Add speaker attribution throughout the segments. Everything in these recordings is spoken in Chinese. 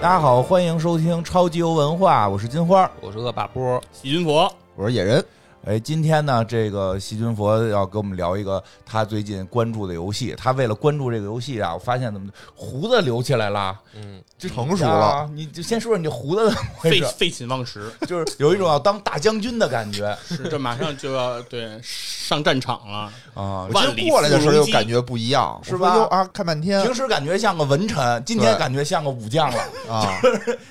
Speaker 1: 大家好，欢迎收听超级游文化，我是金花。
Speaker 2: 我是恶霸波，
Speaker 3: 细菌佛，
Speaker 4: 我是野人，
Speaker 1: 哎，今天呢，这个细菌佛要跟我们聊一个他最近关注的游戏。他为了关注这个游戏啊，我发现怎么胡子留起来了，
Speaker 2: 嗯，
Speaker 1: 就
Speaker 4: 成熟了
Speaker 1: 啊你就先说说你这胡子怎么回
Speaker 3: 废
Speaker 1: 事，
Speaker 3: 废寝忘食，
Speaker 1: 就是有一种要当大将军的感觉
Speaker 3: 是这马上就要对上战场了。
Speaker 1: 啊
Speaker 4: 我。
Speaker 3: 万
Speaker 4: 今
Speaker 3: 里
Speaker 4: 天过来的时候
Speaker 3: 赴
Speaker 4: 就
Speaker 3: 戎机
Speaker 4: 感觉不一样，
Speaker 1: 是
Speaker 4: 我说
Speaker 1: 吧
Speaker 4: 哟啊，看半天
Speaker 1: 平时感觉像个文臣，今天
Speaker 4: 对
Speaker 1: 感觉像个武将了。
Speaker 4: 啊，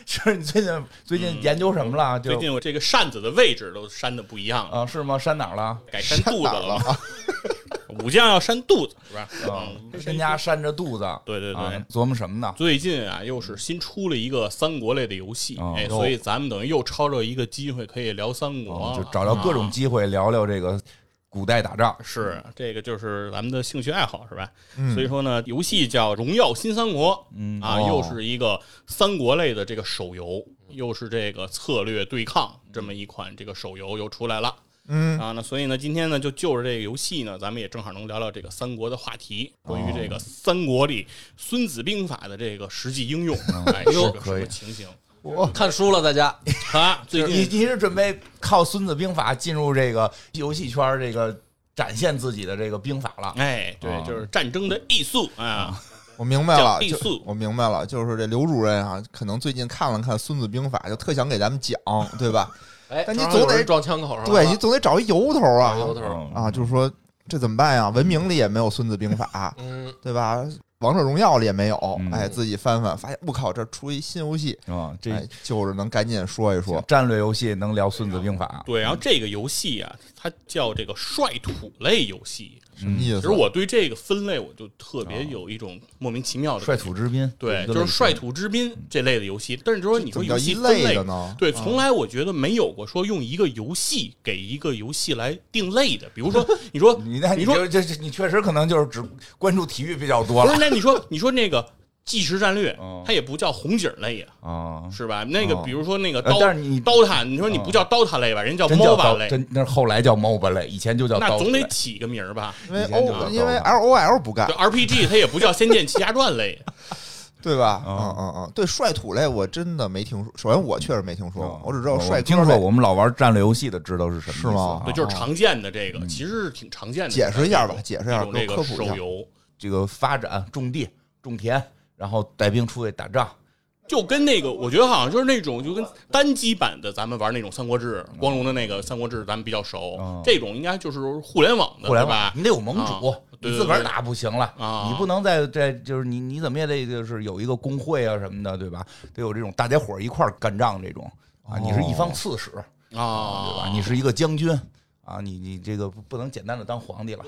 Speaker 1: 是你最近最近研究什么了？就
Speaker 3: 最近我这个扇子的位置都扇的不一样了，
Speaker 1: 啊，是吗？删哪儿了？
Speaker 3: 改扇肚子
Speaker 4: 哪了
Speaker 3: 了。 武将要扇 肚子是吧？
Speaker 1: 啊
Speaker 3: 嗯，
Speaker 1: 跟家扇着肚子，
Speaker 3: 对对
Speaker 1: 啊
Speaker 3: 对。，
Speaker 1: 琢磨什么呢？
Speaker 3: 最近啊，又是新出了一个三国类的游戏，
Speaker 1: 哦
Speaker 3: 哎，所以咱们等于又抄着一个机会可以聊三国
Speaker 1: 哦
Speaker 3: 了，
Speaker 1: 就找到各种
Speaker 3: 啊
Speaker 1: 机会聊聊这个古代打仗。
Speaker 3: 是这个就是咱们的兴趣爱好是吧？所以
Speaker 4: 嗯，
Speaker 3: 说呢，游戏叫《荣耀新三国》，
Speaker 1: 嗯
Speaker 3: 啊，
Speaker 4: 哦
Speaker 3: 又是一个三国类的这个手游，又是这个策略对抗这么一款这个手游又出来了。
Speaker 4: 嗯
Speaker 3: 啊，那所以呢，今天呢就就着这个游戏呢，咱们也正好能聊聊这个三国的话题，关于这个三国里《孙子兵法》的这个实际应用，哎，是
Speaker 2: 哟
Speaker 3: 个什
Speaker 1: 哦可以
Speaker 3: 么情形
Speaker 2: 看书了，在家
Speaker 3: 啊？最
Speaker 1: 你
Speaker 3: 近
Speaker 1: 你是准备靠《孙子兵法》进入这个游戏圈儿，这个展现自己的这个兵法了？
Speaker 3: 哎，对
Speaker 1: 啊，
Speaker 3: 就是战争的艺术啊，
Speaker 4: 我明白了，
Speaker 3: 讲艺
Speaker 4: 就
Speaker 3: 术
Speaker 4: 我明白了，就是这刘主任啊，可能最近看了看《孙子兵法》，就特想给咱们讲，对吧？
Speaker 2: 哎，
Speaker 4: 但你
Speaker 2: 正好
Speaker 4: 总
Speaker 2: 有人
Speaker 4: 得
Speaker 2: 撞枪口上
Speaker 3: 啊
Speaker 2: 了，
Speaker 4: 对你总得找一由头
Speaker 2: 啊，有
Speaker 4: 啊
Speaker 2: 头，
Speaker 1: 嗯
Speaker 4: 啊，就是说这怎么办呀？文明里也没有《孙子兵法
Speaker 2: 嗯》，，
Speaker 4: 对吧？王者荣耀里也没有
Speaker 1: 嗯，
Speaker 4: 哎，自己翻翻，发现我靠，这出一新游戏，
Speaker 1: 啊，这
Speaker 4: 哎，就是能赶紧说一说，
Speaker 1: 战略游戏能聊《孙子兵法
Speaker 3: 对，然后这个游戏啊，它叫这个率土类游戏。
Speaker 4: 什
Speaker 1: 嗯
Speaker 4: 么意思？
Speaker 3: 嗯其实我对这个分类，我就特别有一种莫名其妙》，的
Speaker 1: 哦率土之滨。
Speaker 3: 对，
Speaker 1: 一个
Speaker 3: 就是
Speaker 1: 类
Speaker 3: 率
Speaker 1: 型
Speaker 3: 土之滨这类的游戏。但是就是你
Speaker 4: 怎
Speaker 3: 说
Speaker 4: 么
Speaker 3: 游
Speaker 4: 叫
Speaker 3: 戏
Speaker 4: 一
Speaker 3: 分
Speaker 4: 类
Speaker 3: 类
Speaker 4: 的，呢？
Speaker 1: 嗯
Speaker 3: 对，从来我觉得没有过说用一个游戏给一个游戏来定类的。比如说，你说
Speaker 1: 你那
Speaker 3: 你
Speaker 1: 你
Speaker 3: 说
Speaker 1: 就这这你确实可能就是只关注体育比较多
Speaker 3: 不
Speaker 1: 了
Speaker 3: 是，那你说你说那个即时战略
Speaker 1: 嗯，
Speaker 3: 它也不叫红警类呀，
Speaker 1: 啊。
Speaker 3: 是吧？那个
Speaker 4: 哦
Speaker 3: 比如说那个
Speaker 1: 呃
Speaker 3: 刀
Speaker 1: 但是你嗯
Speaker 3: 刀塔，你说你不叫刀塔类吧，人家
Speaker 1: 真叫
Speaker 3: MOBA
Speaker 1: 刀，
Speaker 3: 类，
Speaker 1: 真那是后来叫 MOBA 类，以前就叫
Speaker 3: 那
Speaker 1: 刀
Speaker 3: 总
Speaker 1: 类
Speaker 3: 得起个名儿吧？
Speaker 4: 因为
Speaker 1: 以前就有
Speaker 4: O 因为
Speaker 1: 刀
Speaker 4: L O L 不
Speaker 1: 啊
Speaker 4: 干
Speaker 3: 对，RPG 它也不叫《仙剑奇侠传》类，
Speaker 4: 对吧？
Speaker 1: 嗯
Speaker 4: 嗯嗯嗯，对，率土类我真的没听说，首先我确实没听说过
Speaker 1: 嗯，
Speaker 4: 我只知道
Speaker 1: 我
Speaker 4: 帅哥
Speaker 1: 听说
Speaker 4: 类
Speaker 1: 我们老玩战略游戏的知道是什么
Speaker 4: 是
Speaker 1: 意思 啊
Speaker 4: 吗
Speaker 1: 嗯
Speaker 3: 对，就是常见的这个，其实是挺常见的。
Speaker 4: 解释一下吧解释一下
Speaker 3: 这种这
Speaker 4: 给我
Speaker 3: 个
Speaker 4: 科普一下
Speaker 3: 手游
Speaker 1: 这个发展种地、种田，然后带兵出去打仗。
Speaker 3: 就跟那个，我觉得好像就是那种，就跟单机版的咱们玩那种《三国志》，光荣的那个《三国志》，咱们比较熟。
Speaker 1: 嗯
Speaker 3: 这种应该就是互联网的，
Speaker 1: 互联网
Speaker 3: 对吧，？
Speaker 1: 你得有盟主，
Speaker 3: 啊对
Speaker 1: 你
Speaker 3: 对
Speaker 1: 自个儿打不行了，
Speaker 3: 啊
Speaker 1: 你不能再再就是你你怎么也得就是有一个工会啊什么的，对吧？得有这种大家伙儿一块儿干仗这种啊，
Speaker 4: 哦
Speaker 1: 你是一方刺史，对
Speaker 3: 啊
Speaker 1: 吧？，你是一个将军啊，你你这个不不能简单的当皇帝了。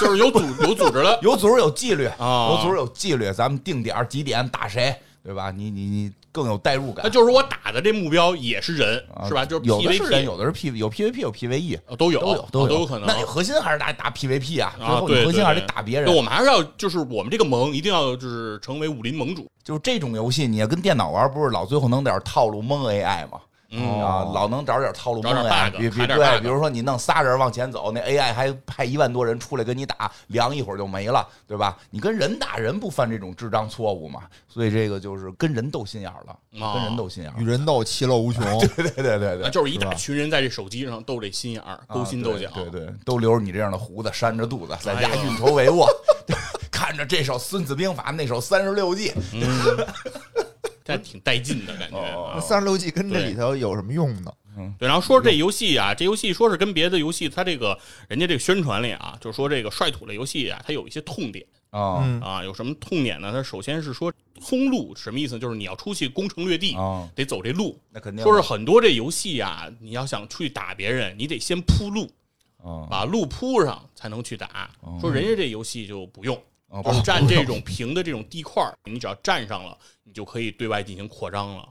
Speaker 3: 就是有组 有组织了
Speaker 1: 有组儿有纪律，
Speaker 3: 啊，
Speaker 1: 有组儿有纪律，咱们定点儿几点打谁，对吧？你你你更有代入感
Speaker 3: 那，就是我打的这目标也是人，
Speaker 1: 啊
Speaker 3: 是吧？就是
Speaker 1: 有的
Speaker 3: PVP
Speaker 1: 是人，有的是 P 有 PVP 有 PVE，
Speaker 3: 哦都有
Speaker 1: 都
Speaker 3: 有
Speaker 1: 都有
Speaker 3: 都有可能
Speaker 1: 那你核心还是打打 PVP 啊，最
Speaker 3: 啊，
Speaker 1: 后你
Speaker 3: 对
Speaker 1: 核
Speaker 3: 对
Speaker 1: 心还是得，
Speaker 3: 对
Speaker 1: 打别人
Speaker 3: 对，。我们还是要就是我们这个盟一定要就是成为武林盟主，
Speaker 1: 就是这种游戏，你要跟电脑玩，不是老最后能点套路蒙 AI 吗？
Speaker 3: 嗯
Speaker 1: 啊，老能找点套路蒙
Speaker 3: 找
Speaker 1: AI，
Speaker 3: 点
Speaker 1: 比
Speaker 3: bug，
Speaker 1: 比
Speaker 3: 卡点
Speaker 1: 对，
Speaker 3: bug
Speaker 1: 比如说你弄仨人往前走，那 AI 还派一万多人出来跟你打，凉一会儿就没了，对吧？你跟人打人不犯这种智障错误嘛？所以这个就是跟人斗心眼儿了，
Speaker 3: 哦
Speaker 1: 跟人斗心眼儿
Speaker 4: 与。人斗，其乐无穷。
Speaker 1: 啊 对对对对
Speaker 3: 那
Speaker 1: 对，
Speaker 3: 啊就是一
Speaker 4: 是吧
Speaker 3: 大群人在这手机上斗这心眼儿，
Speaker 1: 啊
Speaker 3: 勾心斗角，
Speaker 1: 对对对，都留着你这样的胡子，扇着肚子，在家
Speaker 3: 哎呦
Speaker 1: 运筹帷幄，看着这首《孙子兵法》，那首《三十六计》，
Speaker 3: 嗯， 这挺带劲的感觉
Speaker 1: 哦
Speaker 3: 啊。
Speaker 4: 三十六计跟这里头有什么用呢？
Speaker 3: 对，然后说这游戏啊，这游戏说是跟别的游戏，它这个人家这个宣传里啊，就是说这个率土类游戏啊，它有一些痛点
Speaker 1: 啊
Speaker 4: 嗯
Speaker 3: 啊，有什么痛点呢？它首先是说通路什么意思？就是你要出去攻城略
Speaker 2: 嗯
Speaker 3: 地，
Speaker 1: 啊，
Speaker 3: 得走这路。
Speaker 1: 那肯定
Speaker 3: 说是很多这游戏啊，你要想出去打别人，你得先铺路，
Speaker 1: 啊
Speaker 3: 把路铺上才能去打。
Speaker 1: 哦
Speaker 3: 说人家这游戏就不用，
Speaker 1: 啊
Speaker 3: 就是占这种平的这种地块儿，你只要占上了，你就可以对外进行扩张了。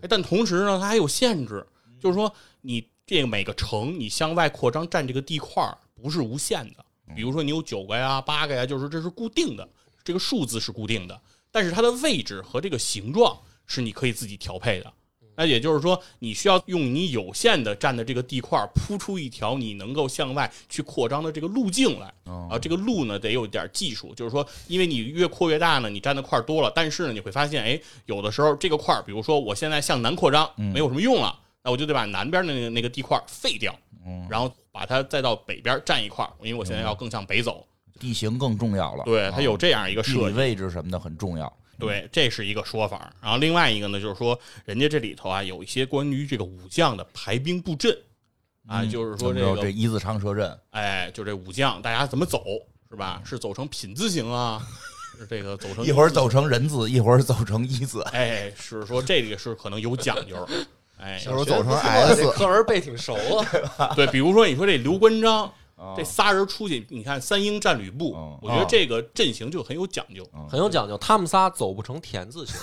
Speaker 3: 哎，但同时呢，它还有限制，就是说你这个每个城你向外扩张占这个地块儿不是无限的，比如说你有九个呀、八个呀，就是这是固定的，这个数字是固定的，但是它的位置和这个形状是你可以自己调配的。那也就是说，你需要用你有限的占的这个地块儿铺出一条你能够向外去扩张的这个路径来。啊，
Speaker 1: 啊
Speaker 3: 这个路呢得有点技术，就是说，因为你越扩越大呢，你占的块儿多了，但是呢，你会发现，哎，有的时候这个块儿，比如说我现在向南扩张，
Speaker 1: 嗯
Speaker 3: 没有什么用了，那我就得把南边的那个那个地块儿废掉，
Speaker 1: 嗯
Speaker 3: 然后把它再到北边占一块儿，因为我现在要更向北走，
Speaker 1: 地形更重要了，啊
Speaker 3: 对，它有这样一个
Speaker 1: 地
Speaker 3: 设
Speaker 1: 理
Speaker 3: 计。
Speaker 1: 位置什么的很重要。
Speaker 3: 对，这是一个说法儿。然后另外一个呢，就是说人家这里头啊，有一些关于这个武将的排兵布阵啊，
Speaker 1: 嗯
Speaker 3: 就是说
Speaker 1: 怎么
Speaker 3: 这
Speaker 1: 着
Speaker 3: 个
Speaker 1: 这一字长蛇阵，
Speaker 3: 哎，就这武将大家怎么走是吧？是走成品字形啊，是这个走成
Speaker 1: 一会儿走成人字，一会儿走成一字，
Speaker 3: 哎，是说这个是可能有讲究儿。哎，
Speaker 4: 小时候走成
Speaker 1: 啊
Speaker 2: 我
Speaker 4: S，
Speaker 2: 这课文背挺熟啊，
Speaker 3: 对，比如说你说这刘关张
Speaker 1: 啊
Speaker 3: 这仨人出去，你看三英战吕布
Speaker 1: 嗯，
Speaker 3: 我觉得这个阵型就很有讲究。
Speaker 1: 哦
Speaker 2: 很有讲究。他们仨走不成田字形，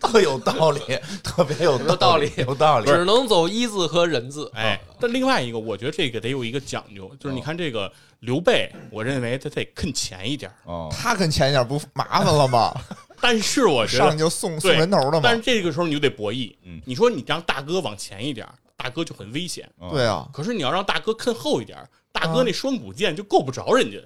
Speaker 1: 特有道理， 特别有
Speaker 2: 有道理
Speaker 1: 有道理。
Speaker 2: 只能走一字和人字。
Speaker 3: 哎，但另外一个，我觉得这个得有一个讲究，就是你
Speaker 1: 哦
Speaker 3: 看这个刘备，我认为他得更前一点儿，
Speaker 1: 哦，
Speaker 4: 他跟前一点不麻烦 了吗？
Speaker 3: 但是我觉
Speaker 4: 上
Speaker 3: 得
Speaker 4: 去，就送送
Speaker 3: 对
Speaker 4: 人头了嘛
Speaker 3: 但是？这个时候你就得博弈
Speaker 1: 嗯。
Speaker 3: 你说你让大哥往前一点儿，大哥就很危险；
Speaker 4: 对啊，
Speaker 3: 可是你要让大哥更后一点儿，大哥那双股剑就够不着人家。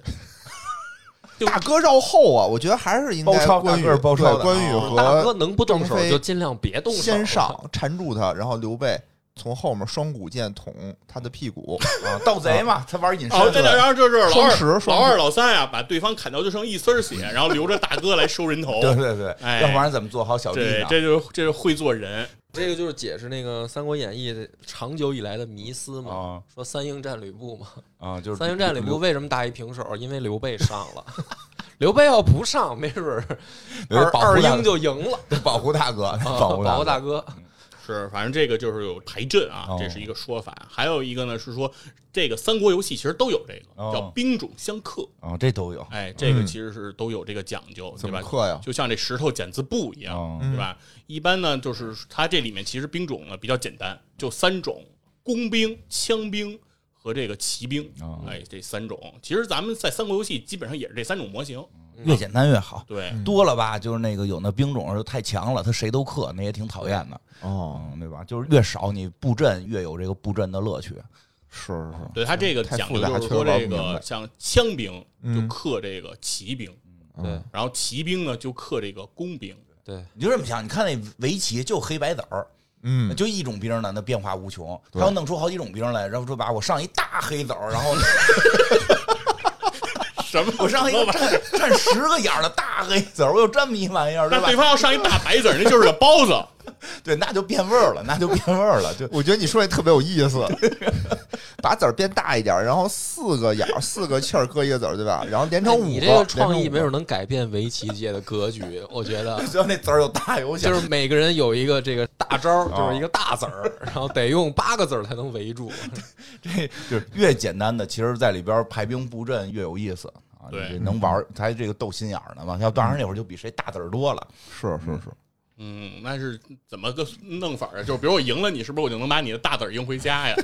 Speaker 3: 就
Speaker 4: 大哥绕后啊，我觉得还是应
Speaker 1: 包
Speaker 4: 该
Speaker 1: 抄
Speaker 4: 关
Speaker 1: 大
Speaker 4: 羽
Speaker 1: 个儿包抄
Speaker 4: 对
Speaker 1: 的
Speaker 4: 关羽
Speaker 1: 啊
Speaker 2: 大哥
Speaker 4: 和
Speaker 2: 能不动手
Speaker 4: 张飞
Speaker 2: 就尽量别动手。
Speaker 4: 先上缠住他，然后刘备从后面双股剑捅他的 屁股，
Speaker 1: 啊盗贼嘛，他玩隐
Speaker 3: 哦，
Speaker 1: 身
Speaker 3: 这两
Speaker 1: 的，
Speaker 3: 然后这是老
Speaker 4: 双十
Speaker 3: 二、
Speaker 4: 双
Speaker 3: 老
Speaker 4: 十
Speaker 3: 二、老三啊，把对方砍掉就剩一丝儿血，然后留着大哥来收人头。
Speaker 1: 对对对，
Speaker 3: 哎
Speaker 1: 要不然怎么做好小弟啊
Speaker 3: 对，
Speaker 1: 呢？
Speaker 3: 这就是这是会做人。
Speaker 2: 这个就是解释那个《三国演义》的长久以来的迷思嘛，
Speaker 1: 啊
Speaker 2: 说三英战吕布嘛，
Speaker 1: 啊，就是
Speaker 2: 三英战吕布为什么打一平手？因为刘备上了， 刘备要不上，没准儿
Speaker 1: 有
Speaker 2: 二
Speaker 1: 保护
Speaker 2: 二
Speaker 1: 大
Speaker 2: 英就赢了，
Speaker 1: 得 保护大 哥，得
Speaker 2: 啊
Speaker 1: 保护
Speaker 2: 保护
Speaker 1: 大
Speaker 2: 大
Speaker 1: 哥。
Speaker 2: 哥。
Speaker 3: 是，反正这个就是有排阵啊
Speaker 1: 哦，
Speaker 3: 这是一个说法。还有一个呢是说，这个三国游戏其实都有这
Speaker 1: 哦
Speaker 3: 个叫兵种相克，
Speaker 1: 啊，这都有。
Speaker 3: 哎，这个
Speaker 4: 嗯
Speaker 3: 其实是都有这个讲究，
Speaker 4: 怎
Speaker 3: 对
Speaker 4: 么
Speaker 3: 吧？
Speaker 4: 克啊呀？
Speaker 3: 就像这石头剪子布一样，
Speaker 1: 哦
Speaker 4: 嗯
Speaker 3: 对吧？一般呢就是它这里面其实兵种呢比较简单，就三种：工兵、枪兵和这个骑兵。
Speaker 1: 哦
Speaker 3: 哎，这三种，其实咱们在三国游戏基本上也是这三种模型。
Speaker 1: 越简单越好。
Speaker 3: 对，
Speaker 4: 嗯
Speaker 1: 多了吧，就是那个有那兵种就太强了，他谁都克，那也挺讨厌的，
Speaker 4: 哦，
Speaker 1: 嗯，对吧？就是越少你布阵越有这个布阵的乐趣，
Speaker 4: 是是是，
Speaker 3: 对他这个
Speaker 4: 太
Speaker 3: 讲
Speaker 4: 复
Speaker 3: 究
Speaker 4: 杂
Speaker 3: 就是
Speaker 4: 确实
Speaker 3: 说，
Speaker 4: 玩
Speaker 3: 这
Speaker 4: 不明
Speaker 3: 个
Speaker 4: 白
Speaker 3: 像枪兵就
Speaker 4: 嗯
Speaker 3: 克这个骑兵，
Speaker 2: 嗯对
Speaker 3: 然后骑兵呢就克这个工兵。
Speaker 2: 对，
Speaker 1: 你就这么想，你看那围棋就黑白子儿，
Speaker 4: 嗯，
Speaker 1: 就一种兵呢，那变化无穷。他
Speaker 4: 对
Speaker 1: 要弄出好几种兵来，然后说吧，我上一大黑子儿，然后
Speaker 3: 什么？
Speaker 1: 我上一个占占十个眼儿的大黑子儿，我有这么一玩意儿，对
Speaker 3: 那
Speaker 1: 吧
Speaker 3: 对？方要上一大白子儿，那就是个包子。
Speaker 1: 对，那就变味儿了，那 就变味儿了，就
Speaker 4: 我觉得你说这特别有意 思，把籽儿变大一点，然后四个眼儿，四个气儿搁一个籽儿，对吧？然后连成五个。
Speaker 2: 哎你这个创意
Speaker 4: 连成五个
Speaker 2: 没准能改变围棋界的格局，我觉 得。
Speaker 1: 只要那子儿有大有小
Speaker 2: 就，是每个人有一个这个大招儿，就是一个大子
Speaker 4: 哦
Speaker 2: 儿，然后得用八个子儿才能围住。
Speaker 1: 这就是越简单的，其实在里边排兵布阵越有意思啊，
Speaker 3: 对
Speaker 1: 你这能玩儿才这个斗心眼儿呢嘛。要当然那会儿就比谁大子儿多了，
Speaker 4: 是是是，
Speaker 3: 嗯，那是怎么个弄法儿啊？就是比如我赢了你，是不是我就能把你的大子儿赢回家 呀？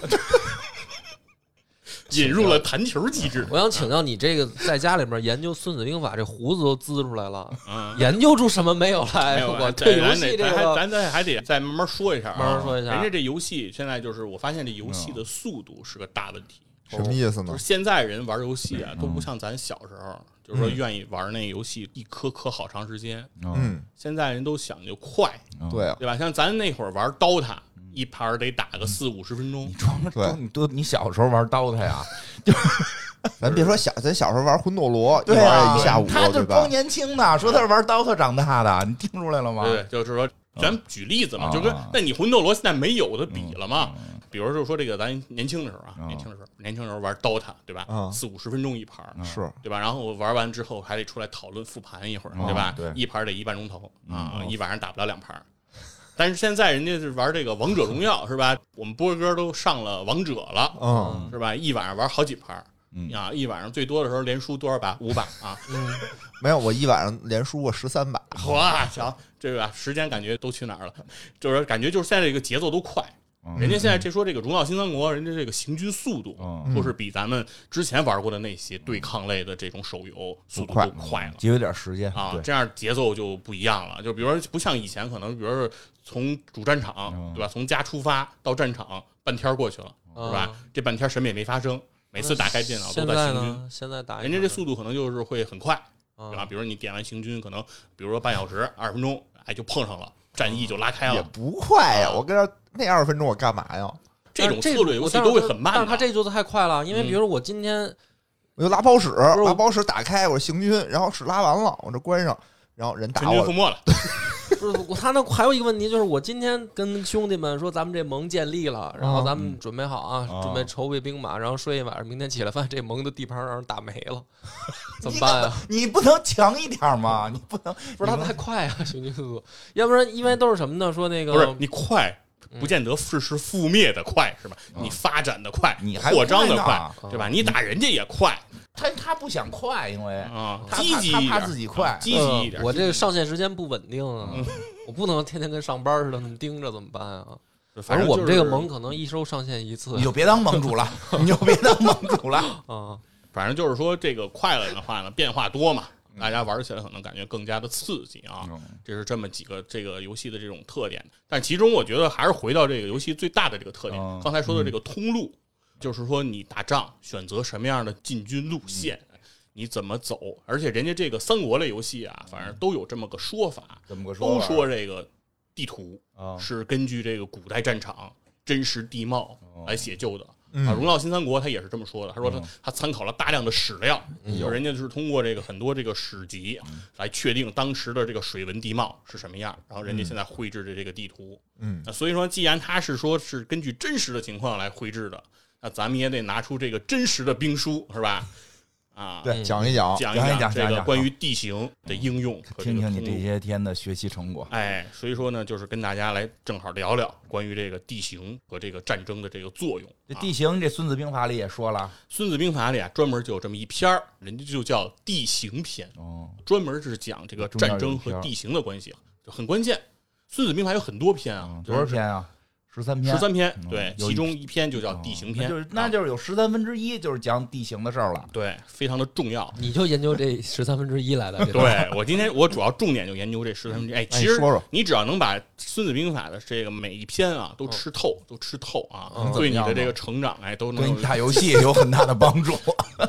Speaker 3: 引入了弹球机制。
Speaker 2: 我想请教你，这个在家里面研究《孙子兵法》，这胡子都滋出来了，
Speaker 3: 嗯，
Speaker 2: 研究出什么没有来？
Speaker 3: 没有
Speaker 2: 哎我
Speaker 3: 啊
Speaker 2: 对游
Speaker 3: 咱
Speaker 2: 戏
Speaker 3: 得
Speaker 2: 这
Speaker 3: 咱还
Speaker 2: 个
Speaker 3: 咱咱还得再慢慢说一下啊，
Speaker 2: 慢慢说一下嗯
Speaker 3: 人家这游戏现在就是，我发现这游戏的速度是个大问题。
Speaker 4: 什么意思
Speaker 3: 就
Speaker 4: 呢
Speaker 3: 是？现在人玩游戏啊，都
Speaker 2: 嗯
Speaker 3: 不像咱小时候，就是说愿意玩那游戏一磕磕好长时间。
Speaker 4: 嗯，
Speaker 3: 现在人都讲究快，
Speaker 1: 嗯
Speaker 4: 对啊，
Speaker 3: 对吧？像咱那会儿玩刀塔，
Speaker 2: 嗯
Speaker 3: 一盘儿得打个四五十分钟
Speaker 1: 你。装
Speaker 4: 对
Speaker 1: 装你都你小时候玩刀他呀，
Speaker 4: 咱别说小，咱小时候玩魂斗罗，一
Speaker 1: 对啊，
Speaker 4: 玩一下午，
Speaker 1: 他就
Speaker 4: 对
Speaker 1: 是
Speaker 4: 吧
Speaker 1: 光？年轻的，说他是玩刀他长大的，你听出来了吗？
Speaker 3: 对，就是说，咱举例子嘛，
Speaker 1: 啊
Speaker 3: 就跟
Speaker 1: 啊嗯
Speaker 3: 那你魂斗罗现在没有的比了嘛。比如就是说这个咱年轻的时候啊，年轻的时候，年轻的时候玩刀塔，对吧？
Speaker 4: 啊
Speaker 3: 四五十分钟一盘儿，
Speaker 1: 嗯啊
Speaker 4: 是
Speaker 3: 对吧？然后我玩完之后还得出来讨论复盘一会儿，
Speaker 1: 哦
Speaker 3: 对吧？
Speaker 1: 对
Speaker 3: 一盘得一半钟头啊
Speaker 1: 嗯，
Speaker 3: 一晚上打不了两盘。但是现在人家是玩这个王者荣耀是吧？我们波哥都上了王者了
Speaker 4: 嗯，
Speaker 3: 是吧？一晚上玩好几盘
Speaker 1: 嗯
Speaker 3: 啊，一晚上最多的时候连输多少把？五把啊！
Speaker 4: 没有，我一晚上连输过十三把，
Speaker 3: 哇，瞧这个时间感觉都去哪儿了？就是感觉就是现在这个节奏都快，
Speaker 1: 嗯
Speaker 3: 人家现在这说这个《荣耀新三国》，人家这个行军速度，
Speaker 1: 嗯
Speaker 3: 说是比咱们之前玩过的那些对抗类的这种手游速度
Speaker 4: 快
Speaker 3: 都快了。
Speaker 1: 节约点时间
Speaker 3: 啊，
Speaker 1: 对
Speaker 3: 这样节奏就不一样了。就比如说，不像以前可能，比如说从主战场，
Speaker 1: 嗯
Speaker 3: 对吧？从家出发到战场，半天儿过去了，
Speaker 2: 嗯
Speaker 3: 是吧？这半天什么也没发生，每次打开电脑都
Speaker 2: 现在
Speaker 3: 行军。
Speaker 2: 呢？现在打嗯
Speaker 3: 人家这速度可能就是会很快，
Speaker 2: 度
Speaker 3: 对吧？比如你点完行军，可能比如说半小时、二十分钟，哎，就碰上了，战役就拉开
Speaker 4: 也
Speaker 3: 了。
Speaker 4: 不快呀！
Speaker 3: 啊
Speaker 4: 我跟这那二十分钟我干嘛呀？
Speaker 3: 这种策略游戏都会很慢的。
Speaker 2: 但是他这做的太快了，因为
Speaker 3: 嗯
Speaker 2: 比如说我今天
Speaker 4: 我就拉包屎，
Speaker 2: 是我
Speaker 4: 拉包屎打开，我行军，然后屎拉完了，我这关上，然后人
Speaker 3: 全
Speaker 4: 打
Speaker 3: 军
Speaker 4: 我
Speaker 3: 覆，没了，
Speaker 2: 不是我他那还有一个问题就是，我今天跟兄弟们说咱们这盟建立了，然后咱们准备好啊，
Speaker 1: 嗯
Speaker 2: 准备筹备兵马，然后睡一晚上，明天起来发现这盟的地盘让人打没了，怎么办啊？
Speaker 1: 你不能强一点吗？你不能
Speaker 2: 不是他太快啊，行军速度，要不然因为都是什么呢？说那
Speaker 3: 不是
Speaker 2: 个
Speaker 3: 你快。不见得是是覆灭的快是吧？你发展的快，
Speaker 1: 嗯你还
Speaker 3: 扩张
Speaker 1: 快
Speaker 3: 的
Speaker 1: 呢
Speaker 3: 快，对
Speaker 2: 嗯
Speaker 3: 吧？你打人家也快
Speaker 1: 他他不想快，因为
Speaker 3: 啊，
Speaker 1: 他
Speaker 3: 积极
Speaker 1: 他
Speaker 3: 一
Speaker 1: 怕
Speaker 3: 点
Speaker 1: 自己快
Speaker 3: 啊积极一点。
Speaker 2: 呃我
Speaker 3: 积
Speaker 2: 这个
Speaker 3: 极一点嗯
Speaker 2: 上线时间不稳定啊，我不能天天跟上班似的那么盯着，怎么办啊？反正我们这个盟，可能一周上线一次
Speaker 1: 你就别当盟 主了，你就别当盟主了。
Speaker 2: 啊，
Speaker 3: 反正就是说这个快了的话呢，变化多嘛，
Speaker 1: 嗯
Speaker 3: 大家玩起来可能感觉更加的刺激啊。这是这么几个这个游戏的这种特点，但其中我觉得还是回到这个游戏最大的这个特点，
Speaker 1: 嗯
Speaker 3: 刚才说的这个通路，就是说你打仗选择什么样的进军
Speaker 1: 嗯
Speaker 3: 路线，你怎么走，而且人家这个三国类游戏啊，反正都有这么个说法，
Speaker 1: 怎么个
Speaker 3: 都
Speaker 1: 嗯法
Speaker 3: 说这个地图
Speaker 1: 啊？
Speaker 3: 是根据这个古代战场真实地貌
Speaker 1: 哦
Speaker 3: 来写就的。
Speaker 4: 嗯
Speaker 3: 啊，《荣耀新三国》他也是这么说的，他说
Speaker 1: 嗯
Speaker 3: 他他参考了大量的史料，就人家就是通过这个很多这个史籍
Speaker 1: 嗯
Speaker 3: 来确定当时的这个水文地貌是什么样，然后人家现在绘制的这个地图，
Speaker 4: 嗯，
Speaker 3: 那所以说既然他是说是根据真实的情况来绘制的，那咱们也得拿出这个真实的兵书是吧？啊，
Speaker 4: 对，讲一讲，
Speaker 3: 讲
Speaker 1: 讲一讲
Speaker 3: 这
Speaker 1: 讲一
Speaker 3: 个
Speaker 1: 讲
Speaker 3: 关于地形的应用和
Speaker 1: 听听
Speaker 3: 个
Speaker 1: 你
Speaker 3: 通
Speaker 1: 这
Speaker 3: 路
Speaker 1: 些天的学习成果，
Speaker 3: 哎，所以说呢，就是跟大家来正好聊聊关于这个地形和这个战争的这个作用。
Speaker 1: 这
Speaker 3: 啊
Speaker 1: 地形这《孙子兵法》里也说了，
Speaker 3: 《孙子兵法》里啊，专门就有这么一篇儿，人家就叫地形篇，
Speaker 1: 哦，
Speaker 3: 专门是讲这个战争和地形的关系，就很关键。《孙子兵法》有很多篇啊
Speaker 1: 嗯，多少？篇啊？十三篇，
Speaker 3: 十三篇
Speaker 1: 嗯，
Speaker 3: 对，
Speaker 1: 有一
Speaker 3: 其中一篇就叫
Speaker 1: 哦
Speaker 3: 地形篇，
Speaker 1: 那就是那
Speaker 3: 啊
Speaker 1: 就是有十三分之一就是讲地形的事儿了。
Speaker 3: 对，非常的重要。
Speaker 2: 你就研究这十三分之一来的，这个
Speaker 3: 对我今天我主要重点就研究这十三分之一。哎，其实
Speaker 4: 说说
Speaker 3: 你只要能把《孙子兵法》的这个每一篇啊都吃透，都吃透啊
Speaker 2: 嗯，
Speaker 3: 对你
Speaker 1: 怎么样
Speaker 3: 的这
Speaker 1: 呢
Speaker 3: 个成长哎都
Speaker 1: 对
Speaker 3: 能有
Speaker 1: 你打游戏有很大的帮 助，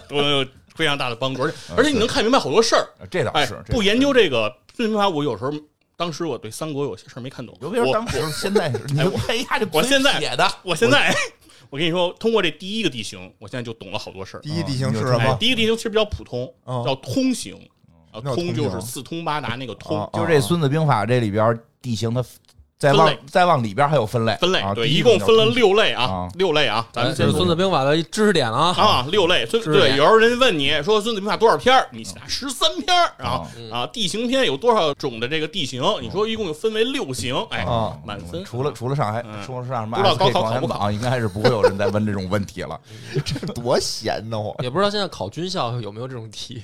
Speaker 3: 都有非常大的帮助，而且
Speaker 1: 嗯
Speaker 3: 而且你能看明白好多事儿。
Speaker 1: 这倒
Speaker 3: 哎
Speaker 1: 是，这
Speaker 3: 不研究这个《孙子兵法》，我有时候当时我对三国有些事儿没看懂。
Speaker 1: 尤其是
Speaker 3: 我
Speaker 1: 当时现 在是，你
Speaker 3: 哎
Speaker 1: 就
Speaker 3: 我
Speaker 1: 哎呀，这
Speaker 3: 我现在
Speaker 1: 写的
Speaker 3: 我现在我跟你说，通过这第一个地形，我现在就懂了好多事儿。
Speaker 4: 第一地形是什
Speaker 3: 哎，
Speaker 4: 么？
Speaker 3: 第一个地形其实比较普通，
Speaker 4: 嗯
Speaker 3: 叫通行。啊，
Speaker 4: 那
Speaker 3: 通
Speaker 4: 通
Speaker 3: 就是
Speaker 4: 行
Speaker 3: 四通八达那个
Speaker 4: 啊
Speaker 3: 通，
Speaker 1: 哦就是这《孙子兵法》这里边地形它再
Speaker 3: 分
Speaker 1: 往
Speaker 3: 类
Speaker 1: 再往里边还有分类
Speaker 3: 分类
Speaker 1: 啊、
Speaker 3: 对，
Speaker 1: 第
Speaker 3: 一
Speaker 1: 个
Speaker 3: 共
Speaker 1: 叫
Speaker 3: 分了
Speaker 1: 通
Speaker 3: 六类啊
Speaker 1: 啊，
Speaker 3: 六类啊，咱
Speaker 2: 哎
Speaker 3: 们
Speaker 2: 这
Speaker 3: 先
Speaker 2: 是《
Speaker 3: 从
Speaker 2: 孙子兵法》的知识点了啊。
Speaker 3: 啊，六类。孙
Speaker 2: 知识
Speaker 3: 对，
Speaker 2: 点
Speaker 3: 有时候人问你说《孙子兵法》多少篇儿，你拿十三篇儿啊
Speaker 2: 嗯
Speaker 3: 啊，地形篇有多少种的这个地形？你说一共有分为六行，哎
Speaker 4: 啊，
Speaker 3: 满分。
Speaker 1: 除了除了上海，
Speaker 3: 嗯
Speaker 1: 除了上什么
Speaker 3: 不知道
Speaker 1: SK
Speaker 3: 高考
Speaker 1: 状
Speaker 3: 考
Speaker 1: 元
Speaker 3: 不考
Speaker 1: 榜，应该是不会有人再问这种问题了。
Speaker 4: 多闲得慌。
Speaker 2: 也不知道现在考军校有没有这种题，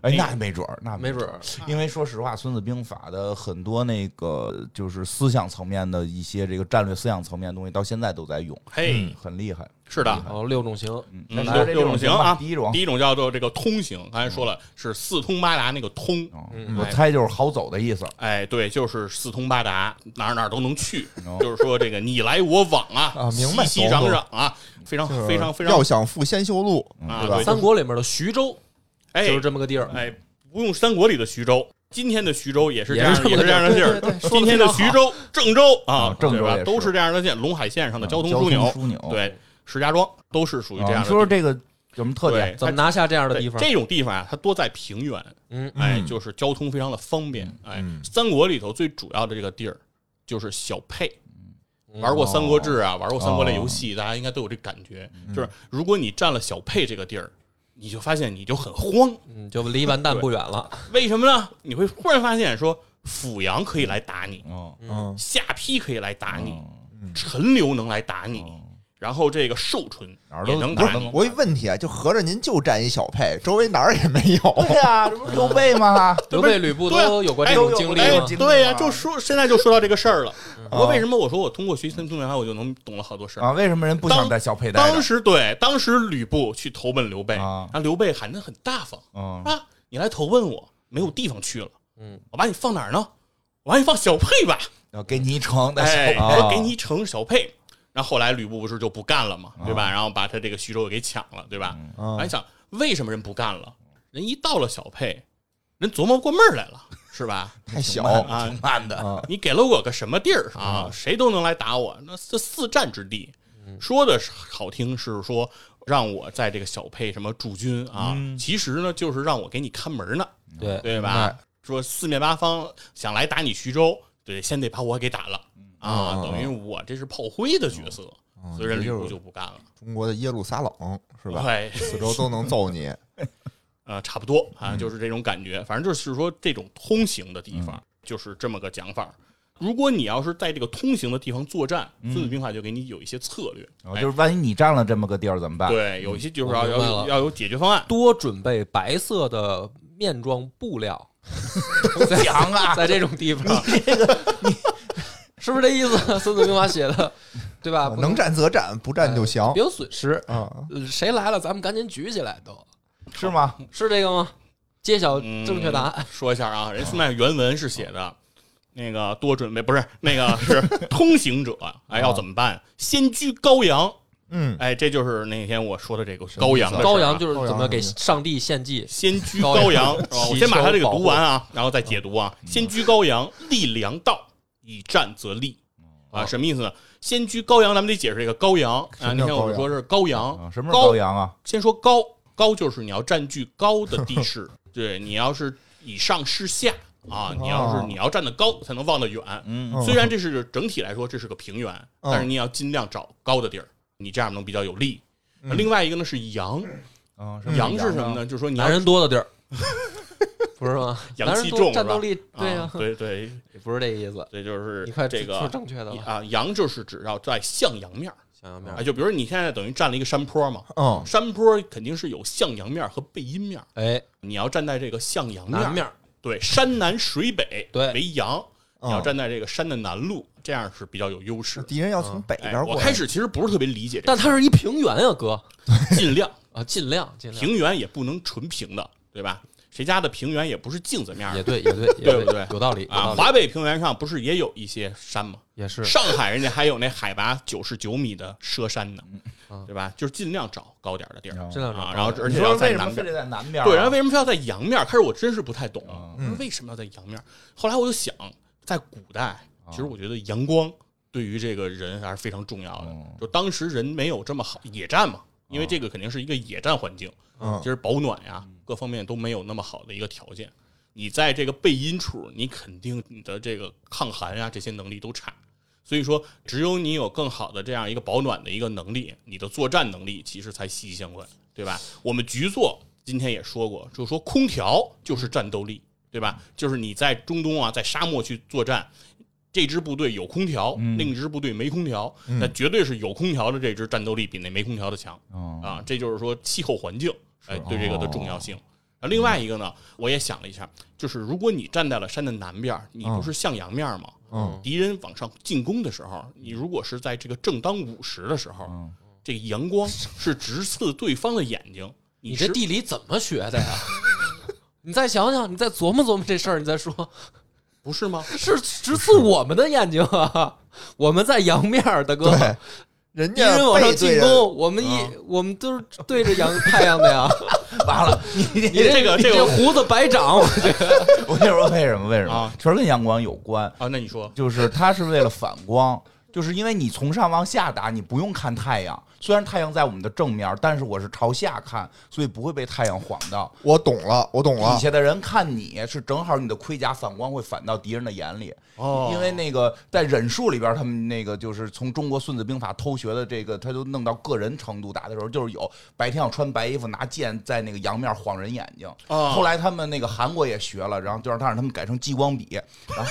Speaker 1: 哎，
Speaker 3: 那
Speaker 1: 那没准儿，那
Speaker 2: 没准
Speaker 1: 儿。
Speaker 2: 儿。
Speaker 1: 因为说实话，《孙子兵法》的很多那个就是思想层面的一些这个战略思想层面的东西，到现在都在用，
Speaker 3: 嘿，
Speaker 1: 很厉害。
Speaker 3: 是的，
Speaker 2: 哦，六种型，
Speaker 1: 嗯，
Speaker 3: 哎嗯，
Speaker 1: 来
Speaker 3: 六
Speaker 1: 这
Speaker 3: 六种型
Speaker 1: 吧
Speaker 3: 啊，
Speaker 1: 第一种
Speaker 3: 第，一种叫做这个通行，刚才说了是四通八达那个通，
Speaker 1: 哦
Speaker 2: 嗯
Speaker 1: 我
Speaker 3: 哎
Speaker 1: 猜就是好走的意思。
Speaker 3: 哎，对，就是四通八达，哪儿哪儿都能去，
Speaker 1: 哦
Speaker 3: 就是说这个你来我往啊，
Speaker 4: 啊明白
Speaker 3: 熙熙攘攘啊，非常
Speaker 4: 就是
Speaker 3: 非常非
Speaker 4: 要
Speaker 3: 常，
Speaker 4: 想富先修路，
Speaker 3: 啊
Speaker 4: 对吧
Speaker 3: 对？
Speaker 2: 三国里面的徐州就
Speaker 3: 哎
Speaker 2: 是这么个地儿。
Speaker 3: 哎，不用三国里的徐州。今天的徐州也是这
Speaker 2: 也
Speaker 3: 样，
Speaker 2: 是这
Speaker 3: 也
Speaker 2: 么
Speaker 3: 是这样的地
Speaker 2: 对对对
Speaker 3: 儿。
Speaker 2: 说得
Speaker 3: 今天的徐州、郑州啊
Speaker 1: 啊，郑州
Speaker 3: 对吧
Speaker 1: 也是
Speaker 3: 都是这样的线，陇海线上的交通
Speaker 1: 纽，
Speaker 3: 枢纽，
Speaker 1: 枢纽。
Speaker 3: 对，石家庄都是属于这
Speaker 1: 啊，
Speaker 3: 样
Speaker 1: 你
Speaker 3: 的
Speaker 1: 说
Speaker 3: 地
Speaker 1: 说这
Speaker 3: 方。
Speaker 1: 个有什么特点？
Speaker 3: 对
Speaker 2: 怎么拿下这样的
Speaker 3: 对
Speaker 2: 地方？
Speaker 3: 这种地方啊，它多在平原，
Speaker 2: 嗯，
Speaker 3: 哎，
Speaker 4: 嗯
Speaker 3: 就是交通非常的方便。哎
Speaker 4: 嗯，
Speaker 3: 三国里头最主要的这个地儿就是小沛。
Speaker 2: 嗯
Speaker 3: 玩过《三国志》啊，玩过三国类游戏，大家应该都有这感觉，就是如果你占了小沛这个地儿，你就发现你就很慌。
Speaker 2: 嗯，就离完蛋不远了。
Speaker 3: 为什么呢？你会忽然发现说，阜阳可以来打你，
Speaker 1: 哦，
Speaker 4: 嗯
Speaker 3: 下邳可以来打你，
Speaker 1: 嗯哦
Speaker 3: 陈留能来打你，然后这个寿唇
Speaker 1: 哪儿
Speaker 3: 也
Speaker 1: 都
Speaker 3: 能
Speaker 1: 哪儿
Speaker 3: 打
Speaker 1: 都
Speaker 3: 你
Speaker 1: 能
Speaker 4: 我有一问题啊，就合着您就占一小配，周围哪儿也没有。
Speaker 1: 对哎啊呀，这不是刘备吗？
Speaker 2: 刘备、吕布
Speaker 3: 对啊
Speaker 2: 都有过这种经历
Speaker 1: 哎
Speaker 3: 哎
Speaker 1: 有
Speaker 2: 吗
Speaker 1: 过？经历
Speaker 3: 对呀、
Speaker 1: 啊
Speaker 3: 就说现在就说到这个事儿了。
Speaker 4: 嗯
Speaker 3: 我为什么我说我通过学习孙中山，我就能懂了好多事儿？
Speaker 1: 啊，为什么人不想带小佩戴
Speaker 3: 当
Speaker 1: 的？
Speaker 3: 时对，当时吕布去投奔刘备，
Speaker 1: 啊
Speaker 3: 然后刘备喊得很大方
Speaker 1: 嗯，
Speaker 3: 啊，你来投奔我，没有地方去了，
Speaker 2: 嗯，
Speaker 3: 我把你放哪儿呢？我把你放小沛吧，
Speaker 1: 要给你一城，带
Speaker 3: 哎，
Speaker 1: 小
Speaker 4: 啊
Speaker 3: 我给你一城小沛。然后后来吕布不是就不干了嘛，对吧？然后把他这个徐州给抢了，对吧？
Speaker 4: 嗯
Speaker 3: 还想为什么人不干了？人一到了小沛，人琢磨过闷儿来了，是吧？
Speaker 4: 太小
Speaker 1: 小，挺慢的。
Speaker 4: 啊，
Speaker 3: 你给了我个什么地儿啊？谁都能来打我，那这四战之地，说的是好听是说让我在这个小沛什么驻军啊，其实呢就是让我给你看门呢，
Speaker 2: 对，
Speaker 3: 对吧？说四面八方想来打你徐州，对，先得把我给打了啊，
Speaker 4: 嗯嗯嗯
Speaker 3: 等于我这是炮灰的角色，所以人
Speaker 4: 嗯这
Speaker 3: 吕
Speaker 4: 就
Speaker 3: 布
Speaker 4: 是
Speaker 3: 就不干了，
Speaker 4: 中国的耶路撒冷是吧？
Speaker 3: 对，
Speaker 4: 四周都能揍你。
Speaker 3: 呃，差不多啊，
Speaker 4: 嗯
Speaker 3: 就是这种感觉。反正就是说，这种通行的地
Speaker 4: 嗯
Speaker 3: 方就是这么个讲法儿。如果你要是在这个通行的地方作战，
Speaker 4: 嗯
Speaker 3: 《孙子兵法》就给你有一些策略，
Speaker 4: 哦
Speaker 1: 然后哦
Speaker 3: 哎
Speaker 1: 就是万一你占了这么个地儿怎么办？
Speaker 3: 对，有一些就是
Speaker 2: 我
Speaker 3: 要
Speaker 2: 明
Speaker 3: 要
Speaker 2: 白
Speaker 3: 有
Speaker 2: 了
Speaker 3: 要有解决方案。
Speaker 2: 多准备白色的面状布料，
Speaker 1: 强啊！
Speaker 2: 在这种地方， 是不是这意思？《孙子兵法》写的，对吧？
Speaker 4: 能战则战，不战就降
Speaker 2: 别有损失。
Speaker 4: 啊！
Speaker 2: 呃谁来了，咱们赶紧举起来，都
Speaker 1: 是吗？
Speaker 2: 是这个吗？揭晓
Speaker 3: 嗯
Speaker 2: 正确答案。
Speaker 3: 说一下啊，
Speaker 4: 哦
Speaker 3: 人孙麦原文是写的，那个多准备不是那个是 通行者，哎，
Speaker 4: 哦
Speaker 3: 要怎么办？先居羔羊，
Speaker 4: 嗯，
Speaker 3: 哎，这就是那天我说的这个羔羊的事儿啊
Speaker 2: 羔羊就是
Speaker 4: 羔羊
Speaker 2: 怎么给
Speaker 4: 是
Speaker 2: 上帝献祭，
Speaker 3: 先居
Speaker 2: 羔
Speaker 3: 羔
Speaker 2: 羊
Speaker 3: 羊，是吧我
Speaker 2: 祈
Speaker 3: 先把它这个
Speaker 2: 求保
Speaker 3: 读
Speaker 2: 护
Speaker 3: 完啊，然后再
Speaker 4: 嗯
Speaker 3: 解读啊。先居羔羊，立良道，以战则立。
Speaker 4: 嗯
Speaker 3: 啊，什么意思呢？先居羔羊，咱们得解释这个羔羊
Speaker 4: 什
Speaker 3: 啊。
Speaker 4: 么
Speaker 3: 那
Speaker 4: 叫嗯
Speaker 3: 天我们
Speaker 4: 羔
Speaker 3: 说是羔
Speaker 1: 啊
Speaker 3: 羊，
Speaker 1: 什么是羔羊啊？
Speaker 3: 先说高，高就是你要占据高的地势， 对你要是以上视下啊，你要
Speaker 4: 哦
Speaker 3: 是你要站得高才能望得远。
Speaker 1: 嗯
Speaker 4: 嗯
Speaker 3: 虽然这是整体来说这是个平原，
Speaker 4: 嗯
Speaker 3: 但是你也要尽量找高的地儿，你这样能比较有利。
Speaker 4: 嗯
Speaker 3: 另外一个呢是羊，
Speaker 1: 嗯，
Speaker 3: 羊是什么？呢？就是说你要
Speaker 2: 啊男人多的地 儿，不是吗？
Speaker 3: 阳
Speaker 2: 男
Speaker 3: 气
Speaker 2: 人
Speaker 3: 重
Speaker 2: 多，
Speaker 3: 是吧
Speaker 2: 战斗力对呀
Speaker 3: 啊，，对对，
Speaker 2: 不是这意思。
Speaker 3: 这就是
Speaker 2: 你快
Speaker 3: 这
Speaker 2: 说
Speaker 3: 个
Speaker 2: 正确的了，
Speaker 3: 啊，阳就是指要在向阳面儿
Speaker 2: 想要面
Speaker 3: 啊，就比如你现在等于占了一个山坡嘛，
Speaker 4: 嗯，
Speaker 3: 山坡肯定是有向阳面儿和背阴面儿，
Speaker 2: 哎，
Speaker 3: 你要站在这个向阳面儿，
Speaker 2: 南面儿
Speaker 3: 对，山南水北
Speaker 2: 对
Speaker 3: 为阳，你要
Speaker 4: 嗯
Speaker 3: 站在这个山的南路，这样是比较有优势。
Speaker 4: 敌人要从北
Speaker 3: 哎
Speaker 4: 边，过
Speaker 3: 我
Speaker 4: 来。
Speaker 3: 开始其实不是特别理解这
Speaker 2: 但它是一平原啊，哥
Speaker 3: 个，尽量
Speaker 2: 啊，尽量尽量，
Speaker 3: 平原也不能纯平的，对吧？谁家的平原也不是镜子面儿
Speaker 2: 也对也对
Speaker 3: 对
Speaker 2: 也
Speaker 3: 不对
Speaker 2: 有道理有
Speaker 3: 啊？
Speaker 2: 道理，
Speaker 3: 华北平原上不是也有一些山吗？
Speaker 2: 也是
Speaker 3: 上海人家还有那海拔九十九米的佘山呢
Speaker 2: 嗯，
Speaker 3: 对吧？就是尽量找高点儿的地儿
Speaker 1: 嗯
Speaker 2: 尽量
Speaker 3: 啊，
Speaker 2: 找
Speaker 3: 然后而
Speaker 1: 你
Speaker 3: 且要
Speaker 1: 说
Speaker 3: 在
Speaker 1: 为什么
Speaker 3: 南
Speaker 1: 非
Speaker 3: 边儿。
Speaker 1: 得在南边儿啊？
Speaker 3: 对，然后为什么非要在阳面儿？开始我真是不太懂，我
Speaker 4: 嗯
Speaker 3: 说为什么要在阳面儿？后来我就想，在古代，其实我觉得阳光对于这个人还是非常重要的
Speaker 1: 嗯。
Speaker 3: 就当时人没有这么好野战嘛，因为这个肯定是一个野战环境，
Speaker 4: 嗯
Speaker 3: 其实保暖呀各方面都没有那么好的一个条件。你在这个背阴处，你肯定你的这个抗寒啊这些能力都差。所以说，只有你有更好的这样一个保暖的一个能力，你的作战能力其实才息息相关，对吧？我们局座今天也说过，就说空调就是战斗力，对吧？就是你在中东啊，在沙漠去作战，这支部队有空调，另一支部队没空调，那绝对是有空调的这支战斗力比那没空调的强
Speaker 1: 嗯
Speaker 3: 啊！这就是说气候环境，哎，对这个的重要性。啊，另外一个呢，我也想了一下，就是如果你站在了山的南边儿，你不是向阳面儿吗？
Speaker 4: 嗯
Speaker 3: 敌人往上进攻的时候，你如果是在这个正当午时的时候，
Speaker 1: 嗯
Speaker 3: 这个阳光是直刺对方的眼睛。
Speaker 2: 你
Speaker 3: 是
Speaker 2: 这地理怎么学的呀？ 你再想想，你再琢磨琢磨这事儿，你再说，
Speaker 3: 不是吗？
Speaker 2: 是直刺我们的眼睛啊！我们在阳面儿，大哥，
Speaker 4: 对， 人
Speaker 2: 嗯敌
Speaker 4: 家
Speaker 2: 人往上
Speaker 4: 背对啊
Speaker 2: 进
Speaker 4: 着，
Speaker 2: 攻，我们一我们都是对着阳 太阳的呀。
Speaker 1: 完了，你
Speaker 2: 你
Speaker 3: 这个
Speaker 2: 你
Speaker 3: 这个
Speaker 2: 这胡子白长，我觉得
Speaker 1: 我跟你说为什么？为什么
Speaker 3: 啊？
Speaker 1: 全跟阳光有关，
Speaker 3: 啊，那你说
Speaker 1: 就是它是为了反光，就是因为你从上往下打，你不用看太阳。虽然太阳在我们的正面，但是我是朝下看，所以不会被太阳晃到。
Speaker 4: 我懂了，我懂了
Speaker 1: 底。下的人看你是正好，你的盔甲反光会反到敌人的眼里。
Speaker 3: 哦
Speaker 1: 因为那个在忍术里边，他们那个就是从中国《孙子兵法》偷学的这个，他都弄到个人程度。打的时候就是有白天要穿白衣服，拿剑在那个阳面晃人眼睛。
Speaker 3: 哦
Speaker 1: 后来 他们那个韩国也学了，然后就让他让他们改成激光笔，然后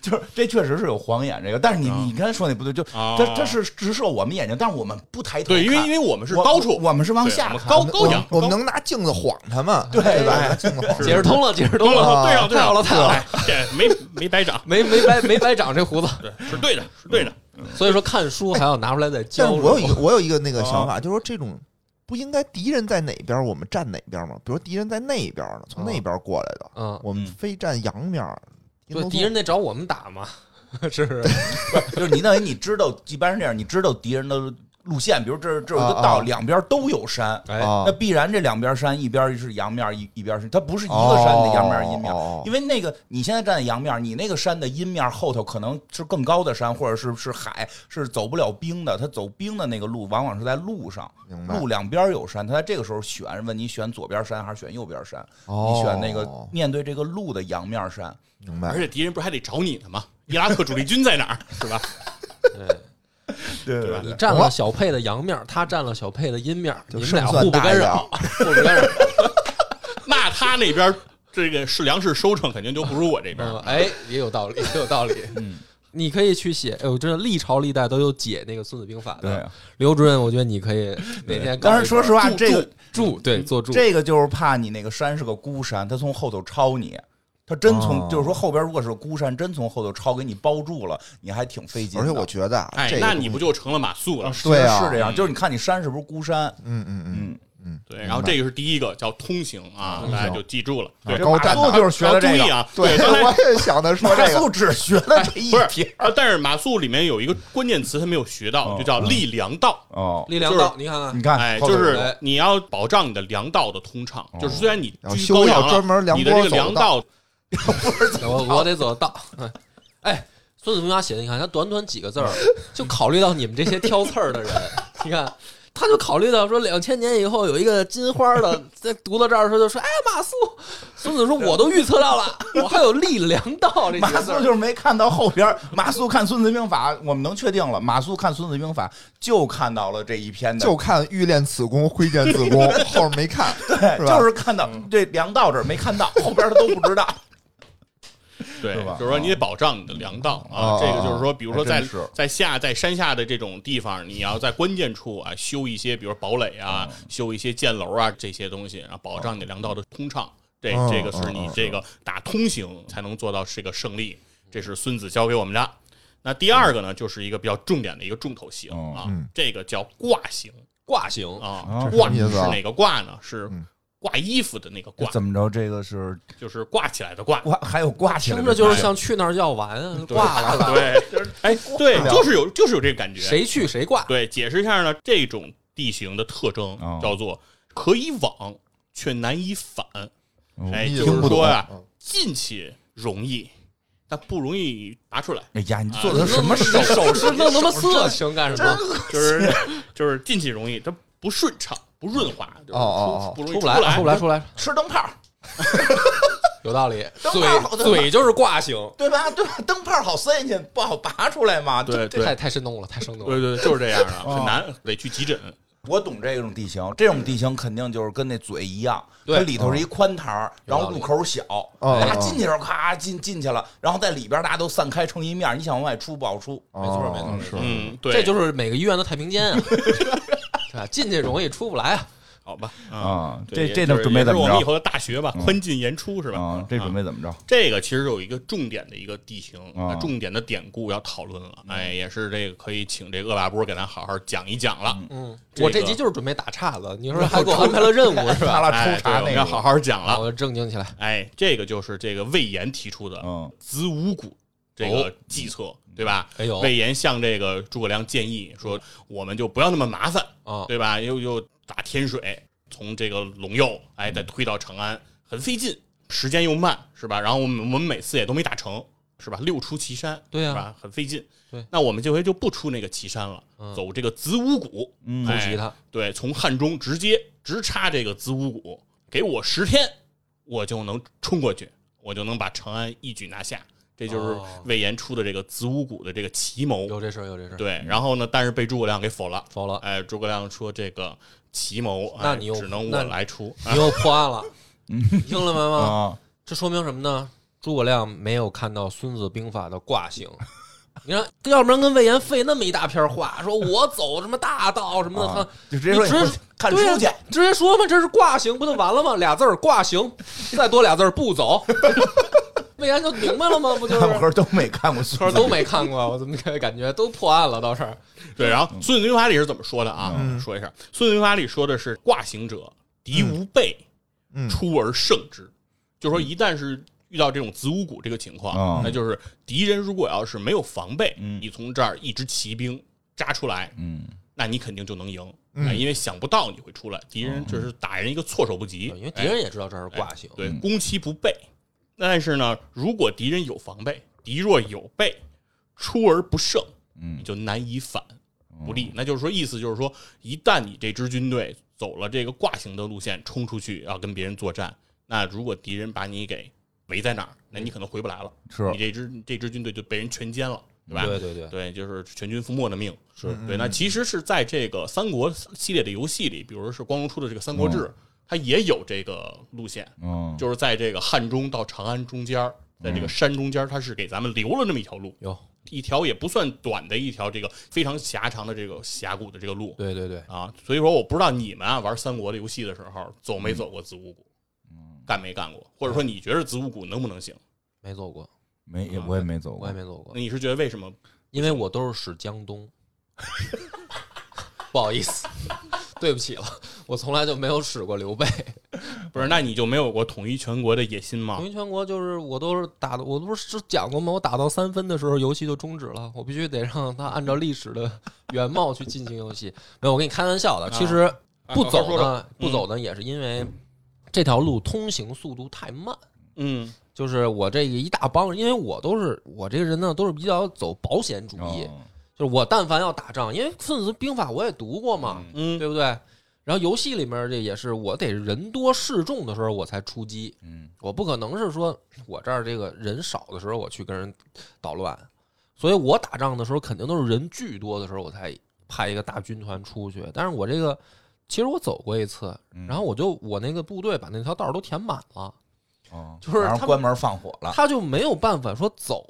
Speaker 1: 就是这确实是有晃眼这个，但是你
Speaker 3: 啊
Speaker 1: 你刚才说那不对，就
Speaker 3: 啊，
Speaker 1: 它它是直射我们眼睛，但是我们不抬头看，
Speaker 3: 对，因为因为我们是
Speaker 1: 我
Speaker 3: 高处，
Speaker 1: 我们是往
Speaker 3: 对
Speaker 1: 下
Speaker 3: 我们
Speaker 1: 看
Speaker 3: 高
Speaker 1: 的
Speaker 3: 高仰
Speaker 4: 我们
Speaker 3: 高
Speaker 4: 能拿镜子晃他们，
Speaker 1: 对
Speaker 4: 对吧？
Speaker 1: 对
Speaker 4: 拿镜子晃，
Speaker 2: 解释通了，解释通
Speaker 3: 通
Speaker 2: 了，
Speaker 3: 了，对上对
Speaker 2: 太好
Speaker 3: 上
Speaker 2: 了，太好了，
Speaker 3: 哎这没没白长，
Speaker 2: 没没白没白长这胡子。
Speaker 3: 对，是对的，是对的，
Speaker 2: 所以说看书还要拿出来再
Speaker 4: 但
Speaker 2: 教。
Speaker 4: 是我有一个我有一个那个想法，就是说这种不应该敌人在哪边，我们站哪边吗？比如敌人在那边呢，从那边过来的，
Speaker 2: 嗯，
Speaker 4: 我们非站阳面儿。
Speaker 2: 对，敌人得找我们打嘛，是不是？
Speaker 1: 就是你认为你知道，一般是这样，你知道敌人的路线，比如这儿这儿有
Speaker 4: 啊
Speaker 1: 个
Speaker 4: 啊
Speaker 1: 道，两边都有山，
Speaker 2: 哎，
Speaker 4: 啊
Speaker 1: 那，必然这两边山一边是阳面，一一边是它不
Speaker 4: 哦
Speaker 1: 是一个山的阳面阴面。
Speaker 4: 面
Speaker 1: 因为那个你现在站在阳面，你那个山的阴面后头可能是更高的山，或者是是海，是走不了冰的。它走冰的那个路往往是在路上，
Speaker 4: 明白
Speaker 1: 路两边有山。它在这个时候选，问你选左边山还是选右边山？
Speaker 4: 哦
Speaker 1: 你选那个面对这个路的阳面山。
Speaker 4: 明
Speaker 3: 而
Speaker 4: 白。
Speaker 3: 且敌人不是还得找你呢吗？伊拉克主力军在哪儿？是吧？
Speaker 2: 对
Speaker 1: 对
Speaker 3: 对吧
Speaker 2: 哎你占了小佩的阳面，他占了小佩的阴面，你们俩互不干扰， 互不干扰。
Speaker 3: 那他那边这个是粮食收成肯定就不如我这边
Speaker 2: 嗯，哎，也有道理，也有道理。
Speaker 1: 嗯，
Speaker 2: 你可以去写，哎，我真的历朝历代都有解那个《孙子兵法》
Speaker 1: 对
Speaker 2: 的。。刘主任，我觉得你可以哪天搞一本。
Speaker 1: 但是说实话，这个
Speaker 2: 注对做注，
Speaker 1: 这个就是怕你那个山是个孤山，他从后头抄你。他真从、
Speaker 4: 哦
Speaker 1: 就是说后边如果是个孤山，真从后头抄给你包住了，你还挺费劲的。
Speaker 4: 而且我觉得啊，
Speaker 3: 哎
Speaker 4: 这，个
Speaker 3: 那
Speaker 4: 东
Speaker 3: 你
Speaker 4: 西
Speaker 3: 不就成了马谡了？
Speaker 1: 是
Speaker 4: 对啊
Speaker 1: 是这样，
Speaker 3: 嗯
Speaker 1: 就是你看你山是不是孤山，
Speaker 4: 嗯嗯嗯
Speaker 1: 嗯，
Speaker 4: 嗯，
Speaker 3: 对，然后这个是第一个叫通行啊，
Speaker 4: 通行
Speaker 3: 大家就记住了。对，
Speaker 4: 高站
Speaker 1: 马谡啊就是学的这
Speaker 3: 然后注意
Speaker 1: 个，
Speaker 3: 啊，
Speaker 4: 对，
Speaker 3: 刚才
Speaker 4: 我也想他 说
Speaker 1: 马
Speaker 4: 这个
Speaker 1: 谡只学了
Speaker 4: 哎
Speaker 1: 这一
Speaker 3: 不是
Speaker 1: 题。
Speaker 3: 啊，但是马谡里面有一个关键词他没有学到，
Speaker 1: 哦
Speaker 3: 就叫立粮道。
Speaker 1: 哦，
Speaker 2: 力量道，你看看
Speaker 1: 你，看，
Speaker 3: 哎，
Speaker 1: 后
Speaker 3: 就
Speaker 1: 头
Speaker 3: 是你要保障你的粮道的通畅，
Speaker 1: 哦
Speaker 3: 就是虽然你
Speaker 4: 然后
Speaker 3: 居
Speaker 4: 修
Speaker 3: 高
Speaker 4: 一
Speaker 3: 阳
Speaker 4: 条
Speaker 3: 了，
Speaker 4: 专门梁
Speaker 3: 你
Speaker 4: 波
Speaker 3: 的这个
Speaker 4: 走
Speaker 3: 粮
Speaker 4: 的
Speaker 3: 道，
Speaker 2: 我我得走道。哎，孙子兵法写的，你看他短短几个字儿，就考虑到你们这些挑刺儿的人。你看，他就考虑到说，两千年以后有一个金花的，在读到这儿的时候就说：“哎，马谡。”孙子说：“我都预测到了，我还有力量道这
Speaker 1: 马
Speaker 2: 些字
Speaker 1: 谡
Speaker 2: 儿。
Speaker 1: 就是没看到后边儿，马谡看《孙子兵法》，我们能确定了，马谡看《孙子兵法》就看到了这一篇的，
Speaker 4: 就看欲练此功， 挥剑自宫，后面没看，
Speaker 1: 对
Speaker 4: 是吧
Speaker 1: 哎
Speaker 4: 嗯
Speaker 1: 就是看到这粮道这儿没看到，后边儿他都不 知道。
Speaker 3: 对，
Speaker 1: 是吧
Speaker 3: 就是说你得保障你的粮道啊
Speaker 4: 哦。
Speaker 3: 这个就是说，比如说
Speaker 1: 还真
Speaker 3: 在
Speaker 1: 是
Speaker 3: 在下在山下的这种地方，你要在关键处啊修一些，比如堡垒啊，修一些箭楼啊这些东西，然后保障你的粮道的通畅。这
Speaker 4: 哦
Speaker 3: 这个是你
Speaker 4: 哦
Speaker 3: 这个打通行才能做到这个胜利，这是孙子教给我们的。那第二个呢，就是一个比较重点的一个重头戏了
Speaker 1: 哦
Speaker 3: 啊
Speaker 4: 嗯，
Speaker 3: 这个叫挂行
Speaker 2: 挂行，
Speaker 3: 啊
Speaker 1: 哦，
Speaker 3: 挂
Speaker 4: 这什么意
Speaker 3: 是
Speaker 4: 思啊
Speaker 3: 哪个挂呢？是
Speaker 4: 嗯
Speaker 3: 挂衣服的那个挂，
Speaker 1: 哎怎么着？这个是
Speaker 3: 就是挂起来的挂。
Speaker 1: 挂，还有挂起来的，
Speaker 2: 听着就是像去那儿要完啊，
Speaker 3: 对
Speaker 2: 挂完了，
Speaker 3: 对，就是哎，对，就是有就是有这个感觉。
Speaker 2: 谁去谁挂。
Speaker 3: 对，解释一下呢，这种地形的特征
Speaker 1: 哦
Speaker 3: 叫做可以往，却难以返。
Speaker 1: 哦
Speaker 3: 哎，
Speaker 4: 意思
Speaker 3: 就是
Speaker 4: 听不懂
Speaker 3: 说呀
Speaker 4: 嗯，
Speaker 3: 进去容易，但不容易拿出来。
Speaker 1: 哎呀，你
Speaker 3: 啊
Speaker 1: 做的什么手势？
Speaker 2: 手势弄他妈色情干什么？
Speaker 3: 就是就是进去容易，它不顺畅，不润滑，就
Speaker 4: 哦
Speaker 3: 是
Speaker 4: 哦哦
Speaker 3: 出不容易
Speaker 2: 出不来，出不来，
Speaker 3: 来。
Speaker 2: 出不来，
Speaker 1: 吃灯泡，
Speaker 2: 有道理。
Speaker 1: 灯泡
Speaker 2: 嘴嘴就是挂行，
Speaker 1: 对吧？对吧？灯泡好塞进去，不好拔出来嘛。
Speaker 3: 对对
Speaker 2: 太太生动了，太生动了
Speaker 3: 对。对，就是这样的，
Speaker 1: 哦
Speaker 3: 很难，得去急诊。
Speaker 1: 我懂这种地形，这种地形肯定就是跟那嘴一样，
Speaker 2: 对
Speaker 1: 它里头是一宽膛儿，然后入口小，
Speaker 4: 哦
Speaker 1: 大家进去的时候咔进进去了，然后在里边大家都散开成一面，你想往外出不好出。
Speaker 4: 没
Speaker 2: 错没错没
Speaker 4: 错哦是
Speaker 3: 嗯，对，
Speaker 2: 这就是每个医院的太平间 啊，对吧？进去容易，出不来啊。
Speaker 3: 好吧。嗯
Speaker 1: 啊这
Speaker 3: 对也
Speaker 1: 这能
Speaker 3: 就是
Speaker 1: 准备
Speaker 3: 也是
Speaker 1: 怎么
Speaker 3: 我
Speaker 1: 着
Speaker 3: 们以后的大学吧，
Speaker 1: 嗯
Speaker 3: 宽进严出是吧？嗯
Speaker 1: 啊，这准备怎么着？
Speaker 3: 这个其实有一个重点的一个地形，
Speaker 1: 啊嗯
Speaker 3: 重点的典故要讨论了。哎，也是这个可以请这个恶霸波给咱好好讲一讲了。
Speaker 2: 嗯，
Speaker 3: 这个
Speaker 2: 我这集就是准备打岔子，你说还给我安排了任 务是
Speaker 1: 他
Speaker 2: 吧？
Speaker 1: 拉
Speaker 3: 哎
Speaker 1: 抽查
Speaker 3: 对我
Speaker 1: 那
Speaker 3: 们要好
Speaker 1: 个，
Speaker 3: 好讲了。
Speaker 2: 我正经起来，
Speaker 3: 哎，这个就是这个魏延提出的
Speaker 1: 嗯，
Speaker 3: 子午谷这
Speaker 2: 哦
Speaker 3: 个计策，对吧？
Speaker 2: 哎呦
Speaker 3: 魏延向这个诸葛亮建议说，我们就不要那么麻烦，
Speaker 2: 啊，
Speaker 3: 对吧？又又打天水，从这个陇右，哎，
Speaker 2: 嗯
Speaker 3: 再推到长安，很费劲，时间又慢，是吧？然后我们我们每次也都没打成，是吧？六出祁山，
Speaker 2: 对啊
Speaker 3: 是吧？很费劲。
Speaker 2: 对
Speaker 3: 那我们这回就不出那个祁山了，
Speaker 2: 嗯
Speaker 3: 走这个子午谷，
Speaker 1: 嗯
Speaker 3: 哎
Speaker 2: 偷袭他
Speaker 3: 对，从汉中直接直插这个子午谷，给我十天，我就能冲过去，我就能把长安一举拿下。这就是
Speaker 2: 哦
Speaker 3: 魏延出的这个子午谷的这个奇谋。
Speaker 2: 有这事儿，有这事儿，
Speaker 3: 对，然后呢，但是被诸葛亮给否了。
Speaker 2: 否了，
Speaker 3: 哎，诸葛亮说这个奇谋，哎
Speaker 2: 那你又
Speaker 3: 只能
Speaker 2: 那嗯
Speaker 3: 我
Speaker 2: 你
Speaker 3: 来出。
Speaker 2: 你又破案了，你听了没吗？
Speaker 1: 嗯啊，
Speaker 2: 这说明什么呢？诸葛亮没有看到《孙子兵法》的挂性。你看，要不然跟魏延费那么一大篇话，说我走什么大道什么的，
Speaker 1: 啊
Speaker 2: 他
Speaker 1: 就直接说
Speaker 2: 你
Speaker 1: 你
Speaker 2: 直
Speaker 1: 回去看书
Speaker 2: 对呀
Speaker 1: 去，
Speaker 3: 啊
Speaker 2: 直接说嘛，这是挂行，不就完了吗？俩字儿挂行，再多俩字儿不走。 魏延就明白了吗？嗯 不就
Speaker 1: 大伙
Speaker 2: 是？
Speaker 1: 儿都没看过孙
Speaker 2: 可是
Speaker 1: 子，
Speaker 2: 都没看过，我怎么感觉都破案了？到这儿，
Speaker 3: 对，然后《孙子兵法》里是怎么说的啊？
Speaker 4: 嗯
Speaker 3: 说一下，《孙子兵法》里说的是挂行者，敌无备，
Speaker 4: 嗯，
Speaker 3: 出而胜之。就说一旦是遇到这种子午谷这个情况
Speaker 4: 哦
Speaker 1: 嗯，
Speaker 3: 那就是敌人如果要是没有防备，
Speaker 1: 嗯
Speaker 3: 你从这儿一支骑兵扎出来，
Speaker 1: 嗯，
Speaker 3: 那你肯定就能赢。
Speaker 4: 嗯
Speaker 3: 哎因为想不到你会出来，敌人就是打人一个措手不及，
Speaker 2: 嗯因为敌人也知道这是
Speaker 3: 哎
Speaker 2: 挂行，
Speaker 3: 对，攻其不备。但是呢，如果敌人有防备，敌若有备，出而不胜，
Speaker 1: 嗯
Speaker 3: 你就难以反不利。那就是说，意思就是说，一旦你这支军队走了这个挂行的路线，冲出去要跟别人作战，那如果敌人把你给围在那儿，那你可能回不来了，
Speaker 1: 是
Speaker 3: 你这支这支军队就被人全歼了，对吧？
Speaker 2: 对对对，嗯
Speaker 3: 对，就是全军覆没的命。
Speaker 1: 是
Speaker 3: 对，那其实是在这个三国系列的游戏里，比如说是光荣出的这个
Speaker 2: 嗯
Speaker 3: 《三国志》它也有这个路线，
Speaker 1: 嗯，
Speaker 3: 就是在这个汉中到长安中间儿，在
Speaker 2: 嗯
Speaker 3: 这个山中间儿，它是给咱们留了这么一条路，
Speaker 2: 有，
Speaker 3: 一条也不算短的一条这个非常狭长的这个峡谷的这个路
Speaker 2: 对对对，
Speaker 3: 啊。所以说，我不知道你们啊玩三国的游戏的时候走
Speaker 2: 嗯
Speaker 3: 没走过子午谷，
Speaker 1: 嗯
Speaker 3: 干没干过，或者说你觉得子午谷能不能行？
Speaker 2: 没走过，
Speaker 1: 没也我也没走
Speaker 2: 我
Speaker 1: 过
Speaker 2: 也，没走过
Speaker 3: 那，你是觉得为什么？
Speaker 2: 因为我都是使江 东，不好意思，对不起了，我从来就没有使过刘备。
Speaker 3: 不是，那你就没有过统一全国的野心吗
Speaker 2: 统？一全国就是我都是打的，我不是讲过吗？我打到三分的时候，游戏就终止了，我必须得让它按照历史的原貌去进行游戏。没有，我跟你开玩笑的。其实
Speaker 3: 啊
Speaker 2: 不
Speaker 3: 好好
Speaker 2: 走
Speaker 3: 说
Speaker 2: 呢，
Speaker 3: 说嗯
Speaker 2: 不走呢，也是因为这条路通行速度太慢。
Speaker 3: 嗯
Speaker 2: 就是我这一大帮人，因为我都是我这个人呢，都是比较走保险主
Speaker 3: 哦
Speaker 2: 义，
Speaker 1: 嗯
Speaker 2: 就是我但凡要打仗，因为《孙子兵法》我也读过
Speaker 1: 哦
Speaker 2: 嘛，
Speaker 3: 嗯，
Speaker 2: 对不对？然后游戏里面这也是我得人多势众的时候我才出击，
Speaker 1: 嗯
Speaker 2: 我不可能是说我这儿这个人少的时候我去跟人捣乱，所以我打仗的时候肯定都是人巨多的时候我才派一个大军团出去。但是我这个其实我走过一次，然后我就我那个部队把那条道儿都填满了，
Speaker 1: 嗯，
Speaker 2: 就是
Speaker 1: 然
Speaker 2: 他
Speaker 1: 后
Speaker 2: 们
Speaker 1: 关门放火了，
Speaker 2: 他就没有办法说走，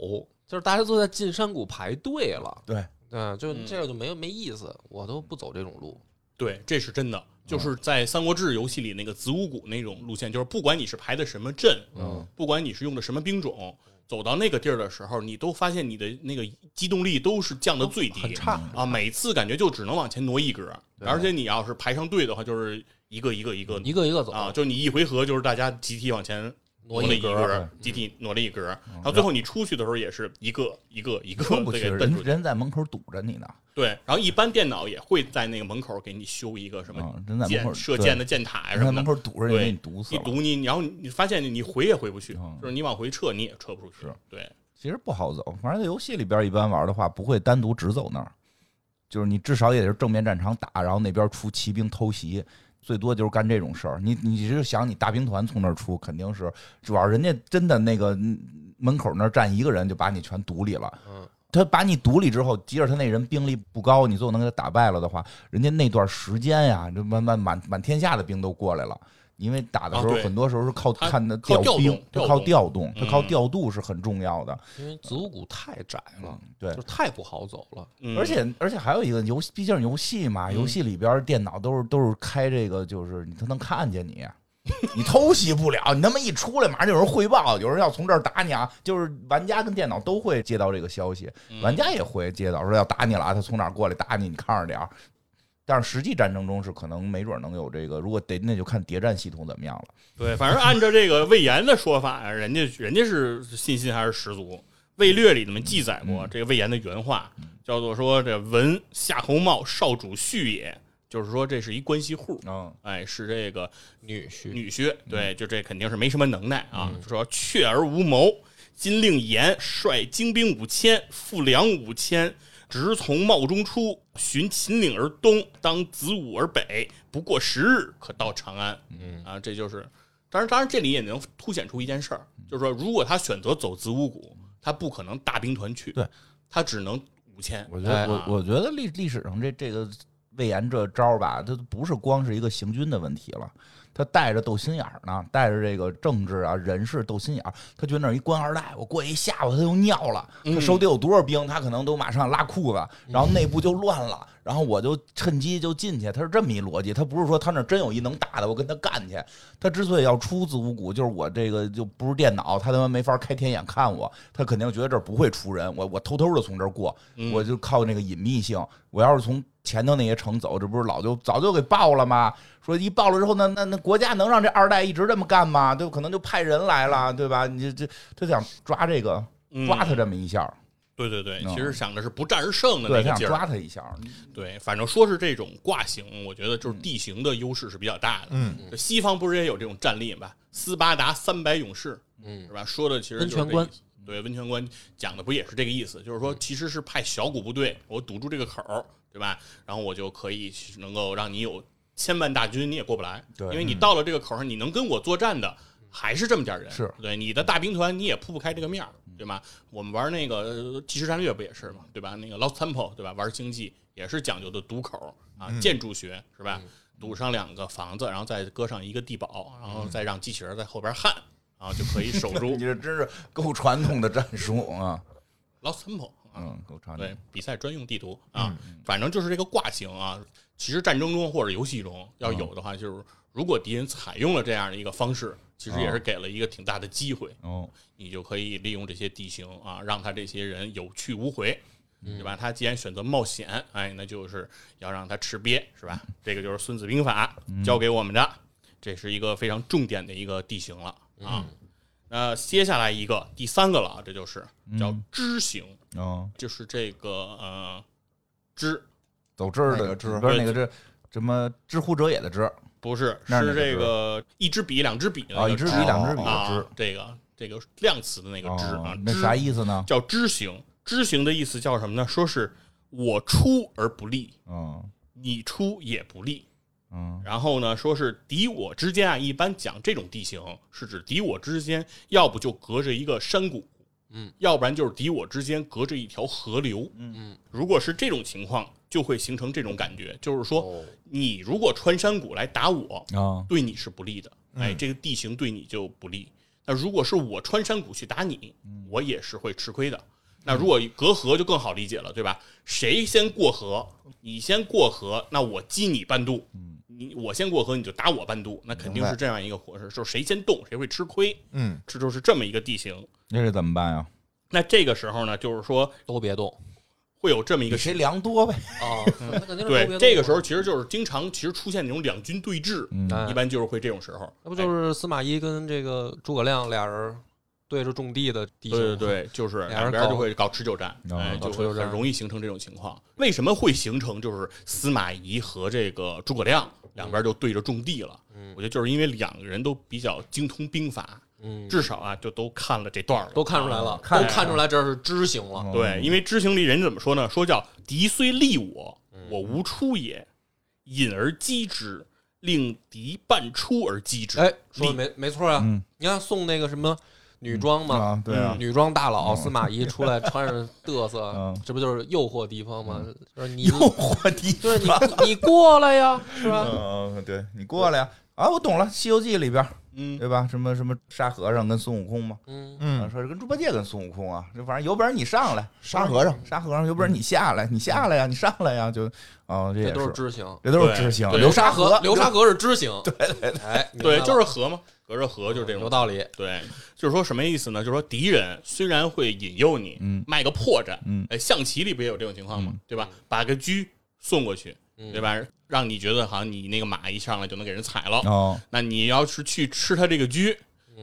Speaker 2: 就是大家都在进山谷排队了。
Speaker 1: 对，
Speaker 2: 对，就
Speaker 3: 嗯
Speaker 2: 这个就没有没意思，我都不走这种路。
Speaker 3: 对，这是真的。
Speaker 2: 嗯
Speaker 3: 就是在《三国志》游戏里那个子午谷那种路线，就是不管你是排的什么阵，
Speaker 2: 嗯，
Speaker 3: 不管你是用的什么兵种，走到那个地儿的时候，你都发现你的那个机动力都是降的最低，
Speaker 2: 很差
Speaker 3: 啊，每次感觉就只能往前挪一格，
Speaker 2: 对
Speaker 3: 而且你要是排上队的话，就是一个一个一个
Speaker 2: 一个一个走，
Speaker 3: 啊，就是你一回合就是大家集体往前
Speaker 2: 挪
Speaker 3: 了
Speaker 2: 一
Speaker 3: 一
Speaker 2: 格嗯
Speaker 3: 格，集体挪了一格，然后最后你出去的时候也是一个一个 一个
Speaker 1: 出不
Speaker 3: 的
Speaker 1: 去，
Speaker 3: 给奔
Speaker 1: 人
Speaker 3: 出去。
Speaker 1: 人在门口堵着你呢，
Speaker 3: 对，然后一般电脑也会在那个门口给你修一个什么
Speaker 1: 嗯人在门口
Speaker 3: 箭射
Speaker 1: 对
Speaker 3: 箭的箭塔呀
Speaker 1: 人
Speaker 3: 什
Speaker 1: 在
Speaker 3: 么
Speaker 1: 门
Speaker 3: 的。
Speaker 1: 口堵着你，
Speaker 3: 对
Speaker 1: 给你堵死
Speaker 3: 一
Speaker 1: 了。
Speaker 3: 堵你，然后你发现你回也回不去，
Speaker 1: 嗯
Speaker 3: 就是你往回撤你也撤不出去。对，
Speaker 1: 其实不好走，反正在游戏里边一般玩的话，不会单独只走那儿，就是你至少也得是正面战场打，然后那边出骑兵偷袭，最多就是干这种事儿。你你就想你大兵团从那儿出，肯定是主要人家真的那个嗯门口那儿站一个人就把你全独立了。
Speaker 2: 嗯，
Speaker 1: 他把你独立之后，即使他那人兵力不高，你最后能给他打败了的话，人家那段时间呀，就慢慢满满天下的兵都过来了。因为打的时候，
Speaker 3: 啊对
Speaker 1: 很多时候是靠
Speaker 3: 他
Speaker 1: 看的
Speaker 3: 靠调
Speaker 1: 兵
Speaker 3: 动，
Speaker 1: 他
Speaker 3: 调
Speaker 1: 靠
Speaker 3: 动
Speaker 1: 调动，他靠
Speaker 3: 嗯
Speaker 1: 调度是很重要的。
Speaker 2: 因为子午谷太窄了，
Speaker 1: 嗯对
Speaker 2: 就是太不好走了。
Speaker 3: 嗯
Speaker 1: 而且而且还有一个游戏，毕竟是游戏嘛，
Speaker 2: 嗯
Speaker 1: 游戏里边电脑都是都是开这个，就是你他能看见你，你偷袭不了，你他妈一出来马上就有人汇报，有人要从这儿打你啊！就是玩家跟电脑都会接到这个消息，
Speaker 3: 嗯
Speaker 2: 嗯
Speaker 1: 玩家也会接到说要打你了啊，他从哪儿过来打你，你看着点儿。但是实际战争中是可能没准能有这个，如果得那就看谍战系统怎么样了。
Speaker 3: 对，反正按照这个魏延的说法，人家人家是信心还是十足。魏略里面记载
Speaker 1: 嗯
Speaker 3: 过这个魏延的原话，叫做说这文夏侯茂少主婿也，就是说这是一关系户，
Speaker 1: 嗯，
Speaker 3: 哎，是这个
Speaker 2: 女婿，
Speaker 3: 女婿，对，就这肯定是没什么能耐啊。
Speaker 1: 嗯
Speaker 3: 就说却而无谋，今令延率精兵五千，副粮五千，直从茂中出，循秦岭而东，当子午而北，不过十日可到长安。嗯啊，这就是，当然，当然这里也能凸显出一件事儿，
Speaker 1: 嗯
Speaker 3: 就是说，如果他选择走子午谷，他不可能大兵团去，
Speaker 1: 对，
Speaker 3: 他只能五千。
Speaker 1: 我觉得
Speaker 2: 哎
Speaker 1: 我我觉得历历史上这这个魏延这招儿吧，它不是光是一个行军的问题了，他带着斗心眼儿呢，带着这个政治啊、人事斗心眼儿，他觉得那儿一官二代，我过一下午他就尿了，他手底有多少兵，他可能都马上拉裤子，然后内部就乱了，然后我就趁机就进去，他是这么一逻辑，他不是说他那儿真有一能打的，我跟他干去，他之所以要出子午谷，就是我这个就不是电脑，他他妈没法开天眼看我，他肯定觉得这儿不会出人，我我偷偷的从这儿过，
Speaker 3: 嗯
Speaker 1: 我就靠那个隐秘性。我要是从前头那些城走，这不是老就早就给爆了吗？说一爆了之后，那那那国家能让这二代一直这么干吗？对，可能就派人来了，对吧？你这这他想抓这个
Speaker 3: 嗯
Speaker 1: 抓他这么一下，
Speaker 3: 对对对，
Speaker 1: 嗯
Speaker 3: 其实想的是不战而胜的那
Speaker 1: 对，
Speaker 3: 个
Speaker 1: 他
Speaker 3: 劲
Speaker 1: 想
Speaker 3: 儿。
Speaker 1: 抓他一下。
Speaker 3: 对，反正说是这种挂形，我觉得就是地形的优势是比较大的。
Speaker 4: 嗯，
Speaker 3: 就西方不是也有这种战例嘛？斯巴达三百勇士，
Speaker 2: 嗯
Speaker 3: 是吧？说的其实就是
Speaker 2: 温泉关
Speaker 3: 这个意思，对温泉关讲的不也是这个意思？就是说，其实是派小股部队，我堵住这个口儿，对吧？然后我就可以能够让你有千万大军，你也过不来，
Speaker 1: 对
Speaker 3: 因为你到了这个口儿上，你能跟我作战的。还是这么点儿人，
Speaker 1: 是
Speaker 3: 对你的大兵团你也铺不开这个面儿，对吧？我们玩那个呃即时战略不也是嘛，对吧？那个 Lost Temple 对吧？玩经济也是讲究的堵口儿啊，
Speaker 1: 嗯
Speaker 3: 建筑学是吧？堵上两个房子，然后再搁上一个地堡，
Speaker 1: 嗯
Speaker 3: 然后再让机器人在后边焊，啊，就可以守
Speaker 1: 你
Speaker 3: 住
Speaker 1: 这真是够传统的战术啊！
Speaker 3: Lost Temple 啊。
Speaker 1: 嗯，够传统
Speaker 3: 对。，比赛专用地图啊，反正就是这个挂型啊。其实战争中或者游戏中要
Speaker 1: 嗯
Speaker 3: 有的话，就是如果敌人采用了这样的一个方式，其
Speaker 1: 嗯
Speaker 3: 实也是给了一个挺大的机会，
Speaker 1: 哦，
Speaker 3: 你就可以利用这些地形啊，让他这些人有去无回，
Speaker 1: 嗯
Speaker 3: 对吧？他既然选择冒险，哎，那就是要让他吃瘪，是吧？这个就是《孙子兵法》
Speaker 1: 嗯
Speaker 3: 教给我们的，这是一个非常重点的一个地形了
Speaker 1: 嗯
Speaker 2: 嗯
Speaker 3: 啊。那接下来一个第三个了啊，这就是
Speaker 1: 嗯
Speaker 3: 叫知行，
Speaker 1: 哦，
Speaker 3: 就是这个呃知
Speaker 1: 走之儿
Speaker 4: 哪
Speaker 1: 的
Speaker 4: 个之
Speaker 1: 不是那个知，什么知乎者也的知
Speaker 3: 不是
Speaker 1: 那儿那
Speaker 3: 是
Speaker 1: 个
Speaker 3: 这个一支笔两支笔的那
Speaker 1: 啊，
Speaker 3: 个
Speaker 1: 一支笔
Speaker 3: 知
Speaker 1: 两支笔
Speaker 3: 啊
Speaker 1: 的
Speaker 3: 这个这个量词的那
Speaker 1: 知，
Speaker 3: 个知啊
Speaker 1: 哦，那啥意思呢
Speaker 3: 知？叫知行，知行的意思叫什么呢？说是我出而不利，
Speaker 1: 嗯
Speaker 3: 你出也不利。
Speaker 1: 嗯，
Speaker 3: 然后呢，说是敌我之间啊，一般讲这种地形是指敌我之间，要不就隔着一个山谷，
Speaker 2: 嗯，
Speaker 3: 要不然就是敌我之间隔着一条河流，嗯
Speaker 2: 嗯。
Speaker 3: 如果是这种情况，就会形成这种感觉，就是说，
Speaker 2: 哦，
Speaker 3: 你如果穿山谷来打我，
Speaker 1: 啊
Speaker 3: 对你是不利的，哎，这个地形对你就不利。那如果是我穿山谷去打你，我也是会吃亏的。那如果隔河就更好理解了，对吧？谁先过河，你先过河，那我击你半渡，你我先过河你就打我半渡，那肯定
Speaker 4: 明白
Speaker 3: 是这样一个火势，就是谁先动谁会吃亏，
Speaker 4: 嗯，
Speaker 3: 这就是这么一个地形。
Speaker 1: 那是怎么办呀？
Speaker 3: 那这个时候呢，就是说
Speaker 2: 都别动
Speaker 3: 会有这么一个
Speaker 1: 比谁凉多呗。
Speaker 2: 啊！那肯定是
Speaker 3: 对
Speaker 2: 都别动，
Speaker 3: 这个时候其实就是经常其实出现那种两军对峙，
Speaker 1: 嗯
Speaker 2: 哎
Speaker 3: 一般就是会这种时候，
Speaker 2: 那不就是司马懿跟这个诸葛亮俩人对着种地的地
Speaker 3: 对
Speaker 2: 形
Speaker 3: 对
Speaker 2: 吗？
Speaker 3: 对，就是
Speaker 2: 俩人
Speaker 3: 两边就
Speaker 2: 搞
Speaker 3: 会搞持久战，
Speaker 1: 哦
Speaker 3: 哎，
Speaker 2: 搞
Speaker 3: 就
Speaker 2: 持
Speaker 3: 会
Speaker 2: 久
Speaker 3: 很
Speaker 2: 战
Speaker 3: 容易形成这种情况。为什么会形成就是司马懿和这个诸葛亮两边就对着种地了？我觉得就是因为两个人都比较精通兵法，
Speaker 2: 嗯，
Speaker 3: 至少啊就都看了这段儿了，啊
Speaker 2: 都看出来了，
Speaker 1: 看
Speaker 2: 都看出哦来这是知行
Speaker 1: 哦
Speaker 2: 了。
Speaker 3: 对，因为知行立人怎么说呢？说叫敌虽利我，
Speaker 2: 嗯
Speaker 3: 我无出也，引而击之，令敌半出而击之。
Speaker 2: 哎，说的
Speaker 3: 利
Speaker 2: 没没错啊！
Speaker 1: 嗯
Speaker 2: 你看送那个什么女装嘛，
Speaker 1: 啊，对啊，
Speaker 2: 女装大佬司马懿出来穿着嘚瑟，
Speaker 1: 嗯
Speaker 2: 这不就是诱惑敌方吗？就是你，
Speaker 1: 诱惑敌
Speaker 2: 就是你，你过来呀，是吧？
Speaker 1: 嗯，对你过来呀！啊，我懂了，《西游记》里边
Speaker 3: 嗯，
Speaker 1: 对吧？什么什么沙和尚跟孙悟空嘛，
Speaker 2: 嗯，
Speaker 1: 啊，
Speaker 4: 嗯，
Speaker 1: 说是跟猪八戒跟孙悟空啊，这反正有本事你上来，
Speaker 4: 沙和尚，
Speaker 1: 沙和尚有本事你下来，你下来呀，你上来呀，就啊，这
Speaker 2: 嗯这
Speaker 1: 也
Speaker 2: 都是
Speaker 1: 是
Speaker 2: 知行。
Speaker 1: 这都是
Speaker 3: 对
Speaker 1: 知行，
Speaker 3: 对
Speaker 1: 流沙
Speaker 2: 河，流沙
Speaker 1: 河，
Speaker 2: 河是知行。对对对，哎，明白
Speaker 3: 对，
Speaker 2: 了哦
Speaker 3: 就是和嘛，隔着河就是这种
Speaker 2: 有。道理。
Speaker 3: 对，就是说什么意思呢？就是说敌人虽然会引诱你，
Speaker 1: 嗯
Speaker 3: 卖个破绽，
Speaker 1: 嗯
Speaker 3: 哎，象棋里不也有这种情况吗？对吧？把个车送过去，对吧？让你觉得好像你那个马一上来就能给人踩了，
Speaker 1: 哦，
Speaker 3: 那你要是去吃他这个车，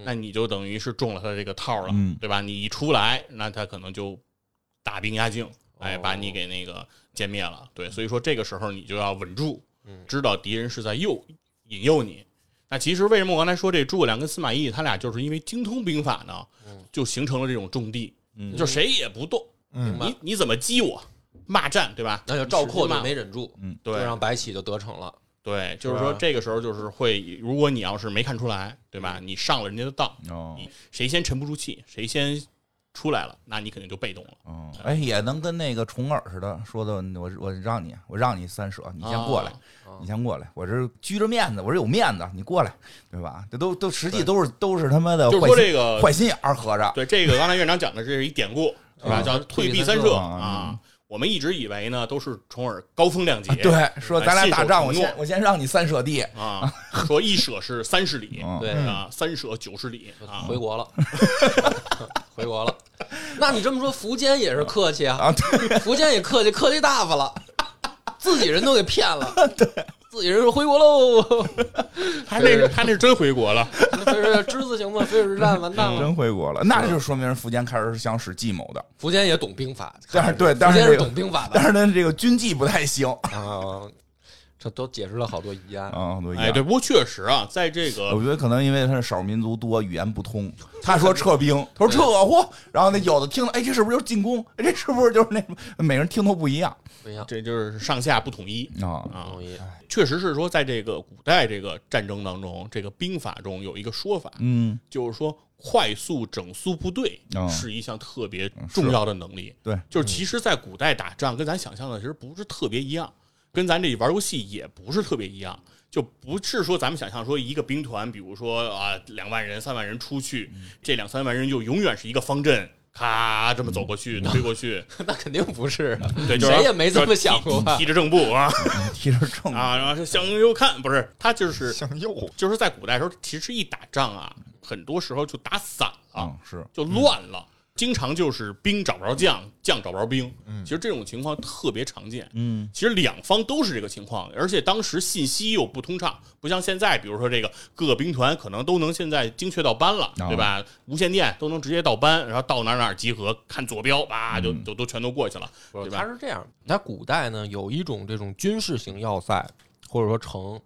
Speaker 3: 那你就等于是中了他这个套了，
Speaker 1: 嗯
Speaker 3: 对吧？你一出来，那他可能就大兵压境，哎，
Speaker 2: 哦
Speaker 3: 把你给那个歼灭了。对，所以说这个时候你就要稳住，知道敌人是在诱引诱你。那其实为什么我刚才说这诸葛亮跟司马懿他俩就是因为精通兵法呢，就形成了这种重地，
Speaker 1: 嗯
Speaker 3: 就谁也不动，
Speaker 4: 嗯
Speaker 3: 你你怎么激我骂战，对吧？
Speaker 2: 那就赵括
Speaker 3: 你使劲
Speaker 2: 就
Speaker 3: 骂
Speaker 2: 没忍住，就
Speaker 3: 对
Speaker 2: 让白起就得逞了。
Speaker 3: 对，就是
Speaker 2: 是吧
Speaker 3: 说这个时候就是会，如果你要是没看出来，对吧？你上了人家的当，
Speaker 1: 哦，
Speaker 3: 谁先沉不住气，谁先出来了，那你肯定就被动了。
Speaker 1: 嗯，哎，也能跟那个重耳似的，说的我我让你，我让你三舍，你先过来，
Speaker 3: 啊
Speaker 1: 你先过来，我这拘着面子，我这有面子，你过来，对吧？这都都实际都是都是他妈的
Speaker 3: 就是
Speaker 1: 坏
Speaker 3: 说
Speaker 1: 心
Speaker 3: 这个
Speaker 1: 坏心眼儿，合着
Speaker 3: 对，这个刚才院长讲的，这是一典故，是
Speaker 1: 嗯
Speaker 3: 吧？叫退避三
Speaker 2: 退避三
Speaker 3: 舍
Speaker 2: 舍
Speaker 1: 啊
Speaker 3: 啊。我们一直以为呢，都是重耳高风亮节，
Speaker 1: 啊对，说咱俩打仗，我
Speaker 3: 信守
Speaker 1: 先
Speaker 3: 承
Speaker 1: 我先让你三舍地，
Speaker 3: 诺啊，说一舍是三十里
Speaker 1: 嗯，
Speaker 2: 对
Speaker 3: 啊，三舍九十里啊，
Speaker 2: 回国了，回国了。那你这么说，苻坚也是客气啊
Speaker 1: 啊，
Speaker 2: 苻坚也客气，客气大发了，自己人都给骗了，对，自己人说回国喽，
Speaker 3: 他那是他那是真回国了，
Speaker 2: 非是之字形的非水之战完蛋了。
Speaker 1: 真回国了，那就说明福建开始想使计谋的，
Speaker 2: 苻坚也懂兵法，
Speaker 1: 但是对，但
Speaker 2: 苻
Speaker 1: 是
Speaker 2: 坚
Speaker 1: 这
Speaker 2: 是
Speaker 1: 个
Speaker 2: 懂兵法的
Speaker 1: 但是呢，这个军纪不太 行
Speaker 2: 啊，这都解释了好多疑案。
Speaker 1: 啊，对，
Speaker 3: 哎，对，不过确实啊，在这个
Speaker 1: 我觉得可能因为他是少数民族多，语言不通。他说撤兵，他说撤货，然后那有的听了，哎，这是不是就是进攻？哎，这是不是就是那什么？每个人听都不一样
Speaker 2: 不一样，
Speaker 3: 这就是上下不统一
Speaker 1: 啊。
Speaker 2: 不
Speaker 3: 啊
Speaker 2: 同，意。
Speaker 3: 确实是说，在这个古代这个战争当中，这个兵法中有一个说法，
Speaker 1: 嗯，
Speaker 3: 就是说快速整肃部队
Speaker 1: 哦
Speaker 3: 是一项特别重要的能力。
Speaker 1: 嗯对，
Speaker 3: 就是其实，在古代打仗跟咱想象的其实不是特别一样，跟咱这玩游戏也不是特别一样。就不是说咱们想象说一个兵团，比如说啊两万人、三万人出去，
Speaker 1: 嗯
Speaker 3: 这两三万人就永远是一个方阵，咔这么走过去、
Speaker 1: 嗯
Speaker 3: 推过 去，
Speaker 2: 那肯定不是，
Speaker 3: 对，就是
Speaker 2: 谁也没这么想过
Speaker 3: 就是
Speaker 2: 吧
Speaker 3: 提提着正步啊
Speaker 1: 提着正
Speaker 3: 啊，然后是向右看，不是他就是
Speaker 4: 向右，
Speaker 3: 就是在古代时候，其实一打仗啊，很多时候就打散了，
Speaker 1: 啊，是
Speaker 3: 就乱了。经常就是兵找不着将，将找不着兵。其实这种情况特别常见。
Speaker 1: 嗯，
Speaker 3: 其实两方都是这个情况，而且当时信息又不通畅，不像现在，比如说这个各个兵团可能都能现在精确到班了，
Speaker 1: 啊
Speaker 3: 对吧？无线电都能直接到班，然后到哪儿哪儿集合，看坐标，叭就就都全都过去了，
Speaker 2: 不
Speaker 3: 对
Speaker 2: 是，
Speaker 3: 吧
Speaker 2: 它是这样，在古代呢，有一种这种军事型要塞或者说城，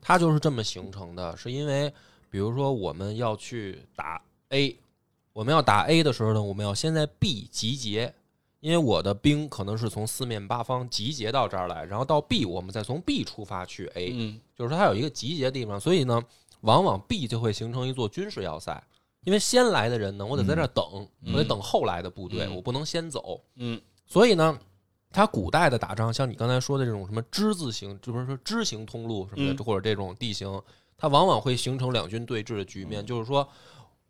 Speaker 2: 它就是这么形成的，是因为比如说我们要去打 A，我们要打 A 的时候呢，我们要先在 B 集结。因为我的兵可能是从四面八方集结到这儿来，然后到 B，我们再从 B 出发去 A，、
Speaker 3: 嗯，
Speaker 2: 就是说它有一个集结地方，所以呢，往往 B 就会形成一座军事要塞，因为先来的人呢，我得在这儿等，
Speaker 3: 嗯
Speaker 2: 我得等后来的部队，
Speaker 3: 嗯
Speaker 2: 我不能先走，
Speaker 3: 嗯，
Speaker 2: 所以呢，它古代的打仗，像你刚才说的这种什么之字形，就不是说之形通路什么的，
Speaker 3: 嗯
Speaker 2: 或者这种地形，它往往会形成两军对峙的局
Speaker 3: 嗯
Speaker 2: 面。就是说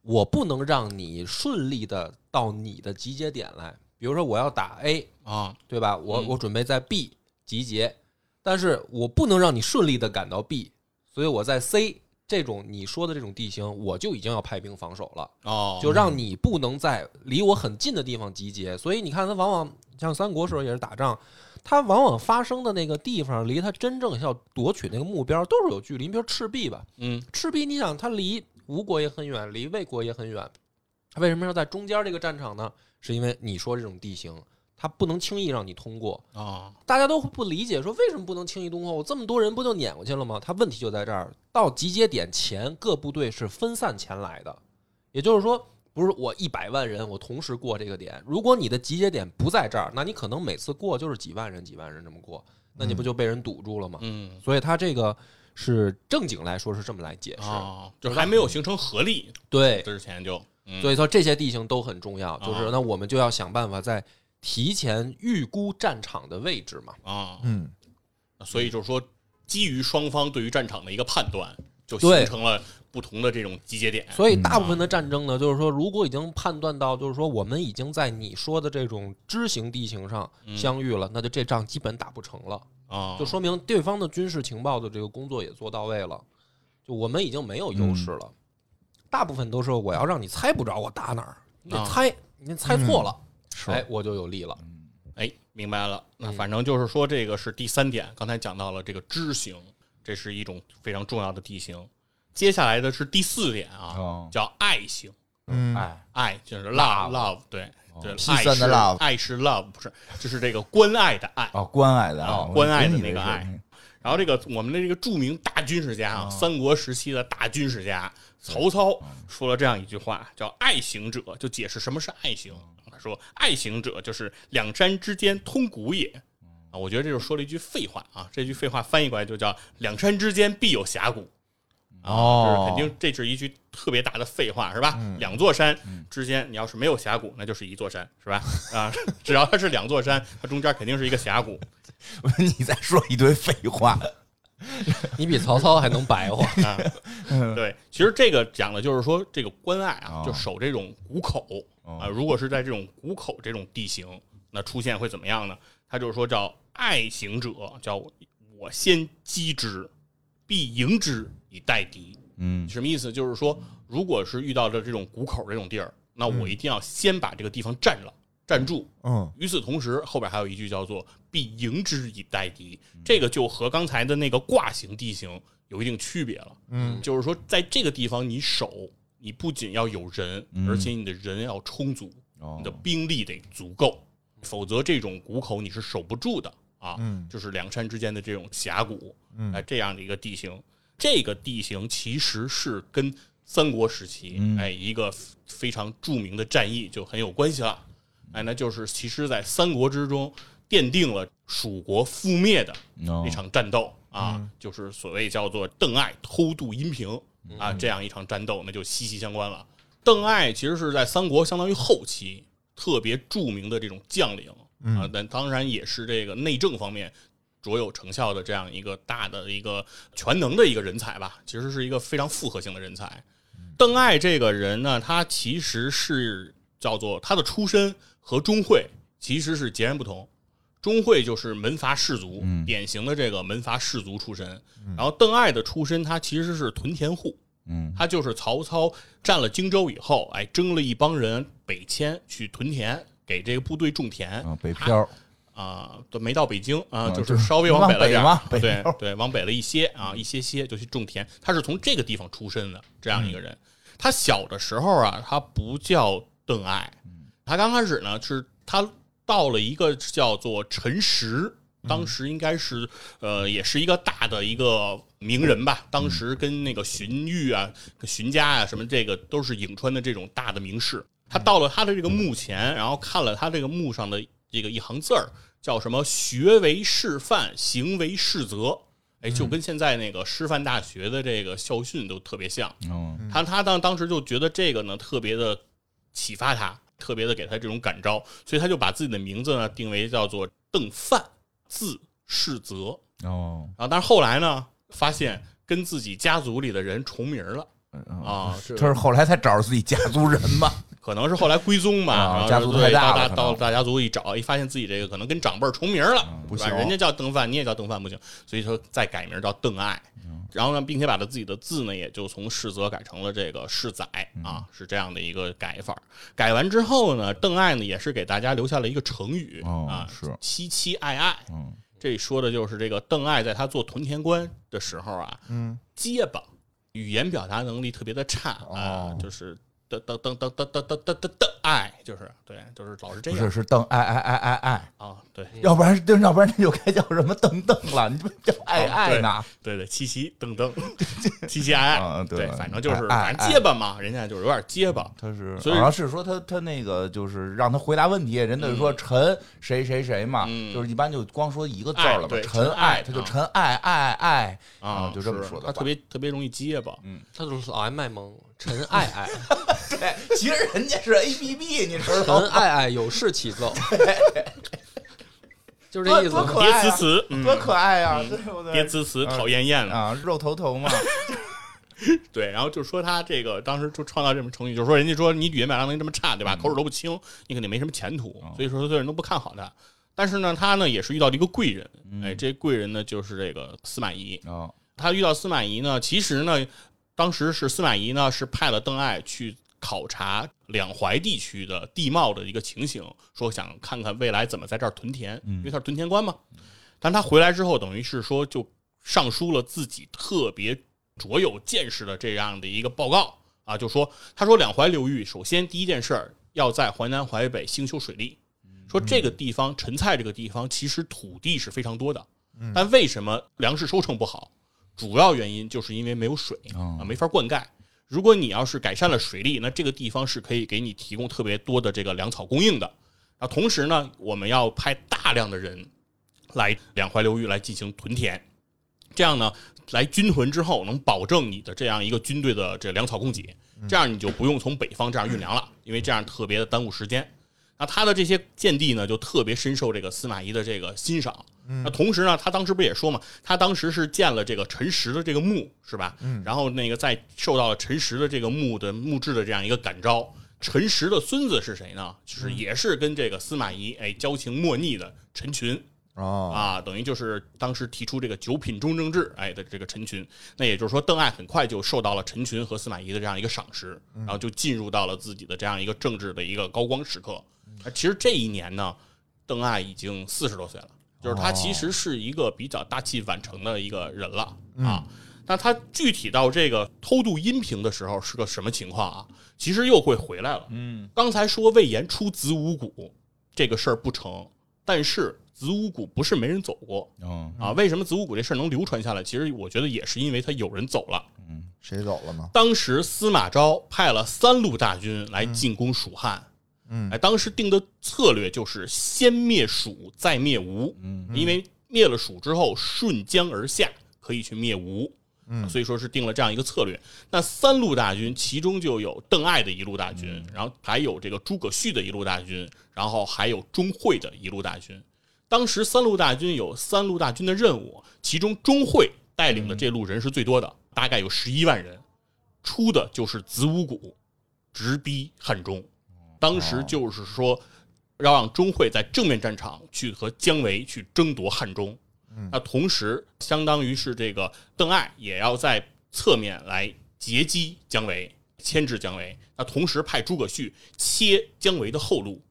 Speaker 2: 我不能让你顺利的到你的集结点来，比如说我要打 A，
Speaker 3: 啊，
Speaker 2: 对吧？我
Speaker 3: 嗯
Speaker 2: 我准备在 B 集结，但是我不能让你顺利的赶到 B，所以我在 C 这种你说的这种地形，我就已经要派兵防守了。
Speaker 3: 哦，
Speaker 2: 就让你不能在离我很近的地方集结。所以你看，他往往像三国时候也是打仗，他往往发生的那个地方，离他真正要夺取那个目标都是有距离。你比如赤壁吧，
Speaker 3: 嗯
Speaker 2: 赤壁，你想它离吴国也很远，离魏国也很远，他为什么要在中间这个战场呢？是因为你说这种地形，它不能轻易让你通过。
Speaker 3: 啊，
Speaker 2: 大家都不理解，说为什么不能轻易通过？我这么多人不就撵过去了吗？他问题就在这儿，到集结点前，各部队是分散前来的，也就是说，不是我一百万人，我同时过这个点。如果你的集结点不在这儿，那你可能每次过就是几万人、几万人这么过，那你不就被人堵住了吗？
Speaker 3: 嗯。
Speaker 2: 所以他这个是正经来说是这么来解释，
Speaker 3: 啊，就是还没有形成合力
Speaker 2: 对，
Speaker 3: 之前就，嗯，
Speaker 2: 所以说这些地形都很重要，就
Speaker 3: 啊
Speaker 2: 是那我们就要想办法在提前预估战场的位置嘛。
Speaker 3: 啊，
Speaker 4: 嗯，
Speaker 3: 所以就是说，基于双方对于战场的一个判断，就
Speaker 2: 对
Speaker 3: 形成了不同的这种集结点。
Speaker 2: 所以大部分的战争呢，就是说，如果已经判断到，就是说我们已经在你说的这种知行地形上
Speaker 3: 嗯
Speaker 2: 相遇了，那就这仗基本打不成了，
Speaker 3: 啊，
Speaker 2: 就说明对方的军事情报的这个工作也做到位了，就我们已经没有优势了。大部分都是我要让你猜不着我打哪儿，你得
Speaker 3: 啊
Speaker 2: 猜，你猜错了，
Speaker 4: 嗯
Speaker 1: 是
Speaker 2: 哎，我就有利了。
Speaker 3: 哎，明白了。那
Speaker 2: 嗯
Speaker 3: 反正就是说，这个是第三点，刚才讲到了这个知行，这是一种非常重要的地形。接下来的是第四点啊，
Speaker 1: 啊，
Speaker 3: 叫爱行，
Speaker 4: 嗯，
Speaker 1: 哎，
Speaker 3: 爱就是 love love，对
Speaker 1: 哦
Speaker 3: 对，
Speaker 4: Peace
Speaker 3: 爱
Speaker 4: and
Speaker 3: 是
Speaker 4: love
Speaker 3: 爱是 love，不是，就是这个关爱的爱。
Speaker 1: 哦，关爱的
Speaker 3: 哦
Speaker 1: 爱，
Speaker 3: 关爱的
Speaker 1: 我以为
Speaker 3: 那
Speaker 1: 你
Speaker 3: 个
Speaker 1: 是
Speaker 3: 爱，然后这个我们的这个著名大军事家啊，三国时期的大军事家曹操说了这样一句话，叫“爱行者”，就解释什么是爱行。他说：“爱行者就是两山之间通古也。”啊，我觉得这就说了一句废话啊，这句废话翻译过来就叫“两山之间必有峡谷”。
Speaker 4: 哦
Speaker 3: 这是肯定这是一句特别大的废话，是吧？
Speaker 4: 嗯
Speaker 3: 两座山
Speaker 1: 嗯
Speaker 3: 之间，你要是没有峡谷，那就是一座山，是吧？啊， 只要它是两座山，它中间肯定是一个峡谷。
Speaker 1: 你再说一堆废话，
Speaker 2: 你比曹操还能白 话，
Speaker 3: 啊，对，其实这个讲的就是说这个关隘
Speaker 1: 哦，
Speaker 3: 啊就守这种谷口啊，
Speaker 1: 哦
Speaker 3: 如果是在这种谷口这种地形，那出现会怎么样呢？他就是说叫爱行者，叫我先击之，必迎之以待敌。
Speaker 1: 嗯
Speaker 3: 什么意思？就是说，如果是遇到了这种谷口这种地儿，那我一定要先把这个地方占了，占住。
Speaker 4: 嗯
Speaker 3: 与此同时，后边还有一句叫做“必迎之以待敌”，这个就和刚才的那个挂形地形有一定区别了。
Speaker 4: 嗯
Speaker 3: 就是说，在这个地方你守，你不仅要有人，
Speaker 1: 嗯
Speaker 3: 而且你的人要充足，
Speaker 1: 哦
Speaker 3: 你的兵力得足够，否则这种谷口你是守不住的啊。
Speaker 4: 嗯
Speaker 3: 就是两山之间的这种峡谷，
Speaker 4: 嗯
Speaker 3: 哎，这样的一个地形，这个地形其实是跟三国时期、
Speaker 1: 嗯
Speaker 3: 哎一个非常著名的战役就很有关系了。哎，那就是其实，在三国之中奠定了蜀国覆灭的
Speaker 1: 哦嗯
Speaker 3: 一场战斗啊，就是所谓叫做邓艾偷渡阴平
Speaker 1: 嗯
Speaker 3: 啊，这样一场战斗，那就息息相关了。邓艾其实是在三国相当于后期特别著名的这种将领
Speaker 4: 嗯
Speaker 3: 啊，但当然也是这个内政方面卓有成效的这样一个大的一个全能的一个人才吧，其实是一个非常复合性的人才。邓艾这个人呢，他其实是叫做他的出身和钟会其实是截然不同。钟会就是门阀士族，
Speaker 1: 嗯
Speaker 3: 典型的这个门阀士族出身。然后邓艾的出身，他其实是屯田户，
Speaker 1: 嗯
Speaker 3: 他就是曹操占了荆州以后，哎，征了一帮人北迁去屯田，给这个部队种田
Speaker 1: 啊北漂
Speaker 3: 啊，都没到北京啊，
Speaker 1: 啊
Speaker 3: 就
Speaker 1: 就是
Speaker 3: 稍微往
Speaker 1: 往
Speaker 3: 北了
Speaker 1: 北
Speaker 3: 点儿啊
Speaker 1: 嘛北
Speaker 3: 对
Speaker 1: 边儿哦
Speaker 3: 对，往北了一些啊，一些些就去种田。他是从这个地方出身的这样一个人。他小的时候啊，他不叫邓艾，他刚开始呢是他到了一个叫做陈实。当时应该是，呃，也是一个大的一个名人吧。当时跟那个荀彧啊、跟荀家啊什么，这个都是颍川的这种大的名士。他到了他的这个墓前，然后看了他这个墓上的这个一行字儿，叫什么“学为示范，行为示责”。哎，就跟现在那个师范大学的这个校训都特别像。
Speaker 1: 哦
Speaker 3: 他他当当时就觉得这个呢特别的启发他，特别的给他这种感召，所以他就把自己的名字呢定为叫做邓范，字世泽。
Speaker 1: 哦
Speaker 3: 然后，但是后来呢，发现跟自己家族里的人重名了啊，
Speaker 1: 哦他是后来才找着自己家族人吧？
Speaker 3: 可能是后来归宗嘛，
Speaker 1: 啊
Speaker 3: 然后
Speaker 1: 家族
Speaker 3: 对
Speaker 1: 太大了可
Speaker 3: 到大
Speaker 1: 能
Speaker 3: 到大家族一找，一发现自己这个可能跟长辈儿重名了，
Speaker 1: 嗯
Speaker 3: 是吧
Speaker 4: 不行
Speaker 3: 人家叫邓范，你也叫邓范不行，所以说再改名叫邓艾，
Speaker 1: 嗯
Speaker 3: 然后呢，并且把他自己的字呢，也就从世泽改成了这个世载
Speaker 1: 嗯
Speaker 3: 啊，是这样的一个改法。改完之后呢，邓艾呢也是给大家留下了一个成语
Speaker 1: 哦
Speaker 3: 啊，
Speaker 1: 是
Speaker 3: 妻妻爱爱，
Speaker 1: 嗯
Speaker 3: 这说的就是这个邓艾在他做屯田官的时候啊，
Speaker 4: 嗯
Speaker 3: 结巴，语言表达能力特别的差啊、
Speaker 4: 哦
Speaker 3: 就是噔噔噔噔噔噔噔噔噔噔，哎，就是对，就是老是
Speaker 1: 嗯
Speaker 3: 这
Speaker 1: 不
Speaker 3: 样
Speaker 1: 是是邓爱爱爱爱爱，
Speaker 3: 啊，对
Speaker 1: 要不然要不然这就该叫什么邓邓了，你这不叫爱爱呢？
Speaker 3: 啊对对，七七噔噔， 七七哎
Speaker 1: 啊
Speaker 3: 哎，
Speaker 1: 对
Speaker 3: 反正就是
Speaker 1: 哎哎
Speaker 3: 反正结巴嘛，人家就是有点结巴，
Speaker 1: 他是
Speaker 3: 所以
Speaker 1: 好像是说他他那个就是让他回答问题，人家就说陈谁谁谁嘛，
Speaker 3: 嗯
Speaker 1: 就是一般就光说一个字
Speaker 3: 爱
Speaker 1: 儿了嘛
Speaker 3: 对，
Speaker 1: 陈
Speaker 3: 陈
Speaker 1: 爱，
Speaker 3: 爱
Speaker 1: 他就
Speaker 3: 啊
Speaker 1: 陈爱爱爱
Speaker 3: 啊，
Speaker 1: 就这么
Speaker 3: 是
Speaker 1: 说的吧，嗯
Speaker 3: 他特别特别容易结巴。
Speaker 2: 他就是老爱卖萌。陈爱爱，
Speaker 1: 对，哎其实人家是 A P P，你知道
Speaker 2: 陈
Speaker 1: 吗？
Speaker 2: 爱爱有事起 奏， 就是
Speaker 1: 多
Speaker 2: 这意思
Speaker 1: 多可
Speaker 2: 吗。
Speaker 3: 别
Speaker 1: 爱
Speaker 3: 呲
Speaker 1: 啊，
Speaker 3: 呲，嗯
Speaker 1: 多可爱啊，
Speaker 3: 嗯
Speaker 1: 对不对？
Speaker 3: 别呲呲，讨厌厌了。
Speaker 1: 啊，肉头 头嘛，
Speaker 3: 对，然后就说他这个当时就创造这么成语，就是说人家说你语言表达能力这么差，
Speaker 1: 嗯
Speaker 3: 对吧？口齿都不清，你肯定没什么前途，
Speaker 1: 哦
Speaker 3: 所以说所有人都不看好他。但是呢，他呢也是遇到了一个贵人，哎，这贵人呢就是这个司马懿。
Speaker 1: 嗯哦，
Speaker 3: 他遇到司马懿呢，其实呢，当时是司马懿呢是派了邓艾去考察两淮地区的地貌的一个情形，说想看看未来怎么在这儿屯田，因为他是屯田官嘛。但他回来之后，等于是说就上书了自己特别卓有见识的这样的一个报告啊，就说他说两淮流域首先第一件事儿要在淮南淮北兴修水利，说这个地方陈蔡这个地方其实土地是非常多的，但为什么粮食收成不好？主要原因就是因为没有水
Speaker 1: 哦
Speaker 3: 啊，没法灌溉。如果你要是改善了水利，那这个地方是可以给你提供特别多的这个粮草供应的。啊，同时呢，我们要派大量的人来两淮流域来进行屯田，这样呢，来军屯之后能保证你的这样一个军队的这粮草供给，这样你就不用从北方这样运粮了，因为这样特别的耽误时间。那他的这些见地呢，就特别深受这个司马懿的这个欣赏。
Speaker 4: 嗯
Speaker 3: 那同时呢，他当时不也说嘛，他当时是建了这个陈实的这个墓，是吧？然后那个再受到了陈实的这个墓的墓志的这样一个感召。陈实的孙子是谁呢？就是也是跟这个司马懿哎交情莫逆的陈群。
Speaker 4: 哦，
Speaker 3: 啊，等于就是当时提出这个九品中正制，哎的这个陈群，那也就是说邓艾很快就受到了陈群和司马懿的这样一个赏识，然后就进入到了自己的这样一个政治的一个高光时刻。而其实这一年呢，邓艾已经四十多岁了，就是他其实是一个比较大器晚成的一个人了啊。那他具体到这个偷渡阴平的时候是个什么情况啊？其实又会回来了。
Speaker 1: 嗯，
Speaker 3: 刚才说魏延出子午谷这个事儿不成，但是子午谷不是没人走过
Speaker 1: 嗯
Speaker 3: 啊。为什么子午谷这事儿能流传下来？其实我觉得也是因为他有人走了。
Speaker 4: 谁走了呢？
Speaker 3: 当时司马昭派了三路大军来进攻蜀汉，
Speaker 4: 嗯
Speaker 3: 哎，当时定的策略就是先灭蜀，再灭吴。
Speaker 1: 嗯，
Speaker 3: 因为灭了蜀之后，顺江而下可以去灭吴。
Speaker 4: 嗯
Speaker 3: 所以说是定了这样一个策略。那三路大军，其中就有邓艾的一路大军，然后还有这个诸葛绪的一路大军，然后还有钟会的一路大军。当时三路大军有三路大军的任务，其中钟会带领的这路人是最多的，大概有十一万人，出的就是子午谷，直逼汉中。当时就是说，要让钟会在正面战场去和姜维去争夺汉中。那同时，相当于是这个邓艾也要在侧面来截击姜维，牵制姜维。那同时派诸葛绪切姜维的后路，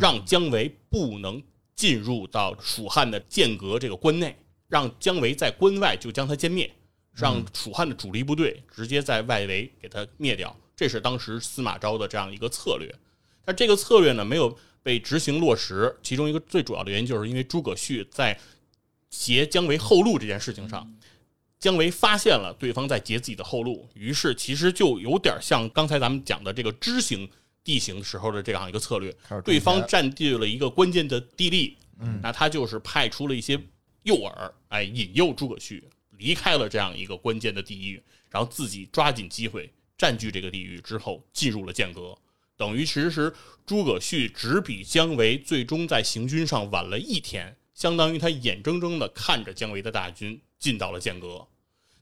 Speaker 3: 让姜维不能进入到蜀汉的剑阁这个关内，让姜维在关外就将他歼灭，让蜀汉的主力部队直接在外围给他灭掉。这是当时司马昭的这样一个策略。但这个策略呢，没有被执行落实，其中一个最主要的原因，就是因为诸葛绪在截姜维后路这件事情上，姜维发现了对方在截自己的后路，于是其实就有点像刚才咱们讲的这个知行地形时候的这样一个策略
Speaker 4: 开始，
Speaker 3: 对方
Speaker 4: 赚
Speaker 3: 占据了一个关键的地利，那他就是派出了一些诱饵，哎，引诱诸葛绪离开了这样一个关键的地域，然后自己抓紧机会占据这个地域之后，进入了剑阁。等于其实诸葛绪只比姜维最终在行军上晚了一天，相当于他眼睁睁地看着姜维的大军进到了剑阁。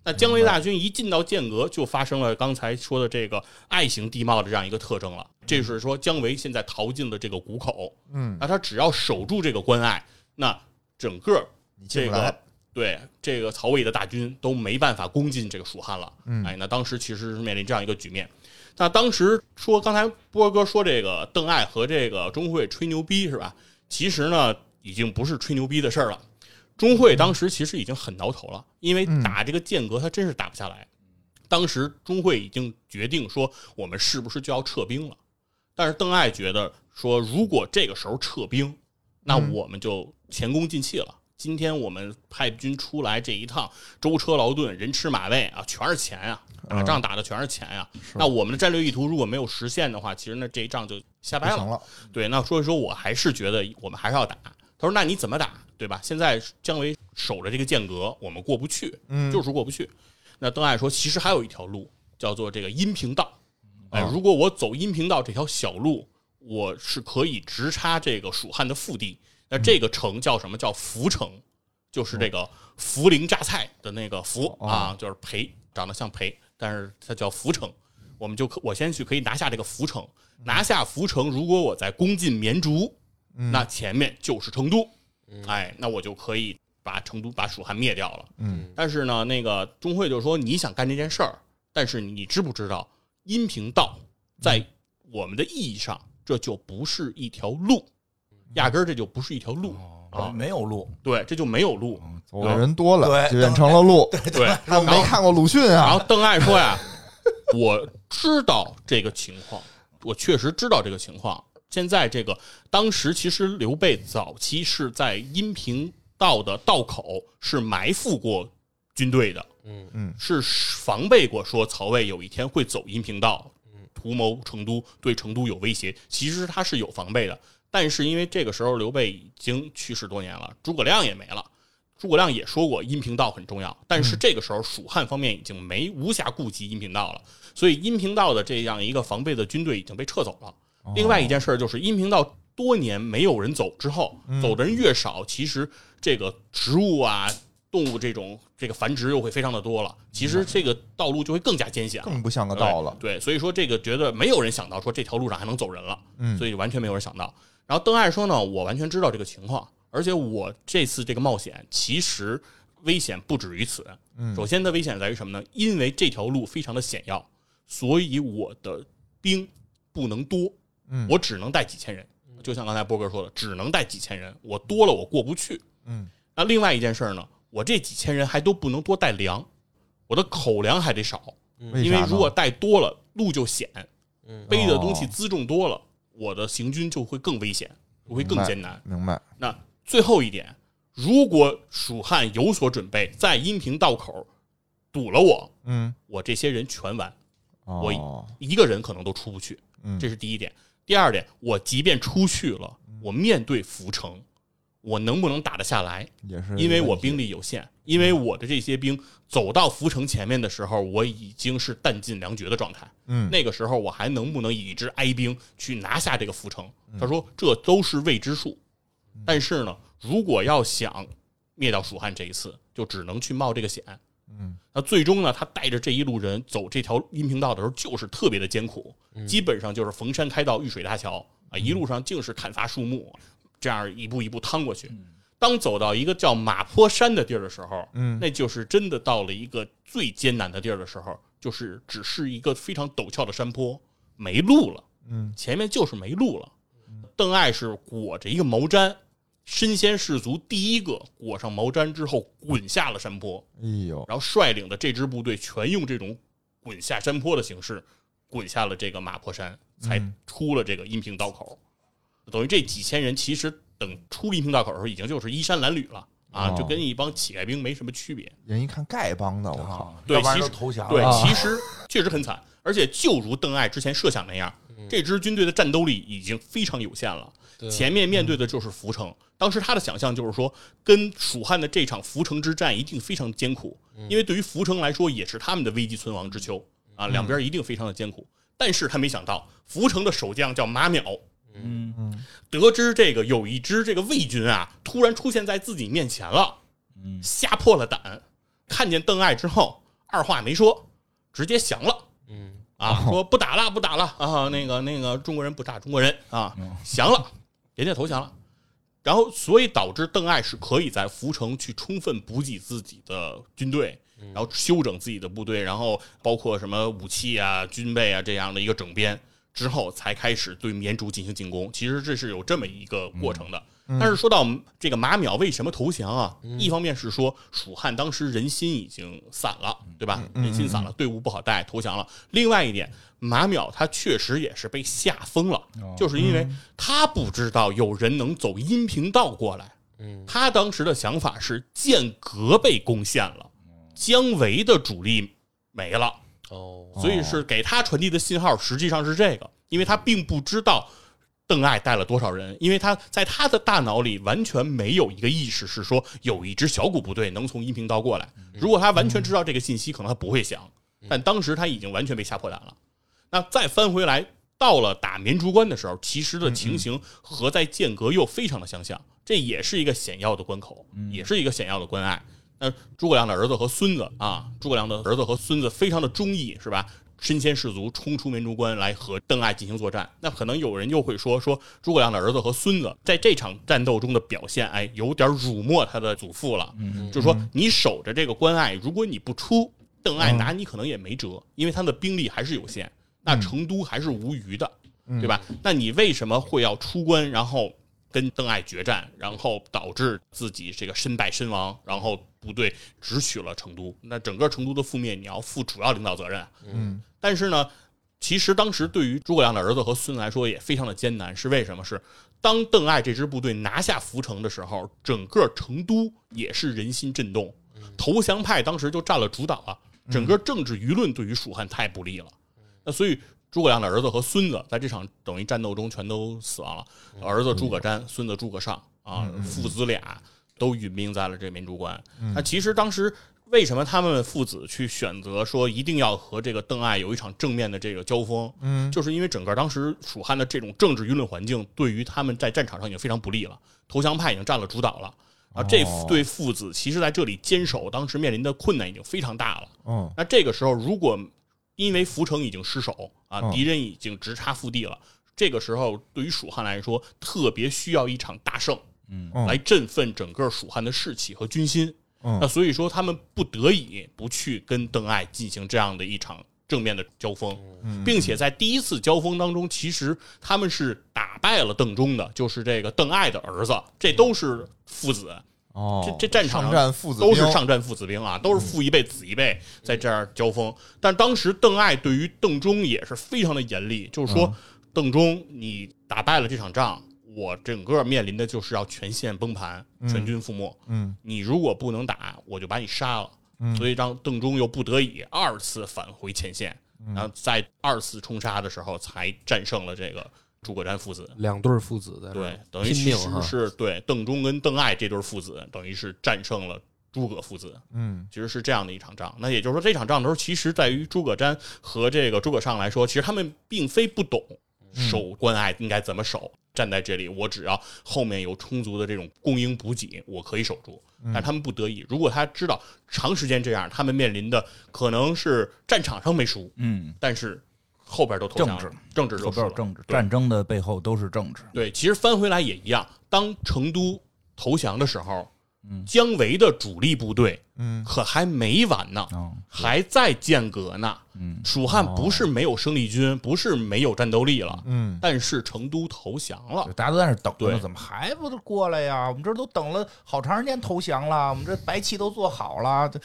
Speaker 3: 那姜维大军一进到剑阁，就发生了刚才说的这个爱情地貌的这样一个特征了。这是说姜维现在逃进了这个谷口，
Speaker 4: 嗯，
Speaker 3: 那他只要守住这个关隘，那整个
Speaker 4: 你进
Speaker 3: 这
Speaker 4: 不
Speaker 3: 个
Speaker 4: 来，
Speaker 3: 对这个曹魏的大军都没办法攻进这个蜀汉了。
Speaker 4: 嗯
Speaker 3: 哎，那当时其实是面临这样一个局面。那当时说，刚才波哥说这个邓艾和这个钟会吹牛逼是吧？其实呢，已经不是吹牛逼的事儿了。钟会当时其实已经很挠头了，因为打这个间隔他真是打不下来。当时钟会已经决定说，我们是不是就要撤兵了？但是邓艾觉得说，如果这个时候撤兵，那
Speaker 4: 嗯
Speaker 3: 我们就前功尽弃了。今天我们派军出来这一趟，舟车劳顿，人吃马喂啊，全是钱啊！
Speaker 4: 嗯
Speaker 3: 打仗打的全是钱呀、那我们的战略意图如果没有实现的话，其实那这一仗就下
Speaker 4: 不
Speaker 3: 掰
Speaker 4: 行了，
Speaker 3: 对，那所以说我还是觉得我们还是要打。他说：“那你怎么打？对吧？现在姜维守着这个间隔，我们过不去，
Speaker 4: 嗯
Speaker 3: 就是过不去。那邓艾说，其实还有一条路，叫做这个阴平道。哎
Speaker 4: 啊，
Speaker 3: 如果我走阴平道这条小路，我是可以直插这个蜀汉的腹地。那这个城叫什么？叫涪城，就是这个涪陵榨菜的那个涪
Speaker 4: 哦
Speaker 3: 啊，就是裴，长得像裴，但是它叫涪城。我们就可我先去可以拿下这个涪城，拿下涪城，如果我再攻进绵竹，
Speaker 4: 嗯
Speaker 3: 那前面就是成都，哎，那我就可以把成都把蜀汉灭掉了。
Speaker 4: 嗯，
Speaker 3: 但是呢，那个钟会就说你想干这件事儿，但是你知不知道阴平道在我们的意义上，这就不是一条路，
Speaker 4: 嗯
Speaker 3: 压根儿这就不是一条路，
Speaker 4: 哦
Speaker 1: 啊，没有路，
Speaker 3: 对，这就没 有路。
Speaker 4: 走的人多了，就变成了路。
Speaker 3: 对，
Speaker 4: 他没看过鲁迅
Speaker 3: 嗯然
Speaker 4: 啊
Speaker 3: 后，邓艾说呀，我知道这个情况，我确实知道这个情况。现在这个当时其实刘备早期是在阴平道的道口是埋伏过军队的，
Speaker 2: 嗯
Speaker 4: 嗯
Speaker 3: 是防备过说曹魏有一天会走阴平道，图谋成都，对成都有威胁。其实他是有防备的，但是因为这个时候刘备已经去世多年了，诸葛亮也没了。诸葛亮也说过阴平道很重要，但是这个时候蜀汉方面已经没无暇顾及阴平道了，所以阴平道的这样一个防备的军队已经被撤走了。
Speaker 4: 哦
Speaker 3: 另外一件事儿就是阴平道多年没有人走之后，
Speaker 4: 嗯
Speaker 3: 走的人越少，其实这个植物啊、动物这种这个繁殖又会非常的多了，其实这个道路就会更加艰险了，
Speaker 4: 嗯更不像个道了。
Speaker 3: 对，所以说这个觉得没有人想到说这条路上还能走人了，
Speaker 4: 嗯
Speaker 3: 所以完全没有人想到。然后邓艾说呢，我完全知道这个情况，而且我这次这个冒险其实危险不止于此。
Speaker 4: 嗯
Speaker 3: 首先的危险在于什么呢？因为这条路非常的险要，所以我的兵不能多，
Speaker 4: 嗯
Speaker 3: 我只能带几千人。就像刚才波哥说的，只能带几千人，我多了我过不去。
Speaker 4: 嗯，
Speaker 3: 那另外一件事儿呢，我这几千人还都不能多带粮，我的口粮还得少。嗯因为
Speaker 4: 啥呢
Speaker 3: 如果带多了，路就险，
Speaker 2: 嗯
Speaker 3: 背的东西
Speaker 4: 哦
Speaker 3: 辎重多了，我的行军就会更危险，就会更艰难。
Speaker 4: 明白，
Speaker 3: 那最后一点，如果蜀汉有所准备，在阴平道口堵了我，
Speaker 4: 嗯，
Speaker 3: 我这些人全完，
Speaker 4: 哦，
Speaker 3: 一个人可能都出不去，
Speaker 4: 嗯
Speaker 3: 这是第一点。第二点，我即便出去了，我面对涪城，我能不能打得下来？
Speaker 4: 也是
Speaker 3: 因为我
Speaker 4: 嗯问题嗯
Speaker 3: 兵力有限，因为我的这些兵走到涪城前面的时候，我已经是弹尽粮绝的状态。
Speaker 4: 嗯
Speaker 3: 那个时候我还能不能以一支哀兵去拿下这个涪城？
Speaker 4: 嗯
Speaker 3: 他说这都是未知数。但是呢，如果要想灭掉蜀汉这一次，就只能去冒这个险。
Speaker 4: 嗯，
Speaker 3: 那最终呢，他带着这一路人走这条阴平道的时候，就是特别的艰苦，基本上就是逢山开道，遇水搭桥啊，一路上尽是砍伐树木，这样一步一步趟过去。当走到一个叫马坡山的地儿的时候，
Speaker 4: 嗯
Speaker 3: 那就是真的到了一个最艰难的地儿的时候，就是只是一个非常陡峭的山坡，没路了，
Speaker 4: 嗯
Speaker 3: 前面就是没路了。邓艾是裹着一个毛毡，身先士卒，第一个裹上毛毡之后滚下了山坡，
Speaker 4: 哎呦，
Speaker 3: 然后率领的这支部队全用这种滚下山坡的形式滚下了这个马坡山，才
Speaker 4: 嗯
Speaker 3: 出了这个阴平道口。等于这几千人其实等出阴平道口的时候，已经就是衣衫褴褛了啊，
Speaker 4: 哦
Speaker 3: 就跟一帮乞丐兵没什么区别。
Speaker 4: 人一看丐帮的，我靠，
Speaker 1: 啊
Speaker 3: 对
Speaker 1: 要不然
Speaker 3: 其
Speaker 1: 都
Speaker 3: 实
Speaker 1: 投降
Speaker 3: 对
Speaker 1: 了，
Speaker 3: 其实确实很惨，而且就如邓艾之前设想那样，
Speaker 4: 嗯
Speaker 3: 这支军队的战斗力已经非常有限了。
Speaker 2: 对
Speaker 3: 前面面对的就是涪城，当时他的想象就是说，跟蜀汉的这场涪城之战一定非常艰苦，因为对于涪城来说也是他们的危急存亡之秋啊，两边一定非常的艰苦。但是他没想到，涪城的守将叫马邈，
Speaker 1: 嗯
Speaker 3: 得知这个有一支这个魏军啊，突然出现在自己面前了，
Speaker 1: 嗯
Speaker 3: 吓破了胆。看见邓艾之后，二话没说，直接降了
Speaker 2: 嗯
Speaker 3: 啊，说不打了，不打了啊，那个那个中国人不打中国人啊，降了，人家投降了。然后，所以导致邓艾是可以在涪城去充分补给自己的军队，然后休整自己的部队，然后包括什么武器啊、军备啊这样的一个整编之后，才开始对绵竹进行进攻。其实这是有这么一个过程的。但是说到这个马邈为什么投降啊？一方面是说蜀汉当时人心已经散了，对吧？人心散了，队伍不好带，投降了。另外一点，马邈他确实也是被吓疯了，就是因为他不知道有人能走阴平道过来。
Speaker 2: 嗯
Speaker 3: 他当时的想法是剑阁被攻陷了，姜维的主力没了，
Speaker 2: 哦，
Speaker 3: 所以是给他传递的信号实际上是这个，因为他并不知道邓艾带了多少人，因为他在他的大脑里完全没有一个意识是说有一支小股部队能从阴平道过来。如果他完全知道这个信息，可能他不会想，但当时他已经完全被吓破胆了。那再翻回来，到了打绵竹关的时候，其实的情形和在剑阁又非常的相像，这也是一个险要的关口，也是一个险要的关隘。那诸葛亮的儿子和孙子啊，诸葛亮的儿子和孙子非常的忠义，是吧？身先士卒，冲出绵竹关来和邓艾进行作战。那可能有人又会说，说诸葛亮的儿子和孙子在这场战斗中的表现，哎，有点辱没他的祖父了。
Speaker 1: 嗯
Speaker 3: 就是说，你守着这个关隘，如果你不出，邓艾
Speaker 1: 嗯
Speaker 3: 拿你可能也没辙，因为他的兵力还是有限。那成都还是无虞的，
Speaker 1: 嗯
Speaker 3: 对吧？那你为什么会要出关，然后跟邓艾决战，然后导致自己这个身败身亡，然后部队只取了成都？那整个成都的覆灭，你要负主要领导责任啊。
Speaker 4: 嗯
Speaker 3: 但是呢，其实当时对于诸葛亮的儿子和孙子来说也非常的艰难，是为什么？是当邓艾这支部队拿下涪城的时候，整个成都也是人心震动，投降派当时就占了主导了，整个政治舆论对于蜀汉太不利了。那所以诸葛亮的儿子和孙子在这场等于战斗中全都死亡了，儿子诸葛瞻，孙子诸葛尚啊，父子俩都殒命在了这民主关。
Speaker 4: 嗯
Speaker 3: 那其实当时为什么他们父子去选择说一定要和这个邓艾有一场正面的这个交锋，
Speaker 4: 嗯，
Speaker 3: 就是因为整个当时蜀汉的这种政治舆论环境对于他们在战场上已经非常不利了，投降派已经占了主导了。啊，这
Speaker 4: 哦
Speaker 3: 对父子其实在这里坚守，当时面临的困难已经非常大了。
Speaker 4: 嗯
Speaker 3: 那这个时候，如果因为涪城已经失守啊
Speaker 4: 嗯，
Speaker 3: 敌人已经直插腹地了，这个时候对于蜀汉来说，特别需要一场大胜
Speaker 1: 嗯
Speaker 4: 嗯
Speaker 3: 来振奋整个蜀汉的士气和军心。
Speaker 4: 嗯
Speaker 3: 那所以说，他们不得已不去跟邓艾进行这样的一场正面的交锋，
Speaker 4: 嗯
Speaker 3: 并且在第一次交锋当中，其实他们是打败了邓忠的，就是这个邓艾的儿子，这都是父子。
Speaker 4: 哦，
Speaker 3: 这这战场
Speaker 4: 上
Speaker 3: 上
Speaker 4: 战父子
Speaker 3: 都是
Speaker 4: 兵嗯
Speaker 3: 上战父子兵啊，都是父一辈子一辈在这儿交锋。但当时邓艾对于邓忠也是非常的严厉，就是说，
Speaker 4: 嗯
Speaker 3: 邓忠，你打败了这场仗，我整个面临的就是要全线崩盘，全军覆没。
Speaker 4: 嗯
Speaker 3: 你如果不能打，我就把你杀了。所以让邓忠又不得已二次返回前线，
Speaker 4: 嗯
Speaker 3: 然后在二次冲杀的时候才战胜了这个诸葛瞻父子。
Speaker 4: 嗯
Speaker 2: 两对儿父子在这儿
Speaker 3: 对，等于
Speaker 2: 拼
Speaker 3: 其
Speaker 2: 命
Speaker 3: 实
Speaker 2: 哈
Speaker 3: 是对邓忠跟邓艾这对父子，等于是战胜了诸葛父子，
Speaker 4: 嗯
Speaker 3: 其实是这样的一场仗。那也就是说，这场仗的时候，其实在于诸葛瞻和这个诸葛尚来说，其实他们并非不懂
Speaker 4: 嗯
Speaker 1: 嗯
Speaker 3: 守关隘应该怎么守。站在这里，我只要后面有充足的这种供应补给，我可以守住。
Speaker 4: 嗯
Speaker 1: 嗯
Speaker 3: 但他们不得已，如果他知道长时间这样，他们面临的可能是战场上没输，
Speaker 1: 嗯，
Speaker 3: 但是后边都投降了
Speaker 1: 政治，
Speaker 3: 政治
Speaker 1: 说
Speaker 3: 就
Speaker 1: 不
Speaker 3: 输
Speaker 1: 是
Speaker 3: 了，
Speaker 1: 政治，
Speaker 3: 对
Speaker 1: 战争的背后都是政治。
Speaker 3: 对，其实翻回来也一样。当成都投降的时候，
Speaker 1: 嗯
Speaker 3: 姜维的主力部队
Speaker 4: 嗯
Speaker 3: 可还没完呢，
Speaker 1: 嗯
Speaker 3: 还在间隔呢。
Speaker 1: 嗯，哦
Speaker 3: 蜀汉不是没有生力军，不是没有战斗力了，
Speaker 4: 嗯
Speaker 3: 但是成都投降了
Speaker 1: 就。大家都在那儿等着呢，
Speaker 3: 对
Speaker 1: 怎么还不过来呀？我们这都等了好长时间投降了，我们这白旗都做好了，这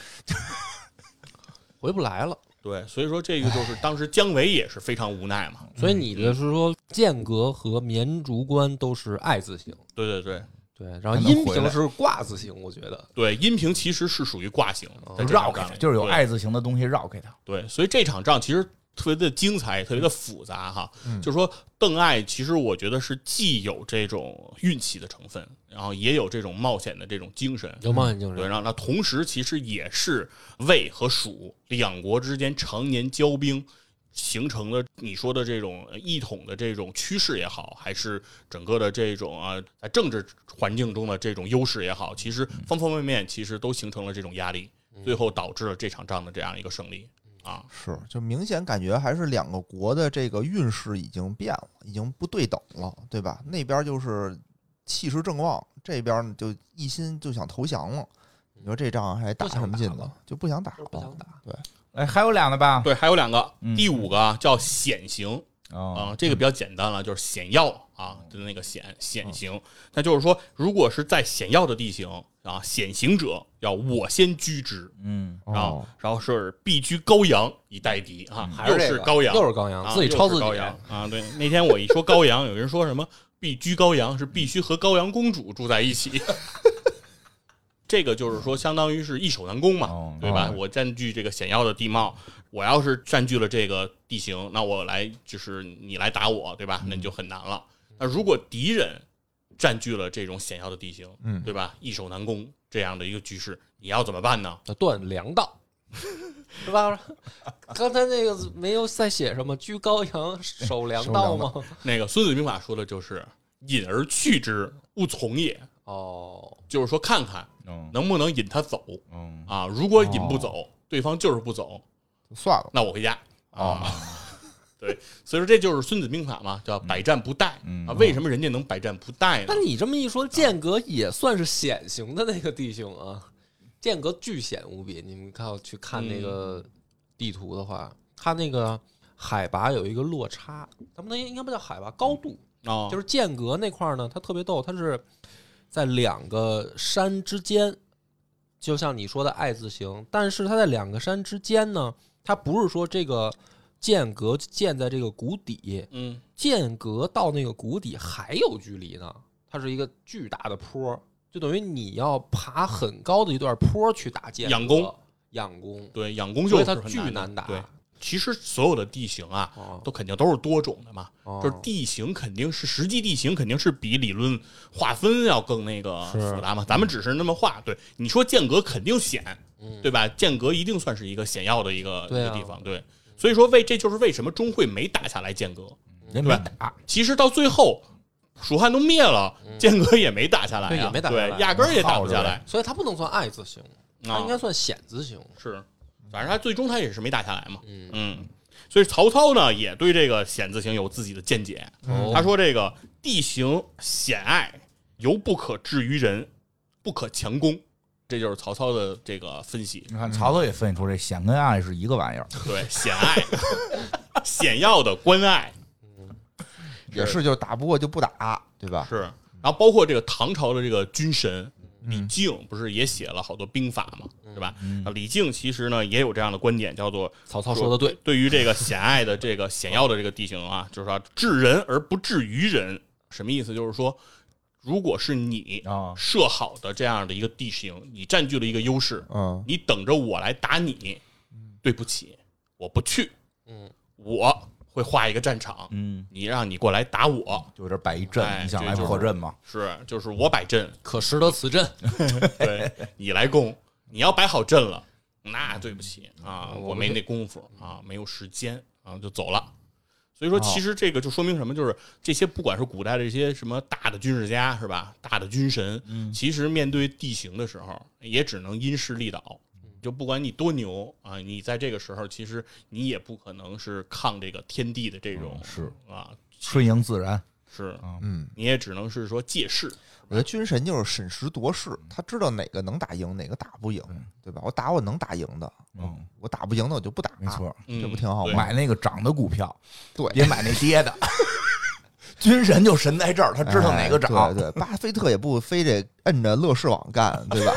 Speaker 2: 回不来了。
Speaker 3: 对，所以说这个就是当时姜维也是非常无奈
Speaker 1: 嗯
Speaker 3: 嘛。
Speaker 2: 嗯所以你的是说剑阁和绵竹关都是爱字形，
Speaker 3: 对对对
Speaker 2: 对，然后
Speaker 1: 还能
Speaker 2: 阴
Speaker 1: 回来
Speaker 2: 平是挂字形，我觉得
Speaker 3: 对，阴平其实是属于挂形，在这
Speaker 1: 哦绕
Speaker 3: 场
Speaker 1: 开
Speaker 3: 仗
Speaker 1: 它，
Speaker 3: 里
Speaker 1: 就是有
Speaker 3: 对
Speaker 1: 爱字形的东西绕开它。
Speaker 3: 对，所以这场仗其实特别的精彩，也特别的复杂哈。
Speaker 4: 嗯
Speaker 3: 就是说，邓艾其实我觉得是既有这种运气的成分，然后也有这种冒险的这种精神。
Speaker 2: 有望远镜
Speaker 3: 对，
Speaker 2: 人，
Speaker 3: 然后那同时其实也是魏和蜀两国之间常年交兵形成的你说的这种呃一统的这种趋势也好，还是整个的这种啊在政治环境中的这种优势也好，其实方方面面其实都形成了这种压力，
Speaker 2: 嗯
Speaker 3: 最后导致了这场仗的这样一个胜利啊。
Speaker 4: 是，就明显感觉还是两个国的这个运势已经变了，已经不对等了，对吧？那边就是气势正旺，这边呢就一心就想投降了。你说这仗还打
Speaker 2: 不想
Speaker 4: 什么
Speaker 2: 打
Speaker 4: 劲
Speaker 2: 了
Speaker 4: 呢？就不想打
Speaker 2: 就
Speaker 4: 了，
Speaker 2: 是不想打。
Speaker 4: 对，
Speaker 1: 哎，还有俩呢吧？
Speaker 3: 对，还有两个，
Speaker 1: 嗯
Speaker 3: 第五个啊叫显形
Speaker 1: 啊
Speaker 3: 啊，
Speaker 2: 嗯
Speaker 3: 这个比较简单了，就是险要啊的那个险险形。那就是说，如果是在险要的地形啊，险行者要我先居之
Speaker 1: 嗯，
Speaker 4: 哦
Speaker 3: 啊，然后是必居高阳以待敌啊，
Speaker 2: 嗯还
Speaker 3: 又
Speaker 2: 这
Speaker 3: 是
Speaker 2: 个
Speaker 3: 高阳，
Speaker 2: 又是高阳，
Speaker 3: 啊
Speaker 2: 自己抄自己
Speaker 3: 又是高阳啊。对，那天我一说高阳，有人说什么必居高阳是必须和高阳公主住在一起。 这个就是说，相当于是易守难攻嘛
Speaker 1: 哦，
Speaker 3: 啊对吧
Speaker 4: 哦？
Speaker 3: 我占据这个险要的地貌，我要是占据了这个地形，那我来就是你来打我，对吧？那你就很难了。那如果敌人占据了这种险要的地形，
Speaker 4: 嗯
Speaker 3: 对吧？易守难攻这样的一个局势，你要怎么办呢？
Speaker 2: 那断粮道， 是吧？刚才那个没有再写什么居高阳守粮道吗？
Speaker 3: 那个《孙子兵法》说的就是“引而去之，勿从也”，
Speaker 2: 哦，
Speaker 3: 就是说看看
Speaker 1: 嗯
Speaker 3: 能不能引他走
Speaker 1: 嗯，
Speaker 3: 啊。如果引不走，对方就是不走，
Speaker 4: 算了，
Speaker 3: 那我回家
Speaker 1: 哦
Speaker 3: 啊。对，所以说这就是《孙子兵法》嘛，叫百战不殆、
Speaker 1: 嗯
Speaker 3: 啊。为什么人家能百战不殆呢
Speaker 2: 但？你这么一说，剑阁也算是险形的那个地形啊，剑阁巨险无比。你们看我去看那个地图的话，它那个海拔有一个落差，咱们那应该不叫海拔，高度
Speaker 3: 啊，
Speaker 2: 就是是剑阁那块儿呢，它特别逗，它是在两个山之间，就像你说的爱字形，但是它在两个山之间呢，它不是说这个剑阁建在这个谷底，
Speaker 3: 嗯
Speaker 2: 剑阁到那个谷底还有距离呢，它是一个巨大的坡，就等于你要爬很高的一段坡去打剑阁，
Speaker 3: 仰攻
Speaker 2: 仰攻，
Speaker 3: 对，仰攻
Speaker 2: 所
Speaker 3: 就
Speaker 2: 以
Speaker 3: 是
Speaker 2: 它
Speaker 3: 很
Speaker 2: 巨
Speaker 3: 难
Speaker 2: 难打。
Speaker 3: 对，其实所有的地形啊，
Speaker 2: 哦
Speaker 3: 都肯定都是多种的嘛，
Speaker 2: 哦
Speaker 3: 就是地形肯定是实际地形肯定是比理论划分要更那个
Speaker 2: 是
Speaker 3: 复杂嘛，咱们只是那么画。对，你说间隔肯定险，对吧？间隔一定算是一个险要的一个一
Speaker 2: 嗯对啊
Speaker 3: 个地方，对。所以说为这就是为什么钟会没打下来间隔，
Speaker 1: 人没打，
Speaker 3: 其实到最后。蜀汉都灭了，间隔也没打下来、啊，
Speaker 2: 嗯对也没打下来
Speaker 3: 对压根儿也打不下来。
Speaker 2: 所以它不能算爱字形，它
Speaker 3: 啊
Speaker 2: 应该算显字形。
Speaker 3: 是，反正他最终他也是没打下来嘛。
Speaker 2: 嗯
Speaker 3: 所以曹操呢也对这个险字形有自己的见解。
Speaker 2: 哦
Speaker 3: 他说：“这个地形险隘，犹不可制于人，不可强攻。”这就是曹操的这个分析。
Speaker 1: 你看曹操也分析出这险跟爱是一个玩意儿，
Speaker 3: 对，险隘， 险要的关隘
Speaker 4: 也是就是打不过就不打，对吧？
Speaker 3: 是。然后包括这个唐朝的这个军神
Speaker 2: 嗯
Speaker 3: 李靖，不是也写了好多兵法嘛，对吧？啊李靖其实呢也有这样的观点，叫做
Speaker 2: 曹操说的对，
Speaker 3: 对于这个险隘的这个险要的这个地形啊，就是说治人而不治于人，什么意思？就是说，如果是你
Speaker 1: 啊
Speaker 3: 设好的这样的一个地形，你占据了一个优势，
Speaker 4: 嗯，
Speaker 3: 你等着我来打你，对不起，我不去，
Speaker 2: 嗯，
Speaker 3: 我会画一个战场，
Speaker 1: 嗯，
Speaker 3: 你让你过来打我，
Speaker 1: 就有点摆一阵，
Speaker 3: 哎
Speaker 1: 你想来
Speaker 3: 这就是
Speaker 1: 破阵嘛？
Speaker 3: 是就是我摆阵，
Speaker 2: 可识得 此阵。
Speaker 3: 对你来攻，你要摆好阵了，那对不起
Speaker 4: 嗯
Speaker 3: 啊，
Speaker 2: 我
Speaker 3: 我
Speaker 2: 不
Speaker 3: 没
Speaker 2: 配
Speaker 3: 那功夫啊，没有时间啊，就走了。所
Speaker 4: 哦
Speaker 3: 以说，其实这个就说明什么？就是这些不管是古代的这些什么大的军事家是吧，大的军神，
Speaker 4: 嗯
Speaker 3: 其实面对地形的时候，也只能因势利导。
Speaker 4: 嗯
Speaker 3: 就不管你多牛啊，你在这个时候，其实你也不可能是抗这个天地的这种
Speaker 1: 嗯是
Speaker 3: 啊，
Speaker 1: 顺应自然，
Speaker 3: 是，
Speaker 4: 嗯，
Speaker 3: 你也只能是说借势。
Speaker 4: 我觉得军神就是审时度势，
Speaker 3: 嗯
Speaker 4: 他知道哪个能打赢，哪个打不赢，对吧？我打我能打赢的，
Speaker 1: 嗯，
Speaker 4: 我打不赢的我就不打，啊
Speaker 1: 没错，
Speaker 3: 嗯
Speaker 4: 这不挺好
Speaker 3: 对
Speaker 4: 吗？
Speaker 1: 买那个涨的股票，
Speaker 4: 对
Speaker 1: 别买那跌 的。 军神就神在这儿，他知道哪个涨。
Speaker 4: 哎对对，巴菲特也不非得摁着乐视网干，对 吧？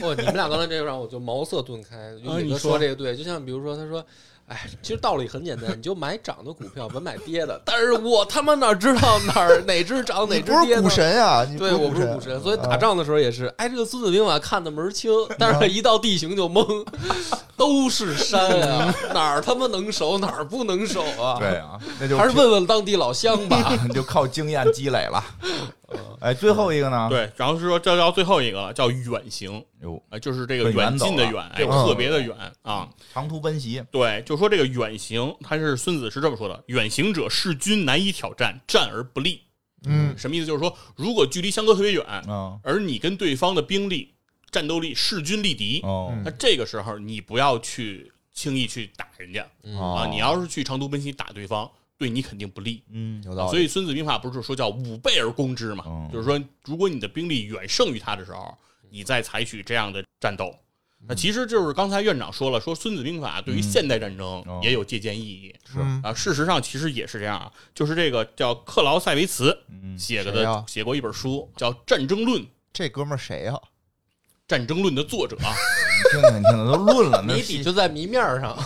Speaker 2: 哦，你们俩刚才这个让我就茅塞顿开。就
Speaker 3: 你
Speaker 2: 啊你哥
Speaker 3: 说
Speaker 2: 说这个对，就像比如说他说。哎，其实道理很简单，你就买涨的股票， 甭买跌的。但是我他妈哪知道哪儿哪只涨哪
Speaker 4: 你
Speaker 2: 只
Speaker 4: 不
Speaker 2: 跌
Speaker 4: 是
Speaker 2: 呢
Speaker 4: 股？神啊，你
Speaker 2: 对，我不是股神，
Speaker 3: 啊
Speaker 2: 所以打仗的时候也是，哎，这个《孙子兵法》看的门儿 清，但是一到地形就懵， 都是山 啊，哪儿他妈能守，哪儿不能守啊？
Speaker 1: 对，啊，那就
Speaker 2: 还是问问当地老乡吧。
Speaker 1: 就靠经验积累了。哎，最后一个呢？
Speaker 3: 对，然后是说这到最后一个了，叫远行。
Speaker 1: 哟，
Speaker 3: 啊，就是这个
Speaker 1: 奔远
Speaker 3: 远
Speaker 1: 走
Speaker 3: 近的
Speaker 1: 了
Speaker 3: 远，哎，
Speaker 4: 嗯
Speaker 3: 特别的远啊。
Speaker 1: 长途奔袭，
Speaker 3: 对，就说这个远行，他是孙子是这么说的：远行者，士军难以挑战，战而不利。
Speaker 4: 嗯，
Speaker 3: 什么意思？就是说，如果距离相隔特别远，
Speaker 1: 嗯，
Speaker 3: 而你跟对方的兵力、战斗力势均力敌，
Speaker 1: 哦，
Speaker 4: 嗯
Speaker 3: 那这个时候你不要去轻易去打人家啊！
Speaker 4: 哦
Speaker 3: 你要是去长途奔袭打对方，对你肯定不利。
Speaker 1: 嗯，
Speaker 4: 有道理，
Speaker 3: 所以《孙子兵法》不是说叫五倍而攻之嘛？
Speaker 1: 嗯
Speaker 3: 就是说，如果你的兵力远胜于他的时候，你再采取这样的战斗。那其实就是刚才院长说了，说《孙子兵法》对于现代战争
Speaker 4: 哦
Speaker 1: 嗯
Speaker 3: 也有借鉴意义、
Speaker 1: 是
Speaker 4: 嗯
Speaker 3: 啊。事实上，其实也是这样啊，就是这个叫克劳塞维茨
Speaker 1: 嗯，
Speaker 3: 写过
Speaker 4: 谁
Speaker 3: 的、
Speaker 4: 呀
Speaker 3: 写过一本书，叫《战争论》，《
Speaker 4: 这哥们儿谁啊呀？
Speaker 3: 战争论》的作者啊，
Speaker 1: 你听听，你听听，都论了，那
Speaker 2: 谜底就在谜面 儿上，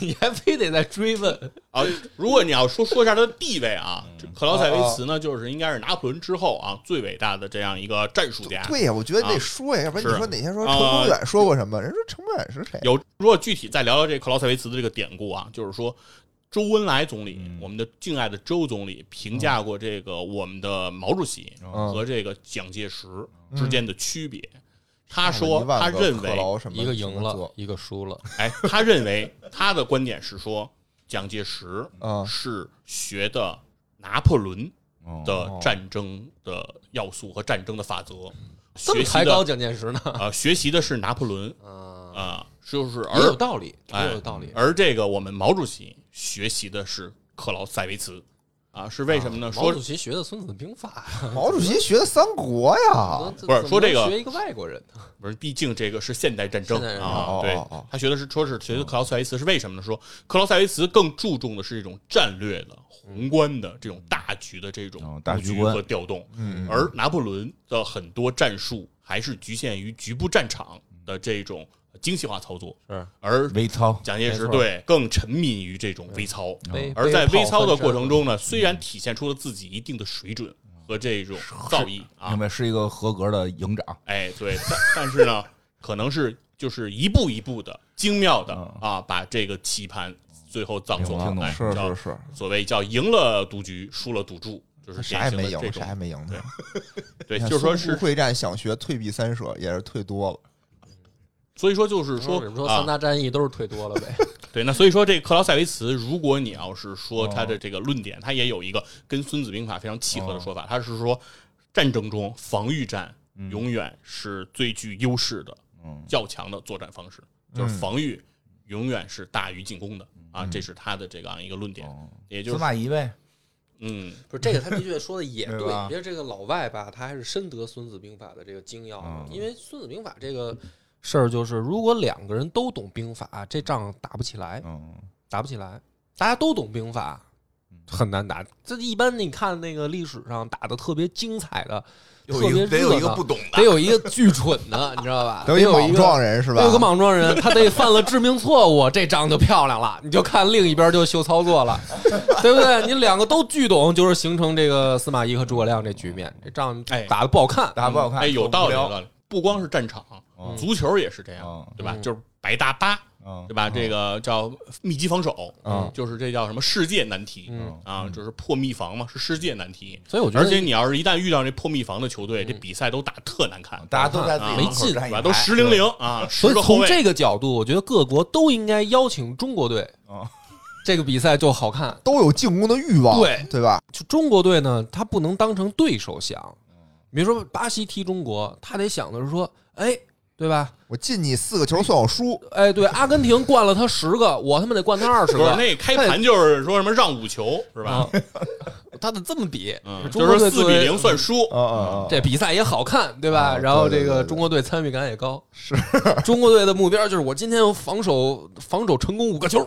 Speaker 2: 你还非得再追问。
Speaker 3: 啊，如果你要说说一下他的地位啊，
Speaker 4: 嗯
Speaker 3: 这克劳塞
Speaker 4: 哦
Speaker 3: 维茨呢，就是应该是拿破仑之后啊最伟大的这样一个战术家。
Speaker 4: 对呀，我觉得
Speaker 3: 啊
Speaker 4: 得说呀，要不然
Speaker 3: 是
Speaker 4: 你说哪天说
Speaker 3: 啊
Speaker 4: 程公远说过什么？人说程公远是谁？啊
Speaker 3: 有，如果具体再聊聊这克劳塞维茨的这个典故啊，就是说周恩来总理，
Speaker 1: 嗯
Speaker 3: 我们的敬爱的周总理评价过这个我们的毛主席
Speaker 1: 嗯
Speaker 3: 和这个蒋介石
Speaker 2: 嗯
Speaker 3: 之间的区别。他
Speaker 4: 他
Speaker 3: 说，他认为，
Speaker 2: 一个赢了，一个输了。
Speaker 3: 哎，他认为他的观点是说，蒋介石
Speaker 2: 嗯
Speaker 4: 啊
Speaker 3: 是学的拿破仑
Speaker 1: 哦
Speaker 3: 的战争的要素和战争的法则，
Speaker 2: 嗯这么
Speaker 3: 学习
Speaker 2: 抬高
Speaker 3: 的
Speaker 2: 蒋介石呢？
Speaker 3: 呃，学习的是拿破仑
Speaker 2: 啊，
Speaker 3: 啊、就是而
Speaker 2: 也有道理，
Speaker 3: 哎
Speaker 2: 也有道理。
Speaker 3: 而这个我们毛主席学习的是克劳塞维茨啊，是为什么呢？
Speaker 2: 毛
Speaker 3: 说
Speaker 2: 主席学的《孙子兵法》啊
Speaker 4: 嗯 毛主席学的三国呀，
Speaker 2: 怎么
Speaker 3: 不是说这个
Speaker 2: 学一个外国人呢，
Speaker 3: 不是，毕竟这个是现代战争
Speaker 2: 现代战争
Speaker 3: 啊
Speaker 4: 哦，
Speaker 3: 对
Speaker 4: 哦哦，
Speaker 3: 他学的是说是学的克劳塞维茨是为什么呢？说克劳塞维茨更注重的是这种战略的、宏观的这种大局的这种
Speaker 1: 哦大
Speaker 3: 布
Speaker 1: 局
Speaker 3: 局
Speaker 1: 观
Speaker 3: 和调动，
Speaker 2: 嗯
Speaker 3: 而拿破仑的很多战术还是局限于局部战场的这种精细化操作，
Speaker 2: 是
Speaker 3: 而
Speaker 1: 微操，
Speaker 3: 蒋介
Speaker 2: 没
Speaker 3: 石
Speaker 2: 错
Speaker 3: 对更沉迷于这种微操，
Speaker 2: 背
Speaker 3: 嗯而在微操的
Speaker 2: 背炮
Speaker 3: 过，程
Speaker 2: 翻
Speaker 3: 中呢，虽然体现出了自己一定的水准和这种
Speaker 4: 嗯
Speaker 3: 造诣啊
Speaker 1: 明，白是一个合格的营长。
Speaker 3: 哎，对，但但是呢，可能是就是一步一步的精妙的
Speaker 1: 嗯
Speaker 3: 啊，把这个棋盘最后葬送
Speaker 4: 哎
Speaker 1: 明白
Speaker 3: 出来，
Speaker 1: 了
Speaker 4: 是
Speaker 3: 叫
Speaker 4: 是是，
Speaker 3: 所谓叫赢了赌局，输了赌注，就
Speaker 4: 他
Speaker 3: 是典
Speaker 4: 啥也
Speaker 3: 型
Speaker 4: 没
Speaker 3: 的这
Speaker 4: 赢，
Speaker 3: 种
Speaker 4: 啥也没赢
Speaker 3: 对
Speaker 4: 他。
Speaker 3: 对，
Speaker 4: 你看
Speaker 3: 就 是
Speaker 4: 淞沪
Speaker 3: 说是，
Speaker 4: 会战想学退避三舍，也是退多了。
Speaker 3: 所以说就是说
Speaker 2: 你们嗯说
Speaker 3: 啊
Speaker 2: 三，大战役都是腿多了呗？
Speaker 3: 对，那所以说这个克劳塞维茨，如果你要是说
Speaker 1: 哦
Speaker 3: 他的这个论点，他也有一个跟《孙子兵法》非常契
Speaker 1: 哦
Speaker 3: 合的说法，他是说战争中防御战永远是最具优势的、
Speaker 1: 嗯
Speaker 3: 较强的作战方式，就是防御永远是大于进攻的啊，这是他的这样一个论点，
Speaker 1: 嗯哦
Speaker 3: 也就
Speaker 1: 司
Speaker 3: 是
Speaker 1: 马懿呗，
Speaker 3: 嗯，
Speaker 2: 不是这个，他的确说 的也
Speaker 1: 对
Speaker 2: 对。
Speaker 1: 吧
Speaker 2: 你别这个老外吧，他还是深得《孙子兵法》的这个精要的，
Speaker 1: 嗯
Speaker 2: 因为《孙子兵法》这个事儿就是，如果两个人都懂兵法，这仗打不起来，
Speaker 1: 嗯，
Speaker 2: 打不起来。大家都懂兵法，很难打。这一般你看那个历史上打的特别精彩的，特
Speaker 1: 有一个
Speaker 2: 别
Speaker 1: 得有
Speaker 2: 热
Speaker 1: 一个
Speaker 2: 闹
Speaker 1: 不懂的，
Speaker 2: 得有一个巨蠢的，你知道 吧？得
Speaker 4: 一
Speaker 2: 有
Speaker 4: 莽
Speaker 2: 一
Speaker 4: 撞人是吧？
Speaker 2: 有哎个莽撞人，他得犯了致命错误，这仗就漂亮了。你就看另一边就秀操作了，对不对？你两个都巨懂，就是形成这个司马懿和诸葛亮这局面，这仗
Speaker 3: 哎
Speaker 2: 打的不好看。
Speaker 1: 打不好看，
Speaker 3: 哎，有
Speaker 1: 无
Speaker 3: 道理，
Speaker 1: 聊
Speaker 3: 有道理，不光是战场，
Speaker 1: 嗯
Speaker 3: 足球也是这样，
Speaker 1: 嗯
Speaker 3: 对吧？
Speaker 2: 嗯
Speaker 3: 就是白大巴，
Speaker 1: 嗯
Speaker 3: 对吧？这个叫密集防守，
Speaker 1: 哦
Speaker 4: 嗯
Speaker 3: 就是这叫什么世界难题、
Speaker 2: 嗯
Speaker 3: 啊，就是破密防嘛，是世界难题。
Speaker 2: 所以我觉得，
Speaker 3: 而且你要是一旦遇到这破密防的球队，这比赛都打特难看，
Speaker 1: 哦大家都在自己门
Speaker 3: 啊
Speaker 1: 口
Speaker 2: 没劲
Speaker 1: 站
Speaker 3: 对
Speaker 1: 一
Speaker 3: 吧？
Speaker 1: 排
Speaker 3: 都十零零啊，
Speaker 2: 所
Speaker 3: 十
Speaker 2: 以
Speaker 3: 个后
Speaker 2: 从
Speaker 3: 卫。
Speaker 2: 这个角度，我觉得各国都应该邀请中国队
Speaker 1: 哦，
Speaker 2: 这个比赛就好看。
Speaker 4: 都有进攻的欲望，
Speaker 2: 对
Speaker 4: 对吧？
Speaker 2: 就中国队呢，他不能当成对手想，
Speaker 3: 嗯
Speaker 2: 比如说巴西踢中国，他得想的是说，哎，对吧？
Speaker 4: 我进你四个球算我输，
Speaker 2: 哎，对，阿根廷灌了他十个，我他妈得灌他二十
Speaker 3: 不是
Speaker 2: 个，
Speaker 3: 那开盘就是说什么让五球是吧？
Speaker 2: 他得这么比，
Speaker 3: 嗯，
Speaker 2: 哦中
Speaker 3: 就
Speaker 2: 国
Speaker 3: 是
Speaker 2: 队
Speaker 3: 说
Speaker 2: 作
Speaker 3: 四
Speaker 2: 为
Speaker 3: 比零算输。
Speaker 4: 嗯嗯
Speaker 2: 这比赛也好看，对吧？
Speaker 4: 哦
Speaker 2: 然后
Speaker 4: 对
Speaker 2: 这
Speaker 4: 对
Speaker 2: 个
Speaker 4: 对对
Speaker 2: 中国队参与感也高，是中国队的目标就是我今天防守防守成功五个球，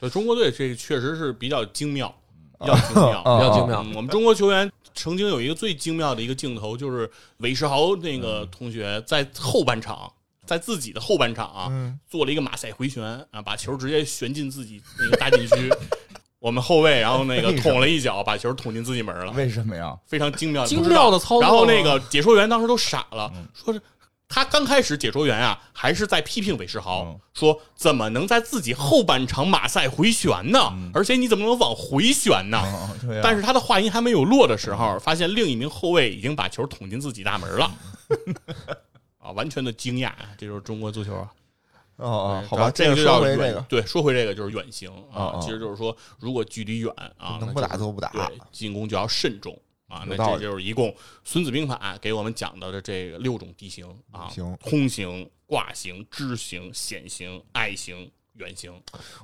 Speaker 3: 对中国队这个确实是比较精妙，比较 精妙。
Speaker 1: 哦
Speaker 2: 比较
Speaker 4: 啊
Speaker 2: 精妙。
Speaker 3: 嗯，我们中国球员曾经有一个最精妙的一个镜头，就是韦世豪那
Speaker 2: 嗯
Speaker 3: 个同学在后半场，在自己的后半场啊，
Speaker 4: 嗯
Speaker 3: 做了一个马赛回旋啊，把球直接旋进自己那个大禁 区。我们后卫，然后那个
Speaker 4: 为什么
Speaker 3: 捅了一脚，把球捅进自己门 了，
Speaker 1: 为什么呀？
Speaker 3: 非常精妙，
Speaker 2: 精妙的操作啊嗯
Speaker 3: 然后那个解说员当时都傻了，说是他刚开始解说员啊，还是在批评韦世豪，
Speaker 1: 嗯
Speaker 3: 说怎么能在自己后半场马赛回旋呢？
Speaker 2: 嗯
Speaker 3: 而且你怎么能往回旋呢？
Speaker 1: 嗯对啊
Speaker 3: 但是他的话音还没有落的时候，发现另一名后卫已经把球捅进自己大门 了，啊，完全的惊讶，这就是中国足球啊。
Speaker 4: 哦哦，好吧，
Speaker 3: 然后这
Speaker 4: 个
Speaker 3: 就
Speaker 4: 说
Speaker 3: 叫
Speaker 4: 回
Speaker 3: 远
Speaker 4: 这个，
Speaker 3: 对，说回这个就是远行
Speaker 4: 哦
Speaker 3: 啊
Speaker 4: 哦，
Speaker 3: 其实就是说，如果距离远啊，
Speaker 4: 能
Speaker 3: 那
Speaker 4: 不打
Speaker 3: 就是
Speaker 4: 就不打
Speaker 3: 对，进攻就要慎重啊。那
Speaker 4: 有道
Speaker 3: 这
Speaker 4: 理
Speaker 3: 就是一共《孙子兵法》给我们讲到的这个六种地形啊
Speaker 4: 行，
Speaker 3: 通行、挂行、支行、险行、爱行、远行。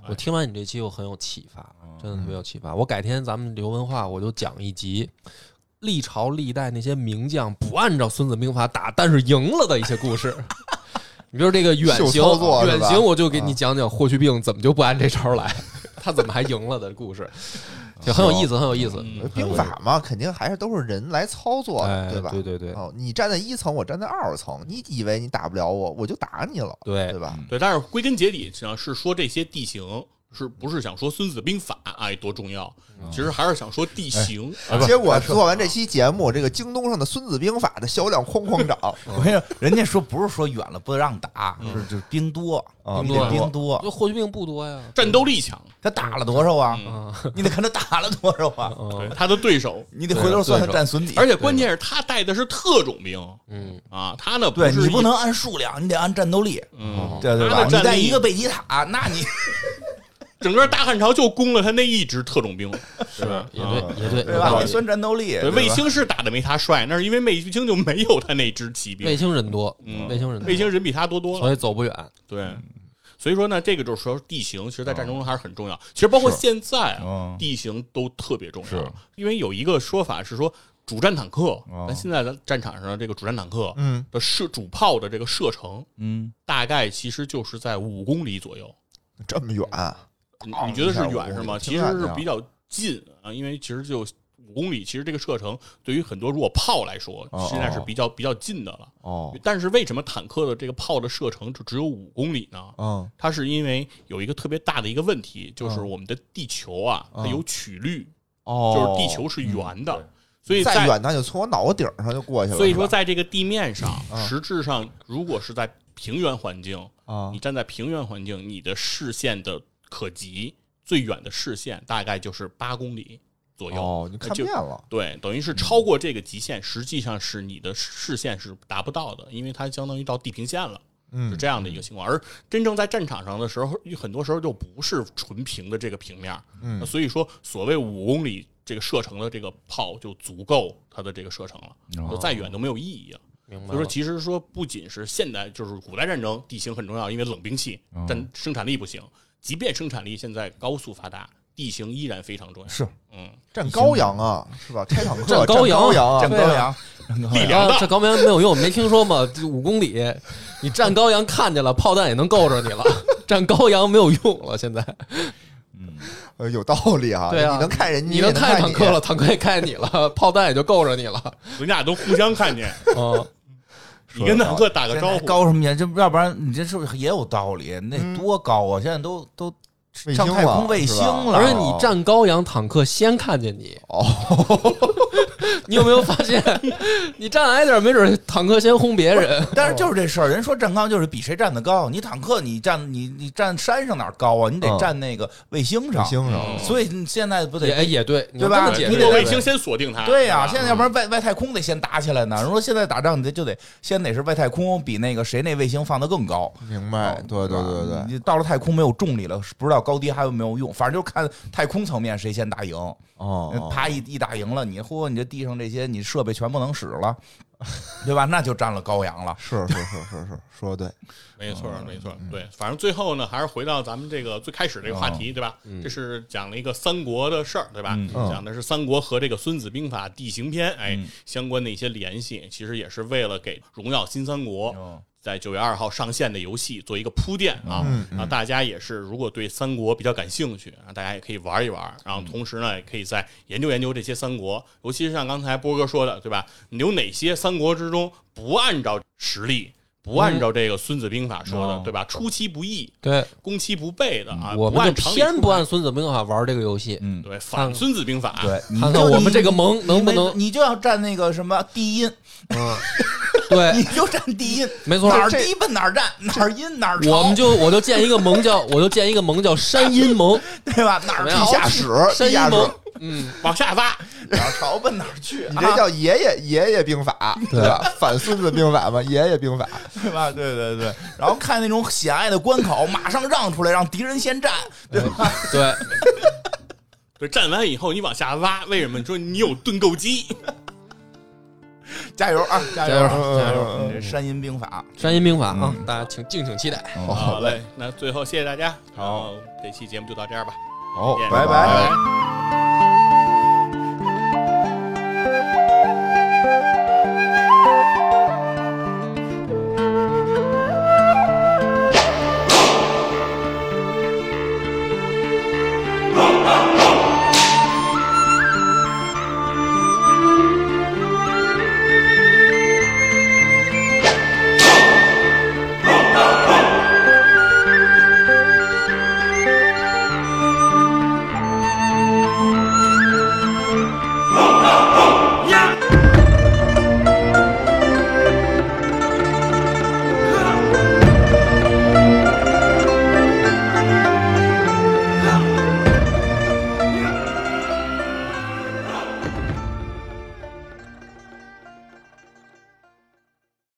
Speaker 2: 我听完你这期，我很有启发，真的特别有启发。我改天咱们留文化，我就讲一集历朝历代那些名将不按照《孙子兵法》打，但是赢了的一些故事。 你比如这个远
Speaker 4: 秀
Speaker 2: 行
Speaker 4: 操作，是
Speaker 2: 远
Speaker 4: 吧
Speaker 2: 行我就给你讲讲霍去病怎么就不按这招来，他怎么还赢了的故事，就很有意思，很有意思。
Speaker 3: 嗯
Speaker 4: 兵法嘛，肯定还是都是人来操作
Speaker 2: 哎，
Speaker 4: 的，吧？
Speaker 2: 对对对
Speaker 4: 哦，你站在一层，我站在二层，你以为你打不了我，我就打你了，
Speaker 2: 对
Speaker 4: 对吧？
Speaker 3: 对，但是归根结底呢，是说这些地形。是不是想说《孙子兵法》哎多重要？其实还是想说地形。哎
Speaker 2: 嗯
Speaker 4: 结果做完这期节目，这个京东上的《孙子兵法》的销量哐哐涨，
Speaker 1: 我跟你说，人家说不是说远了不让打，是就是兵多，
Speaker 4: 啊
Speaker 1: 你
Speaker 2: 兵
Speaker 1: 得
Speaker 2: 多
Speaker 1: 兵多，
Speaker 2: 就霍去病不多呀，
Speaker 3: 战斗力强，
Speaker 1: 他打了多少啊？你得看他打了多少啊？
Speaker 3: 对他的对手，
Speaker 1: 你得回头算算
Speaker 2: 对
Speaker 1: 战损比，
Speaker 3: 而且关键是他带的是特种兵
Speaker 2: 嗯，
Speaker 3: 啊，他呢
Speaker 1: 对
Speaker 3: 是
Speaker 1: 你不
Speaker 3: 一
Speaker 1: 能按数量，你得按战斗力，
Speaker 3: 嗯，
Speaker 1: 对对
Speaker 3: 他
Speaker 1: 吧？
Speaker 3: 的
Speaker 1: 你
Speaker 3: 战
Speaker 1: 带
Speaker 3: 力
Speaker 1: 一个贝吉塔，那你
Speaker 3: 整个大汉朝就攻了他那一支特种兵，啊
Speaker 2: 是也对也对，
Speaker 1: 对
Speaker 2: 有道
Speaker 1: 吧？
Speaker 2: 理
Speaker 1: 你算战斗力，
Speaker 3: 对，
Speaker 1: 对吧
Speaker 3: 卫星是打的没他帅，那是因为卫星就没有他那支骑
Speaker 2: 卫
Speaker 3: 兵，
Speaker 2: 星人多，
Speaker 3: 嗯
Speaker 2: 卫星人多，
Speaker 3: 卫星人比他多多
Speaker 2: 所
Speaker 3: 了。
Speaker 2: 以走不远。
Speaker 3: 对，
Speaker 4: 嗯
Speaker 3: 所以说呢，这个就是说地形，其实，
Speaker 4: 啊
Speaker 3: 在战争中还是很重要。其实包括现在啊
Speaker 1: 嗯，
Speaker 3: 地形都特别重
Speaker 1: 是
Speaker 3: 要，因为有一个说法是说。主战坦克
Speaker 1: 哦，
Speaker 3: 咱现在的战场上这个主战坦克
Speaker 4: 啊嗯，
Speaker 3: 的射主炮的这个射程，
Speaker 1: 嗯，
Speaker 3: 大概其实就是在五公里左右。
Speaker 4: 这么远，啊
Speaker 3: 你
Speaker 4: 哦
Speaker 3: 你觉得是远是吗？
Speaker 4: 挺
Speaker 3: 其
Speaker 4: 远
Speaker 3: 实
Speaker 4: 的呀
Speaker 3: 是比较近啊，因为其实就五公里，其实这个射程对于很多如果炮来说
Speaker 4: 哦，
Speaker 3: 现在是比较比较近的了。
Speaker 4: 哦，
Speaker 3: 但是为什么坦克的这个炮的射程就只有五公里呢？
Speaker 4: 嗯，
Speaker 3: 它是因为有一个特别大的一个问题，就是我们的地球啊，
Speaker 4: 嗯
Speaker 3: 它有曲率，
Speaker 4: 哦，
Speaker 3: 就是地球是嗯圆的，所以
Speaker 4: 再
Speaker 3: 在
Speaker 4: 远，那就从我脑顶上就过去了。
Speaker 3: 所以说
Speaker 4: 是吧
Speaker 3: 在这个地面上，
Speaker 4: 嗯
Speaker 3: 实质上如果是在平原环境，
Speaker 4: 啊
Speaker 3: 嗯你，站在平原环境，你的视线的可及最远的视线大概就是八公里左右。
Speaker 4: 哦，你看
Speaker 3: 就
Speaker 4: 遍了，
Speaker 3: 对，等于是超过这个极限，实际上是你的视线是达不到的，因为它相当于到地平线了，
Speaker 4: 嗯
Speaker 3: 是，这样的一个情况。而真正在战场上的时候，很多时候就不是纯平的这个平面儿，
Speaker 4: 嗯
Speaker 3: 所以说所谓五公里这个射程的这个炮就足够它的这个射程了，
Speaker 1: 哦
Speaker 3: 就再远都没有意义了。
Speaker 2: 明
Speaker 3: 所以说，其实说不仅是现代，就是古代战争地形很重要，因为冷兵器
Speaker 1: 嗯
Speaker 3: 但生产力不行，即便生产力现在高速发达，地形依然非常重要。
Speaker 1: 是
Speaker 3: 嗯，
Speaker 4: 站羔羊啊，是吧？拆坦克，
Speaker 2: 站
Speaker 4: 站
Speaker 2: 羔羊
Speaker 4: 羊啊
Speaker 1: 站，
Speaker 2: 对
Speaker 1: 高
Speaker 2: 啊
Speaker 1: 阳，站高
Speaker 3: 力
Speaker 1: 阳
Speaker 3: 量
Speaker 2: 啊，
Speaker 3: 大
Speaker 2: 这高原没有用，没听说吗？ 这五公里，你站高阳看见了，炮弹也能够着你了。站高阳没有用了，现在
Speaker 1: 嗯，
Speaker 4: 呃有道理啊，
Speaker 2: 对啊
Speaker 4: 你能看人，
Speaker 2: 你能
Speaker 4: 能
Speaker 2: 看见
Speaker 4: 看
Speaker 2: 坦克了，坦克也看见你了，炮弹也就够着你了。
Speaker 3: 人家都互相 看见，
Speaker 2: 嗯，
Speaker 3: 你跟坦克打个
Speaker 1: 啊现
Speaker 3: 招
Speaker 1: 在
Speaker 3: 呼，
Speaker 1: 高什么呀？这要不然你这是不是也有道理？
Speaker 4: 嗯
Speaker 1: 那多高啊！现在都都
Speaker 4: 卫
Speaker 1: 上
Speaker 4: 星
Speaker 1: 太
Speaker 4: 了
Speaker 1: 空卫
Speaker 4: 是
Speaker 1: 星
Speaker 4: 吧
Speaker 1: 了，啊
Speaker 2: 而且你站高阳，坦克先看见你。
Speaker 4: 哦，
Speaker 2: 你有没有发现，你站矮点，没准坦克先轰别人。
Speaker 1: 但是就是这事儿，人说站高就是比谁站得高。你坦克你站你你站山上哪儿高啊？你得
Speaker 4: 嗯
Speaker 1: 站那个卫星
Speaker 4: 卫
Speaker 1: 上。
Speaker 4: 星上
Speaker 3: 嗯
Speaker 1: 所以你现在不得
Speaker 2: 也哎也对，你要
Speaker 1: 对吧
Speaker 2: 这么
Speaker 3: 对
Speaker 2: 解
Speaker 1: 你
Speaker 2: 释
Speaker 1: 得
Speaker 3: 通过
Speaker 1: 在
Speaker 3: 卫星先锁定它。
Speaker 1: 对呀、
Speaker 3: 呀，
Speaker 4: 啊
Speaker 1: 现在要不然外外太空得先打起来呢。人说现在打仗你得就得先得是外太空比那个谁那卫星放得更高。哦
Speaker 4: 明白，哎对对对对对，
Speaker 1: 你到了太空没有重力了，不知道高低还有没有用，反正就看太空层面谁先打赢。
Speaker 4: 哦，
Speaker 1: 啪一一打赢了，你嚯，你这地上这些你设备全不能使了，对吧？那就占了羔羊了。
Speaker 4: 是是是是是，说的对，
Speaker 3: 没错儿没错儿，对，反正最后呢，还是回到咱们这个最开始这个话题，对吧？这是讲了一个三国的事儿，对吧？讲的是三国和这个《孙子兵法·地形篇》哎相关的一些联系，其实也是为了给《荣耀新三国》
Speaker 4: 哦
Speaker 1: 嗯
Speaker 3: 在九月二号上线的游戏做一个铺垫啊
Speaker 4: 嗯
Speaker 3: 啊！大家也是如果对三国比较感兴趣啊，大家也可以玩一玩，然后同时呢，也可以再研究研究这些三国，尤其是像刚才波哥说的，对吧？有哪些三国之中不按照实力？不按照这个《孙子兵法》说的，
Speaker 1: 哦
Speaker 3: 对吧？出其不意，
Speaker 2: 对，
Speaker 3: 攻其不备的啊，
Speaker 2: 嗯我
Speaker 3: 不
Speaker 2: 们
Speaker 3: 按
Speaker 2: 就
Speaker 3: 常理
Speaker 2: 偏
Speaker 3: 出
Speaker 2: 不
Speaker 3: 牌
Speaker 2: 按《孙子兵法》玩这个游戏。
Speaker 1: 嗯，
Speaker 3: 对反《孙子兵法》
Speaker 1: 对，你
Speaker 2: 看看
Speaker 1: 嗯就
Speaker 2: 我
Speaker 1: 你
Speaker 2: 们这个盟能不能
Speaker 1: 你就要占那个什么低音，
Speaker 2: 嗯，对
Speaker 1: 你，就占低音，
Speaker 2: 没错。
Speaker 1: 哪儿低奔哪儿占，哪儿阴哪儿
Speaker 2: 我
Speaker 1: 潮
Speaker 2: 们，就我就建一个盟叫，我就建一个盟叫山阴盟，
Speaker 1: 对吧？哪儿
Speaker 2: 怎
Speaker 1: 地
Speaker 2: 么样
Speaker 1: 下
Speaker 4: 下
Speaker 1: 室，
Speaker 4: 史
Speaker 2: 山
Speaker 4: 地下
Speaker 2: 阴
Speaker 4: 室，
Speaker 2: 盟，嗯，
Speaker 3: 往下挖，
Speaker 1: 哪儿潮奔哪儿去，
Speaker 4: 你这叫爷爷爷爷兵法，对吧？反孙子兵法嘛，爷爷兵法，
Speaker 1: 啊对吧？对对对，然后看那种险隘的关口，马上让出来，让敌人先占，对吧？
Speaker 2: 对，
Speaker 3: 对，站完以后你往下挖，为什么？你说你有盾构机，
Speaker 1: 加油啊！加
Speaker 2: 加
Speaker 1: 加
Speaker 2: 油加
Speaker 1: 油
Speaker 2: 油！
Speaker 1: 嗯这山阴兵法，
Speaker 2: 山阴兵法啊，大家请敬请期待。
Speaker 3: 啊好嘞，那最后谢谢大家，好，这期节目就到这儿吧，
Speaker 4: 好
Speaker 3: 再见
Speaker 1: 拜
Speaker 4: 拜
Speaker 1: 拜。